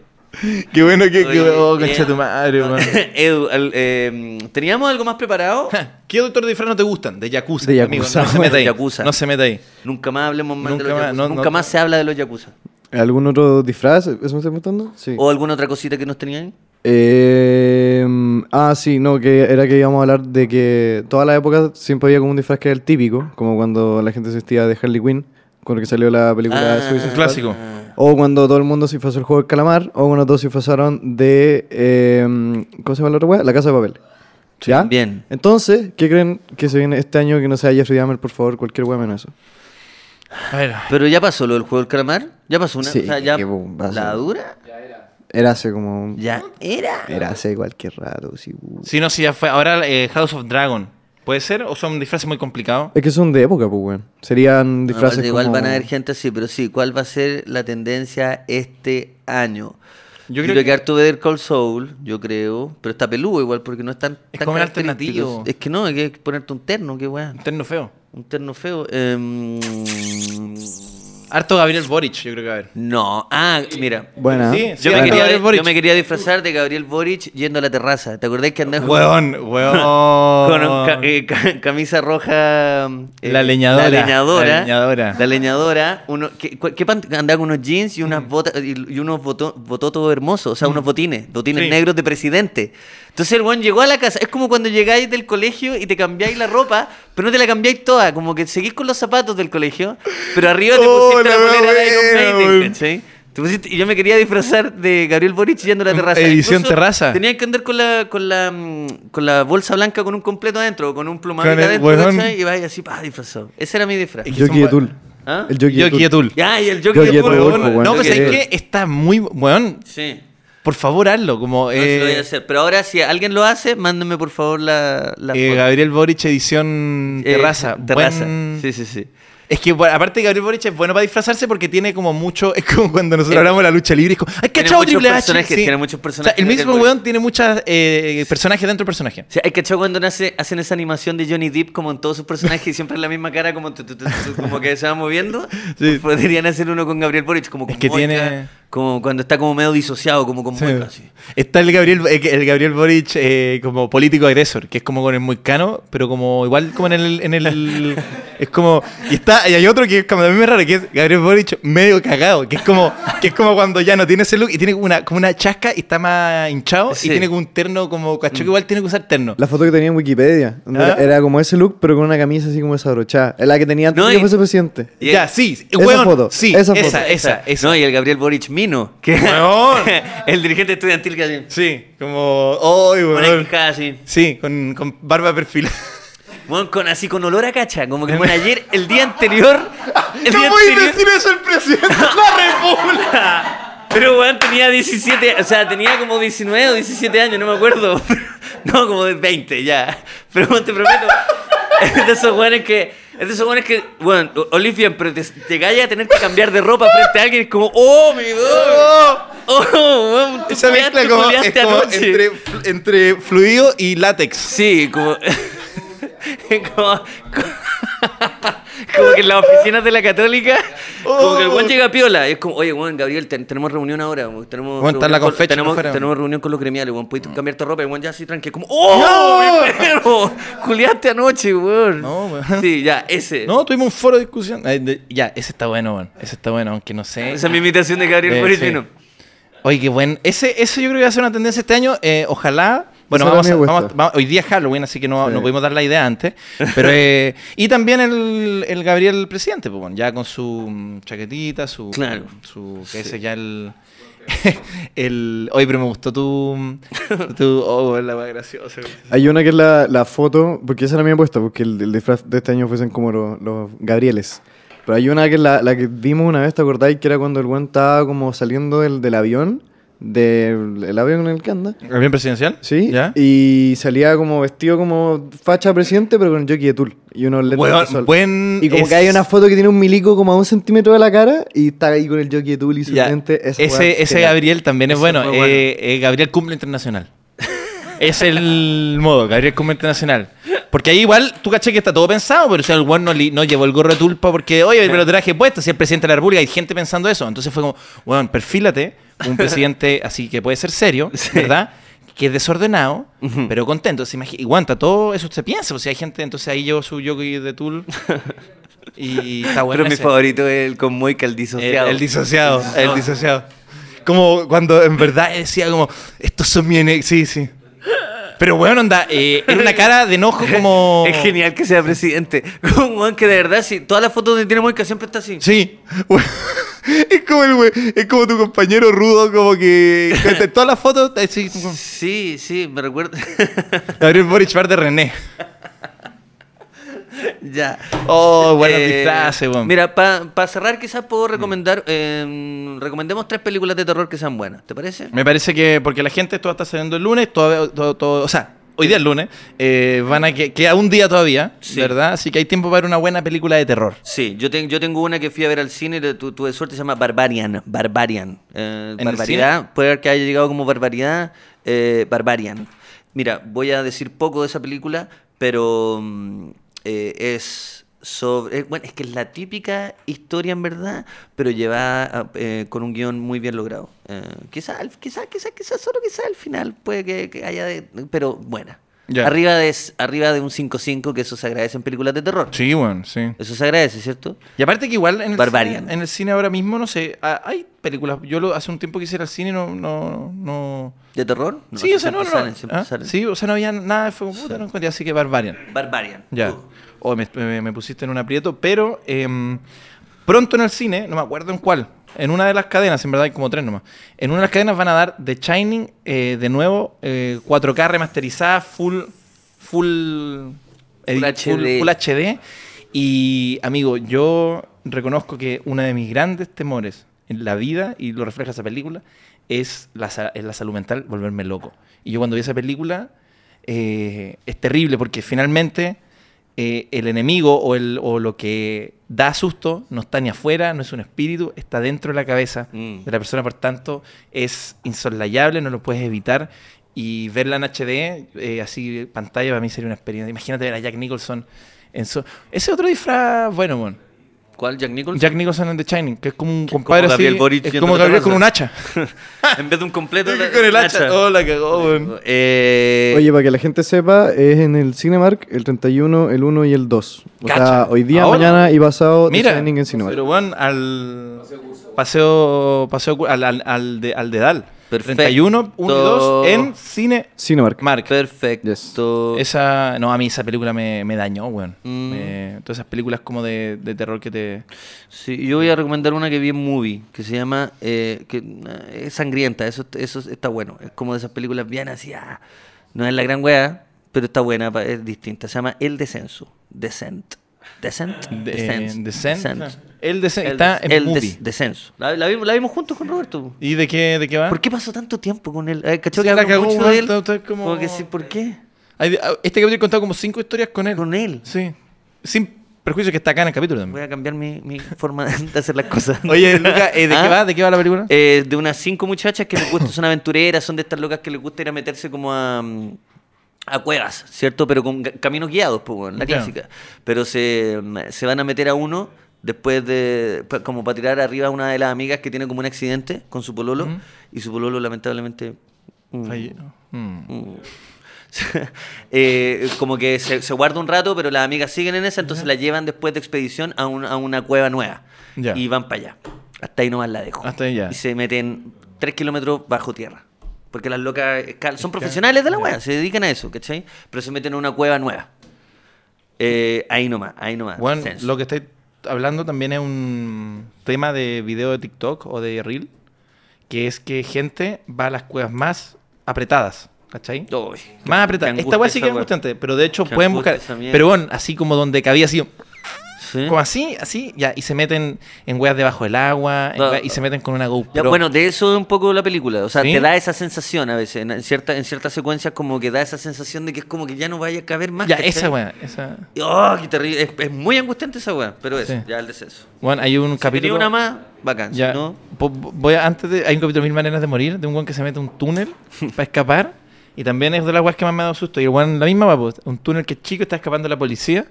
S1: Qué bueno que...
S2: Oye,
S1: que oh,
S2: eh,
S1: concha tu madre,
S2: no,
S1: man.
S2: (laughs) Edu, al- eh, ¿teníamos algo más preparado?
S1: (laughs) Ja, (laughs) ¿Qué doctor de disfraz no te gustan? De Yakuza.
S3: De
S1: amigo,
S3: yakuza.
S1: no se meta ahí.
S2: Yakuza.
S1: No se meta ahí.
S2: Nunca más hablemos más
S1: Nunca
S2: de los
S1: más,
S2: yakuza.
S1: no,
S2: Nunca
S1: no.
S2: más se habla de los yakuza.
S3: ¿Algún otro disfraz? ¿Eso me está preguntando? Sí.
S2: ¿O alguna otra cosita que nos tenían?
S3: Eh, ah, sí, no, que era que íbamos a hablar de que toda la época siempre había como un disfraz que era el típico, como cuando la gente se vestía de Harley Quinn, cuando que salió la película
S2: Ah,
S3: Suicide
S1: Un
S3: Squad.
S1: clásico.
S3: O cuando todo el mundo se disfrazó el juego del calamar, o cuando todos se disfrazaron de. eh, ¿Cómo se llama la otra weá? La casa de papel. ¿Ya?
S2: bien.
S3: Entonces, ¿qué creen que se viene este año que no sea Jeffrey Dahmer, por favor? Cualquier weá menos eso.
S1: A ver.
S2: Pero ya pasó lo del juego del calamar. Ya pasó una.
S3: Sí,
S2: o sea, ya-
S3: qué bombazo.
S2: la dura.
S3: Era hace como. un-
S2: Ya era.
S3: Era hace cualquier rato, sí. uh.
S1: Si no, si ya fue. Ahora eh, House of Dragon. ¿Puede ser? ¿O son disfraces muy complicados?
S3: Es que son de época, pues, weón. Serían disfraces.
S2: No, igual
S3: como-
S2: van a haber gente así, pero sí, ¿cuál va a ser la tendencia este año?
S1: Yo
S2: Yo creo,
S1: creo
S2: que,
S1: que-
S2: harto Better Call Soul, yo creo, pero está peludo igual porque no es tan,
S1: Es
S2: tan
S1: como el
S2: característico.
S1: alternativo.
S2: Es que no, hay que ponerte un terno, qué weá.
S1: Un terno feo.
S2: Un terno feo. Em,
S1: Harto Gabriel Boric, yo creo que va a ver.
S2: no, ah, mira.
S3: Buena.
S1: Sí, sí,
S2: Yo me,
S1: harto
S2: quería,
S1: Gabriel Boric.
S2: yo me quería disfrazar de Gabriel Boric yendo a la terraza. ¿Te acordás que andaba con,
S1: Weón, weón.
S2: con un ca- eh, ca- (laughs) camisa roja? eh,
S1: La leñadora,
S2: La leñadora.
S1: la leñadora.
S2: la leñadora, uno, ¿qué, cua- qué pant- andaba con unos jeans y, unas botas, y, y unos boto- bototos hermosos, o sea, unos botines, botines
S1: Sí.
S2: negros de presidente. Entonces el weón llegó a la casa. Es como cuando llegáis del colegio y te cambiáis la ropa, pero no te la cambiáis toda. Como que seguís con los zapatos del colegio, pero arriba te
S1: (laughs) Oh,
S2: pusiste
S1: la
S2: la
S1: wea
S2: polera de Iron
S1: buena,
S2: Maiden,
S1: weón.
S2: ¿cachai? Te pusiste- y yo me quería disfrazar de Gabriel Boric yendo a la terraza.
S1: Edición terraza.
S2: Tenía que andar con la, con la, mm, con la bolsa blanca con un completo adentro, con un plumavita
S1: Con el
S2: adentro,
S1: weón.
S2: ¿cachai? Y vais así, pa, disfrazado. Ese era mi disfraz.
S1: Es que
S3: Yogi
S1: son-
S3: Etul.
S2: ¿Ah?
S3: El Yogi
S1: Yogi
S3: Etul.
S1: Etul.
S2: Ya, y el Joker
S3: Jockey
S2: de
S3: Etul,
S2: Pulpo,
S3: pues,
S1: Eh,
S2: weón.
S3: weón.
S1: No, pero
S2: Joker
S1: es
S2: de
S1: que está muy. Weón.
S2: Pulpo. Sí.
S1: Por favor, hazlo. Como,
S2: No, sí
S1: eh,
S2: lo voy a hacer. Pero ahora, si alguien lo hace, mándenme por favor la. la
S1: eh,
S2: foto.
S1: Gabriel Boric, edición
S2: Eh,
S1: Terraza.
S2: terraza.
S1: Buen-
S2: Sí, sí, sí.
S1: Es que bueno, aparte Gabriel Boric es bueno para disfrazarse porque tiene como mucho. Es como cuando nosotros hablamos de la lucha libre. Es como, ¡ay,
S2: Tiene
S1: cachado
S2: muchos
S1: Triple H!
S2: personajes,
S1: Sí.
S2: tiene muchos personajes
S1: O sea, el mismo
S2: Gabriel
S1: weón tiene muchos personajes dentro del personaje.
S2: O sea, hay cachado cuando nace- hacen esa animación de Johnny Depp como en todos sus personajes y siempre es la misma cara como, tu, tu, tu, tu, como que se va moviendo.
S1: (laughs) Sí.
S2: Podrían hacer uno con Gabriel Boric como con
S1: Es que
S2: mueca,
S1: tiene-
S2: como cuando está como medio disociado, como con mueca, así.
S1: Está el Gabriel, eh, el Gabriel Boric eh, como político agresor, que es como con el muy cano, pero como igual como en el, en el es como y está y hay otro que es como a mí me raro que es Gabriel Boric medio cagado, que es como que es como cuando ya no tiene ese look y tiene una como una chasca y está más hinchado
S2: Sí.
S1: y
S2: Mm.
S1: tiene como un terno como cacho que igual tiene que usar terno.
S3: La foto que tenía en Wikipedia. donde
S1: ¿Ah?
S3: era- Era como ese look, pero con una camisa así como desabrochada. Es la que tenía antes
S2: No,
S3: de
S2: y-
S3: que fuese presidente.
S2: Y
S1: ya,
S2: el-
S1: sí,
S3: esa
S1: weón,
S3: foto,
S1: sí,
S3: esa
S1: esa,
S3: foto.
S2: (laughs)
S1: esa, Ah, esa,
S2: No, y el Gabriel Boric Mino, que
S1: Weón.
S2: (laughs) el dirigente estudiantil que hace
S1: Sí, como ay,
S2: una
S1: weón.
S2: quijada así.
S1: Sí, con, con barba (laughs) perfil.
S2: Bueno, con, así con olor a cacha, como
S1: (laughs)
S2: que bueno, ayer, el día anterior. El
S1: no
S2: día
S1: voy a
S2: anterior-
S1: decir eso al presidente de la (laughs) República.
S2: (laughs) Pero weón tenía 17, o sea, tenía como 19 o 17 años, no me acuerdo. (laughs) No, como de 20 ya. Pero weón, te prometo, es de esos weones que, es de esos weones que, bueno, Olivia, pero te llegáis a tener que cambiar de ropa frente a alguien, es como, oh, mi Dios. Oh, weón, tú
S1: Esa mezcla
S2: culiaste,
S1: como,
S2: culiaste
S1: es como
S2: anoche.
S1: entre, fl- entre fluido y látex.
S2: Sí, como... (laughs) como... Como que en las oficinas de la católica, como que el
S1: Oh.
S2: buen llega a piola. Y es como, oye, buen Gabriel, ten- tenemos reunión ahora. weón, Tenemos,
S1: Weón, está
S2: reunión
S1: la
S2: con-
S1: confecha
S2: tenemos,
S1: afuera.
S2: tenemos reunión con los gremiales, weón. Puedes cambiar tu ropa. Y el weón ya así tranquilo. Como, ¡Oh!
S1: ¡No!
S2: ¡Pero! Juliaste anoche, weón.
S1: No, weón.
S2: Sí, ya, ese.
S1: No, tuvimos un foro de discusión. Eh, de- ya, ese está bueno, weón. Ese está bueno, aunque no sé.
S2: Esa es mi imitación de Gabriel
S1: Eh,
S2: Boric
S1: sí.
S2: Vino.
S1: Oye, qué buen. Ese, eso yo creo que va a ser una tendencia este año. eh, ojalá. Bueno,
S3: Eso
S1: vamos a,
S3: también me
S1: vamos,
S3: gusta.
S1: vamos- hoy día es Halloween, así que no,
S3: Sí.
S1: no pudimos dar la idea
S3: (laughs)
S1: antes. Pero, eh, y también el, el Gabriel presidente, pues, bueno, ya con su mm, chaquetita, su.
S2: Claro.
S1: Su, que ese ya el. (laughs) el oye, pero me gustó tu. tu oh, la más graciosa. güey.
S3: Hay una que es la, la foto, porque esa era mi apuesta, porque el, el disfraz de este año fuesen como los, los Gabrieles. Pero hay una que es la, la que vimos una vez, ¿te acordáis? Que era cuando el buen estaba como saliendo del, del avión, del el avión en el que anda.
S1: ¿Gabriel presidencial?
S3: Sí,
S1: ¿Ya?
S3: y salía como vestido como facha presidente, pero con jockey de tul. Y unos lentes
S1: Weón,
S3: de sol.
S1: buen-
S3: y como
S1: es-
S3: que hay una foto que tiene un milico como a un centímetro de la cara y está ahí con el jockey de tul y su
S1: Ya,
S3: lente. esa weá
S1: Ese,
S3: es
S1: ese
S3: genial.
S1: Gabriel también es
S2: Ese
S1: bueno.
S2: es muy bueno.
S1: Eh, eh, Gabriel Cumple Internacional. (laughs) es el modo, Gabriel Cumple Internacional. Porque ahí igual, tú caché que está todo pensado, pero o sea, el weón no, li- no llevó el gorro de tulpa porque, oye, me lo traje puesto, si es presidente de la República, hay gente pensando eso. Entonces fue como, weón, perfílate, un
S2: (laughs)
S1: presidente así que puede ser serio, ¿verdad? Que es desordenado, pero contento. Se imagina, y aguanta, todo eso se piensa. O sea, hay gente, entonces ahí llevo su jockey de
S2: (laughs)
S1: tul. Y está bueno.
S2: pero mi
S1: ese.
S2: favorito es el con Moica, el disociado.
S1: El, el disociado, el
S2: No.
S1: disociado. Como cuando en verdad decía como, estos son mi ene-". Sí, sí. Pero bueno, onda, eh, era una cara de enojo como...
S2: (laughs) Es genial que sea presidente. (laughs) Como un weón que de verdad, sí, todas las fotos donde tiene Moica siempre está así.
S1: Sí. (laughs) Bueno, Es como el güey- es como tu compañero rudo, como que... que te- Todas las fotos... eh, sí, como-
S2: Sí, sí, me recuerdo. (laughs)
S1: Gabriel Boric Bar de René.
S2: ya.
S1: Oh, buenos
S2: Eh,
S1: disfraces, weón.
S2: Mira, para cerrar, quizás puedo recomendar. eh, recomendemos tres películas de terror que sean buenas. ¿Te parece?
S1: Me parece que porque la gente esto va a estar saliendo el lunes, todo, todo, todo- o sea, hoy día es lunes, eh, van a que queda un día todavía,
S2: Sí.
S1: ¿verdad? Así que hay tiempo para ver una buena película de terror.
S2: Sí, yo, ten- yo tengo una que fui a ver al cine, le- tu- tuve suerte, se llama Barbarian. Barbarian. Eh,
S1: ¿En el
S2: barbaridad, puede que haya llegado como barbaridad. eh, Barbarian. Mira, voy a decir poco de esa película, pero mm, eh, es sobre. eh, bueno, es que es la típica historia en verdad, pero llevada a- eh, con un guión muy bien logrado. Eh, quizás, al- quizás, quizás, quizás, solo quizás al final puede que, que haya. de- pero buena.
S1: Ya.
S2: Arriba, de, s- arriba de un 5-5, que eso se agradece en películas de terror.
S1: Sí, bueno, sí.
S2: Eso se agradece, ¿cierto?
S1: Y aparte que igual en el,
S2: Barbarian.
S1: Cine, en el cine ahora mismo, no sé, a- hay películas. Yo lo, hace un tiempo que hice al cine no... no, no-
S2: ¿De terror? No,
S1: sí, o sea, no,
S2: siempre
S1: no.
S2: salen, siempre
S1: ¿Ah?
S2: salen.
S1: Sí, o sea, no había nada. Fue como, puta, no encontré. Así que Barbarian.
S2: Barbarian.
S1: Ya.
S2: Uh.
S1: O me, me- me pusiste en un aprieto, pero em, pronto en el cine, no me acuerdo en cuál, en una de las cadenas, en verdad hay como tres nomás, en una de las cadenas van a dar The Shining eh, de nuevo, eh, 4K remasterizada, full, full, edi-
S2: HD.
S1: full HD. Y amigo, yo reconozco que uno de mis grandes temores en la vida, y lo refleja esa película, es la, sa- es la salud mental volverme loco. Y yo cuando vi esa película, eh, es terrible porque finalmente eh, el enemigo o, el, o lo que da susto no está ni afuera, no es un espíritu, está dentro de la cabeza
S2: Mm.
S1: de la persona, por tanto, es insoslayable, no lo puedes evitar. Y verla en HD, eh, así pantalla, para mí sería una experiencia. Imagínate ver a Jack Nicholson en su... Ese otro disfraz, bueno, mon.
S2: ¿Cuál? ¿Jack Nicholson?
S1: Jack Nicholson en The Shining, que es como un
S2: Que es
S1: compadre
S2: como
S1: así,
S2: Gabriel Boric
S1: es
S2: yendo
S1: como
S2: a la
S1: Gabriel
S2: plaza.
S1: con un (laughs) hacha.
S2: (laughs) en vez de un completo. la-
S1: con el hacha. Oh, la cagó, weón.
S2: Eh,
S3: Oye, para que la gente sepa, es en el Cinemark el 31, el 1 y el 2. O
S1: Cacha.
S3: sea, hoy día,
S1: Ahora.
S3: mañana y pasado The
S1: Mira,
S3: Shining en Cinemark.
S1: pero bueno, al paseo, paseo Cu- al, al, al de, al Dedal.
S2: Perfecto.
S1: 31, 1 y 2 en Cine
S3: Cinemark.
S1: Mark.
S2: Perfecto.
S1: Esa, no, a mí esa película me, me dañó, weón.
S2: Mm.
S1: Me- todas esas películas como de, de terror que te...
S2: Sí, yo voy a recomendar una que vi en Movie, que se llama... eh, que eh, es sangrienta, eso, eso está bueno. Es como de esas películas bien así... ah, no es la gran wea, pero está buena, pa- es distinta. Se llama El Descenso. Descent. Descent.
S1: de- Descent.
S2: Descent. Descent.
S1: El Descent.
S2: El
S1: Está
S2: des-
S1: en
S2: el
S1: movie.
S2: des- descenso. La, la vimos, la vimos juntos con Roberto.
S1: ¿Y de qué, de qué va?
S2: ¿Por qué pasó tanto tiempo con él? Eh, ¿Cachó
S1: ¿Ah? Sí,
S2: que
S1: la
S2: hablo
S1: cagó,
S2: mucho
S1: weón,
S2: de él?
S1: todo- todo es como-
S2: Como que sí, ¿por qué?
S1: Hay- este capítulo he contado como cinco historias con él.
S2: Con él.
S1: Sí. Sin perjuicio que está acá en el capítulo también.
S2: Voy a cambiar mi, mi forma de (laughs) hacer las cosas. (laughs)
S1: Oye, Luca, eh, ¿de
S2: ¿Ah?
S1: qué va? ¿De qué va la película?
S2: Eh, de unas cinco muchachas que les gusta, son aventureras, son de estas locas que les gusta ir a meterse como a, mm, a cuevas, ¿cierto? Pero con ga- caminos guiados, pues, bueno, la
S1: Claro.
S2: clásica. Pero se, mm, se van a meter a uno después de, pa- como para tirar arriba a una de las amigas que tiene como un accidente con su pololo
S1: Ujú.
S2: y su pololo lamentablemente... mm,
S1: Falle- Mm.
S2: Mm. (laughs) Eh, como que se, se guarda un rato, pero las amigas siguen en esa, entonces la llevan después de expedición a, un- a una cueva nueva.
S1: Ya.
S2: Y van para allá. Hasta ahí nomás la dejo.
S1: Hasta ahí ya.
S2: Y se meten tres kilómetros bajo tierra. Porque las locas escal- son profesionales de la
S1: ya.
S2: cueva, se dedican a eso, ¿cachai? Pero se meten a una cueva nueva. Eh, ahí nomás, ahí nomás.
S1: Bueno,
S2: Censo.
S1: lo que estáis hablando también es un tema de video de TikTok o de Reel, que es que gente va a las cuevas más apretadas, ¿cachai?
S2: Uy, qué-
S1: Más
S2: qué
S1: apretadas. Esta
S2: angustia
S1: weá sí que
S2: esa
S1: es angustiante, pero de hecho
S2: Qué
S1: pueden
S2: angustia
S1: buscar.
S2: esa mierda. ¿Eh?
S1: Pero bueno, así como donde cabía así,
S2: Sí.
S1: como así, así, ya, y se meten en weas debajo del agua, en
S2: Ah,
S1: weas- y se meten con una GoPro.
S2: Ya, bueno, de eso es un poco la película. O sea,
S1: ¿Sí?
S2: te da esa sensación a veces. En, en cierta, en ciertas secuencias como que da esa sensación de que es como que ya no vaya a caber más.
S1: ya,
S2: ¿cachai?
S1: esa wea, esa.
S2: ¡Oh, qué terrible! Es, es muy angustiante esa weá, pero eso,
S1: Sí.
S2: ya el descenso.
S1: Bueno, hay un
S2: Si tenía
S1: capítulo.
S2: una más, bacán. si
S1: Ya,
S2: ¿no?
S1: po- po- voy a- antes de, hay un capítulo de Mil Maneras de Morir, de un guan que se mete a un
S2: (laughs)
S1: túnel para escapar. Y también es de las guas que más me ha dado susto. Y el guan, la misma, va, pues, un túnel que es chico, está escapando de la policía.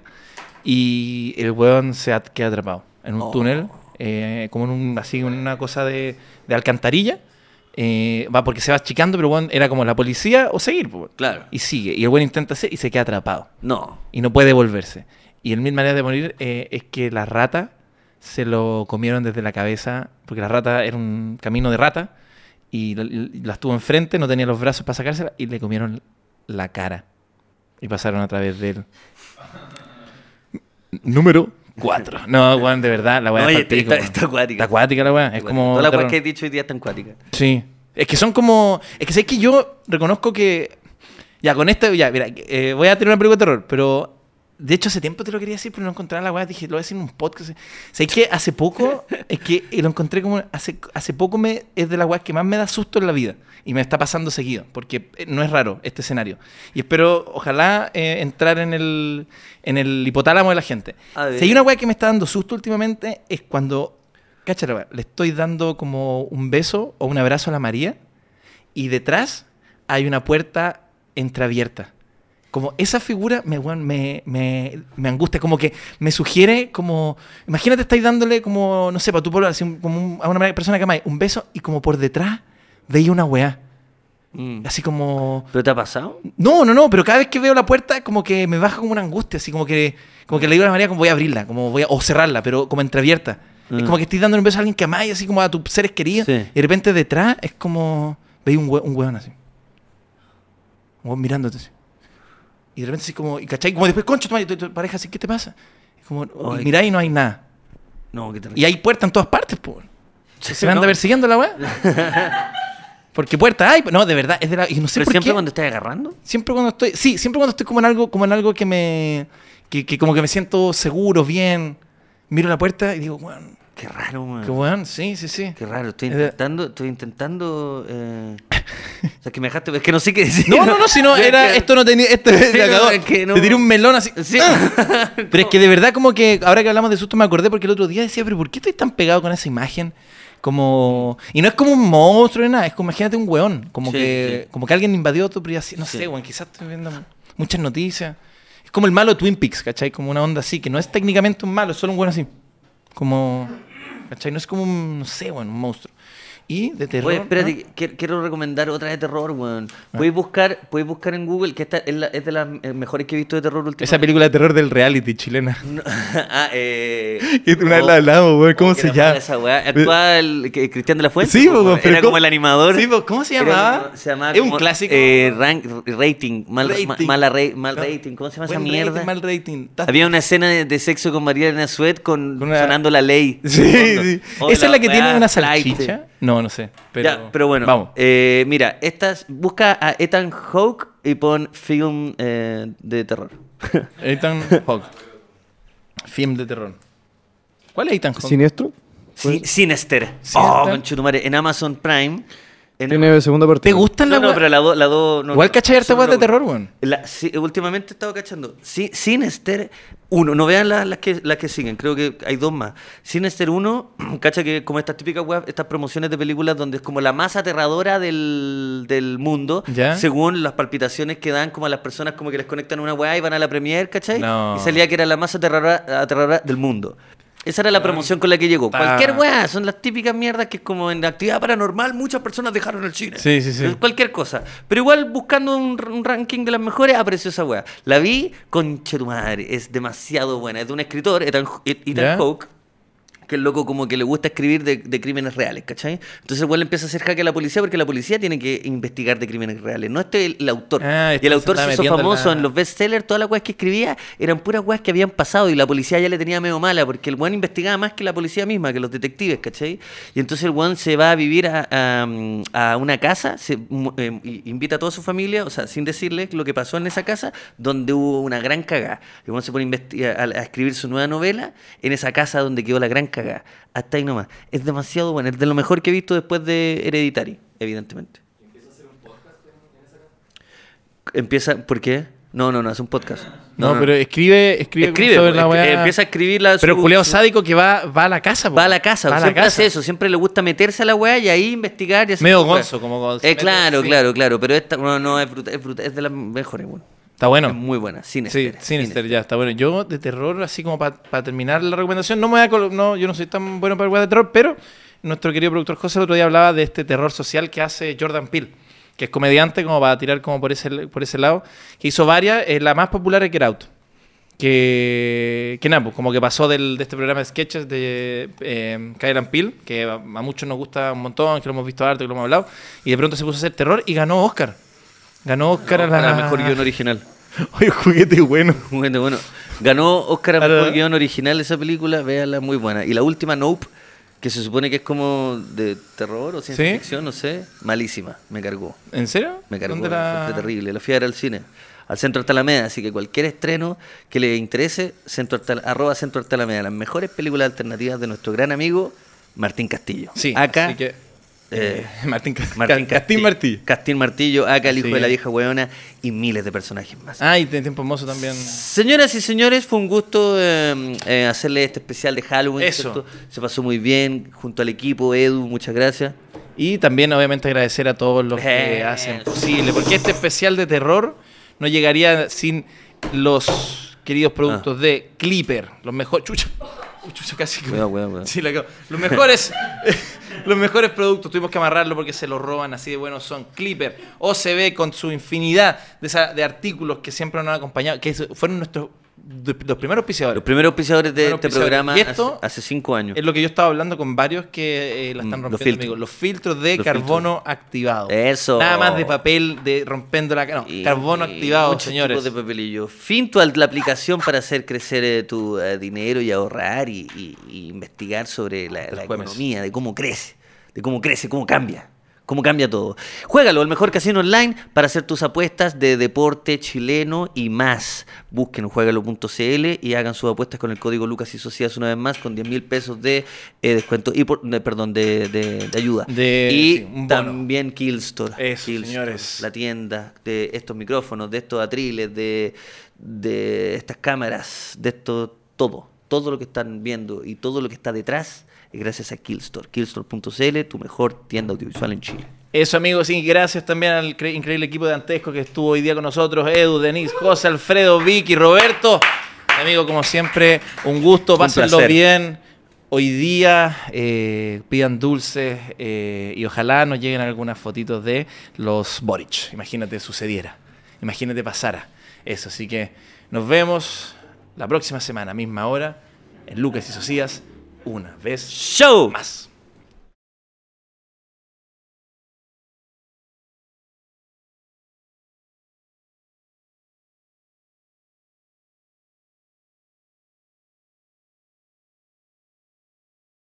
S1: Y el weón se at- queda atrapado en un
S2: Oh.
S1: túnel, eh, como en un, así, en una cosa de, de alcantarilla. Eh, va porque se va achicando, pero el weón era como la policía o seguir. pues, weón.
S2: Claro.
S1: Y sigue. Y el weón intenta hacer y se queda atrapado
S2: No.
S1: y no puede volverse. Y en Mil Maneras de Morir eh, es que la rata se lo comieron desde la cabeza, porque la rata era un camino de rata, y la, la estuvo enfrente, no tenía los brazos para sacársela, y le comieron la cara. Y pasaron a través de él. Número 4. No, Juan, de verdad, la weá
S2: No,
S1: es
S2: oye,
S1: pa'l pico,
S2: está-
S1: weón.
S2: está acuática.
S1: Está acuática la weá. Es como.
S2: Toda la weá
S1: terror.
S2: que he dicho hoy día está acuática.
S1: Sí. Es que son como. Es que sé que yo reconozco que. Ya, con este. Ya, mira, eh, voy a tener una película de terror, pero. De hecho, hace tiempo te lo quería decir, pero no encontraba la weá. Dije, lo voy a decir en un podcast. Sé que hace poco. es que lo encontré como. Hace, hace poco me, es de las weas que más me da susto en la vida. Y me está pasando seguido, porque eh, no es raro este escenario. Y espero, ojalá, eh, entrar en el, en el hipotálamo de la gente.
S2: A ver.
S1: Si hay una weá que me está dando susto últimamente, es cuando Cacha la weá, le estoy dando como un beso o un abrazo a la María y detrás hay una puerta entreabierta. Como esa figura me, weón, me, me, me angustia, como que me sugiere como... Imagínate estáis dándole como, no sé, para tu pueblo, así un- como un- a una persona que amáis, un beso y como por detrás veía una weá.
S2: Mm.
S1: Así como...
S2: ¿Pero te ha pasado?
S1: No, no, no, pero cada vez que veo la puerta como que me baja como una angustia, así como que, como que le digo a la María como voy a abrirla, como voy a, o cerrarla, pero como entreabierta. Es
S2: Ah.
S1: como que estoy dando un beso a alguien que amáis, así como a tus seres queridos,
S2: Sí.
S1: y de repente detrás es como veis un, hue- un hueón así. Un hueón mirándote así. Y de repente así como, y cachai, como después, concha, tu, madre, tu, tu pareja así, ¿qué te pasa? Es como,
S2: Ay.
S1: y miráis y no hay nada.
S2: No, qué terrible.
S1: Y hay puertas en todas partes, po. Se me anda
S2: No.
S1: persiguiendo la weá.
S2: (laughs)
S1: Porque puertas hay, no, de verdad, es de la. Y no sé
S2: ¿Pero
S1: por
S2: siempre
S1: qué.
S2: cuando estás agarrando?
S1: Siempre cuando estoy. Sí, siempre cuando estoy como en algo, como en algo que me. que, que como que me siento seguro, bien. Miro la puerta y digo, bueno,
S2: Qué raro, man.
S1: Qué weón, sí, sí, sí.
S2: Ah. Qué raro, estoy
S1: Es de-
S2: intentando, estoy intentando.
S1: (laughs)
S2: eh, o sea, que me dejaste. Es que no sé qué decir. (laughs)
S1: No, no, no, si no,
S2: Yo-
S1: era,
S2: yo-
S1: esto no tenía, esto
S2: (laughs) Sí,
S1: le
S2: no,
S1: acabó.
S2: es que no.
S1: Te tiré un melón así.
S2: Sí. (laughs)
S1: ¡Ah! Pero es que de verdad como que, ahora que hablamos de susto me acordé porque el otro día decía, pero ¿por qué estoy tan pegado con esa imagen? Como... Y no es como un monstruo ni nada, es como imagínate un weón, como,
S2: Sí,
S1: que,
S2: sí.
S1: como que alguien invadió tu privacidad. No
S2: Sí.
S1: sé, weón, quizás estoy viendo muchas noticias. Es como el malo de Twin Peaks, ¿cachai? Como una onda así, que no es técnicamente un malo, es solo un weón así. Como... ¿Cachai? No es como un, no sé, weón, un monstruo. Y de terror...
S2: Oye, espérate,
S1: ¿no? Ah.
S2: que- que- quiero recomendar otra de terror, weón. Puedes buscar, puedes buscar en Google, que esta es, la- es de las eh, mejores que he visto de terror últimamente.
S1: Esa película de terror del reality chilena. (laughs)
S2: No, (laughs) ah, eh.
S1: Que una vez
S2: oh,
S1: la hablamos, güey, ¿cómo
S2: oh, que
S1: se
S2: era
S1: llama?
S2: mala Esa weá. Actúa el, que- Cristian de la Fuente.
S1: Sí,
S2: po,
S1: po,
S2: weón.
S1: pero
S2: pues, Era
S1: ¿cómo-
S2: como el animador.
S1: Sí, po, ¿cómo se
S2: Era
S1: llamaba?
S2: como- se llamaba
S1: Es un
S2: como,
S1: clásico.
S2: eh, rank- rating, mal,
S1: Rating.
S2: ma- mala ra- mal rating. ¿Cómo se llama
S1: Buen
S2: esa
S1: rating,
S2: mierda?
S1: mal rating. Ta-
S2: Había una escena de, de sexo con María Elena Suet con,
S1: Con una-
S2: sonando la ley.
S1: (laughs)
S2: de
S1: Sí,
S2: fondo.
S1: sí.
S2: Oh,
S1: ¿Esa es la que
S2: weá
S1: tiene una
S2: flight.
S1: salchicha? No, no sé. Pero,
S2: Ya, pero bueno.
S1: Vamos.
S2: eh, mira, estas, busca a Ethan Hawke y pon film eh, de terror. Eh. (laughs)
S1: Ethan Hawke. Film de terror. ¿Cuál es Ethan Hawke?
S3: ¿Siniestro? pues,
S2: Sin- Sinister.
S1: Sinister.
S2: Oh, conchetumare. En Amazon Prime. En-
S3: Tiene segunda parte.
S1: ¿Te gustan
S2: No,
S1: las
S2: no,
S1: weas?
S2: pero la do- la do- no,
S1: Igual
S2: no,
S1: cachai harta
S2: solo
S1: weas
S2: la
S1: de
S2: una.
S1: terror, weón.
S2: La- sí, últimamente he estado cachando. Sí, Sinister 1. No vean las, las que, las que siguen, creo que hay dos más. Sinister 1, (clears throat) cacha que como estas típicas web, estas promociones de películas donde es como la más aterradora del, del mundo,
S1: Ya.
S2: según las palpitaciones que dan como a las personas como que les conectan una web y van a la premier, ¿cachai?
S1: No.
S2: Y salía que era la más aterradora, aterradora del mundo. Esa era la promoción con la que llegó.
S1: está-
S2: Cualquier weá, son las típicas mierdas que es como en actividad paranormal muchas personas dejaron el cine.
S1: Sí, sí, sí.
S2: Es Cualquier cosa. Pero igual buscando un, r- un ranking de las mejores apareció esa weá. La vi con madre. Es demasiado buena. Es de un escritor, Ethan, Ethan
S1: ¿Ya?
S2: Hawke, que el loco como que le gusta escribir de, de crímenes reales, ¿cachai? Entonces el weón le empieza a hacer jaque a la policía porque la policía tiene que investigar de crímenes reales. No este el, el autor.
S1: Ah,
S2: y el
S1: entonces
S2: autor
S1: andaba
S2: se hizo
S1: metiendo en
S2: famoso
S1: la-
S2: en los bestsellers. Todas las weas que escribía eran puras weas que habían pasado y la policía ya le tenía medio mala porque el weón investigaba más que la policía misma, que los detectives, ¿cachai? Y entonces el weón se va a vivir a, a- a una casa, se, mu- eh, y- invita a toda su familia, o sea, sin decirles lo que pasó en esa casa, donde hubo una gran cagada. El weón se pone a, investi- a- a escribir su nueva novela en esa casa donde quedó la gran cagada. Hasta ahí nomás. Es demasiado bueno, es de lo mejor que he visto después de Hereditary, evidentemente. Empieza, ¿por qué? No, no, no, es un podcast.
S1: No, pero escribe, escribe,
S2: Escribe,
S1: sobre
S2: pues,
S1: la
S2: escri-
S1: wea.
S2: empieza a escribir la-
S1: Pero
S2: su-
S1: culeo
S2: su-
S1: sádico que va, va a la casa, po.
S2: Va a la casa,
S1: Va a la
S2: siempre
S1: casa.
S2: hace eso, siempre le gusta meterse a la weá y ahí investigar. Y hacer
S1: Medio
S2: su weá.
S1: gonzo, como gonzo,
S2: Eh,
S1: mete-
S2: claro,
S1: sí.
S2: claro, claro, pero esta no, no, es, bruta- es, bruta- es de las mejores, weón.
S1: Está bueno.
S2: Es muy buena,
S1: Sí,
S2: Sinister.
S1: Sinister, ya está bueno. Yo de terror, así como para terminar la recomendación, no me voy a colo- no, yo no soy tan bueno para el weá de terror, pero nuestro querido productor José el otro día hablaba de este terror social que hace Jordan Peele, que es comediante como para tirar como por ese por ese lado, que hizo varias, eh, la más popular es Get Out. Que, que nada, pues, como que pasó del, de este programa de sketches de eh, Kylan Peele, que a, a muchos nos gusta un montón, que lo hemos visto harto, que lo hemos hablado, y de pronto se puso a hacer terror y ganó Oscar. Ganó Oscar a la,
S2: Para la mejor guión original.
S1: (laughs)
S2: (laughs)
S1: Oye, juguete bueno.
S2: Bueno, bueno. Ganó Oscar a
S1: Claro.
S2: mejor guión original esa película, véala, muy buena. Y la última, Nope, que se supone que es como de terror o ciencia
S1: ¿Sí?
S2: ficción, no sé, malísima, me cargó.
S1: ¿En serio?
S2: Me cargó,
S1: ¿Dónde
S2: la
S1: la-
S2: encontré terrible. La fui a ver al cine, al Centro Artalameda. Así que cualquier estreno que le interese, centro Artal- arroba Centro Artalameda. Las mejores películas alternativas de nuestro gran amigo Martín Castillo.
S1: Sí,
S2: Acá.
S1: así que-
S2: eh,
S1: (laughs) Martín, Ca-
S2: Martín
S1: Ca- Castín Martí.
S2: Castín Martillo, acá el hijo
S1: Sí.
S2: de la vieja hueona y miles de personajes más.
S1: Ah, y de tiempo hermoso también.
S2: Señoras y señores, fue un gusto eh, eh, hacerle este especial de Halloween.
S1: Eso.
S2: ¿cierto? Se pasó muy bien junto al equipo, Edu, muchas gracias.
S1: Y también, obviamente, agradecer a todos los que
S2: Eh,
S1: hacen posible. Porque este especial de terror no llegaría sin los queridos productos
S2: Ah.
S1: de Clipper. Los mejores. Chucha. Uy, Chucha, casi que.
S2: Cuidado, cuidado,
S1: (laughs)
S2: cuidado.
S1: Sí, la acabo. Los mejores. (laughs) los mejores productos. Tuvimos que amarrarlo porque se los roban así de buenos son. Clipper, OCB con su infinidad de, esa- de artículos que siempre nos han acompañado. Que fueron nuestros. de- Los primeros
S2: Los
S1: auspiciadores.
S2: primeros auspiciadores de
S1: Primeros
S2: este
S1: auspiciadores.
S2: programa
S1: Y esto
S2: hace, hace cinco años.
S1: Es lo que yo estaba hablando con varios que eh, la están
S2: Mm, los
S1: rompiendo,
S2: filtros.
S1: amigo. Los filtros de
S2: Los
S1: carbono activado.
S2: Eso.
S1: Nada más de papel de rompiendo la cara. No,
S2: Y-
S1: carbono
S2: y
S1: activado,
S2: muchos
S1: señores.
S2: tipos de papelillo. Finto al- la aplicación para hacer crecer eh, tu eh, dinero y ahorrar y, y- y investigar sobre la, la
S1: jueves.
S2: economía, de cómo crece, de cómo crece, cómo cambia, cómo cambia todo. Juégalo, el mejor casino online para hacer tus apuestas de deporte chileno y más. Busquen juegalo.cl y hagan sus apuestas con el código Lucas y Socias una vez más con 10 mil pesos de eh, descuento y por- de- perdón, de, de- de ayuda.
S1: De-
S2: y
S1: sí, un bono.
S2: también Killstore.
S1: Eso,
S2: Killstore,
S1: señores.
S2: La tienda de estos micrófonos, de estos atriles, de, de estas cámaras, de esto todo. Todo lo que están viendo y todo lo que está detrás es gracias a Killstore. Killstore.cl, tu mejor tienda audiovisual en Chile.
S1: Eso, amigos, y gracias también al cre- increíble equipo de Antesco que estuvo hoy día con nosotros: Edu, Denis, José, Alfredo, Vicky, Roberto. Amigo, como siempre, un gusto,
S2: Un
S1: pásenlo
S2: placer.
S1: bien. Hoy día eh, pidan dulces eh, y ojalá nos lleguen algunas fotitos de los Boric. Imagínate sucediera, imagínate pasara eso. Así que nos vemos la próxima semana, misma hora, en Lucas y Socias, una vez
S2: ¡Show!
S1: más.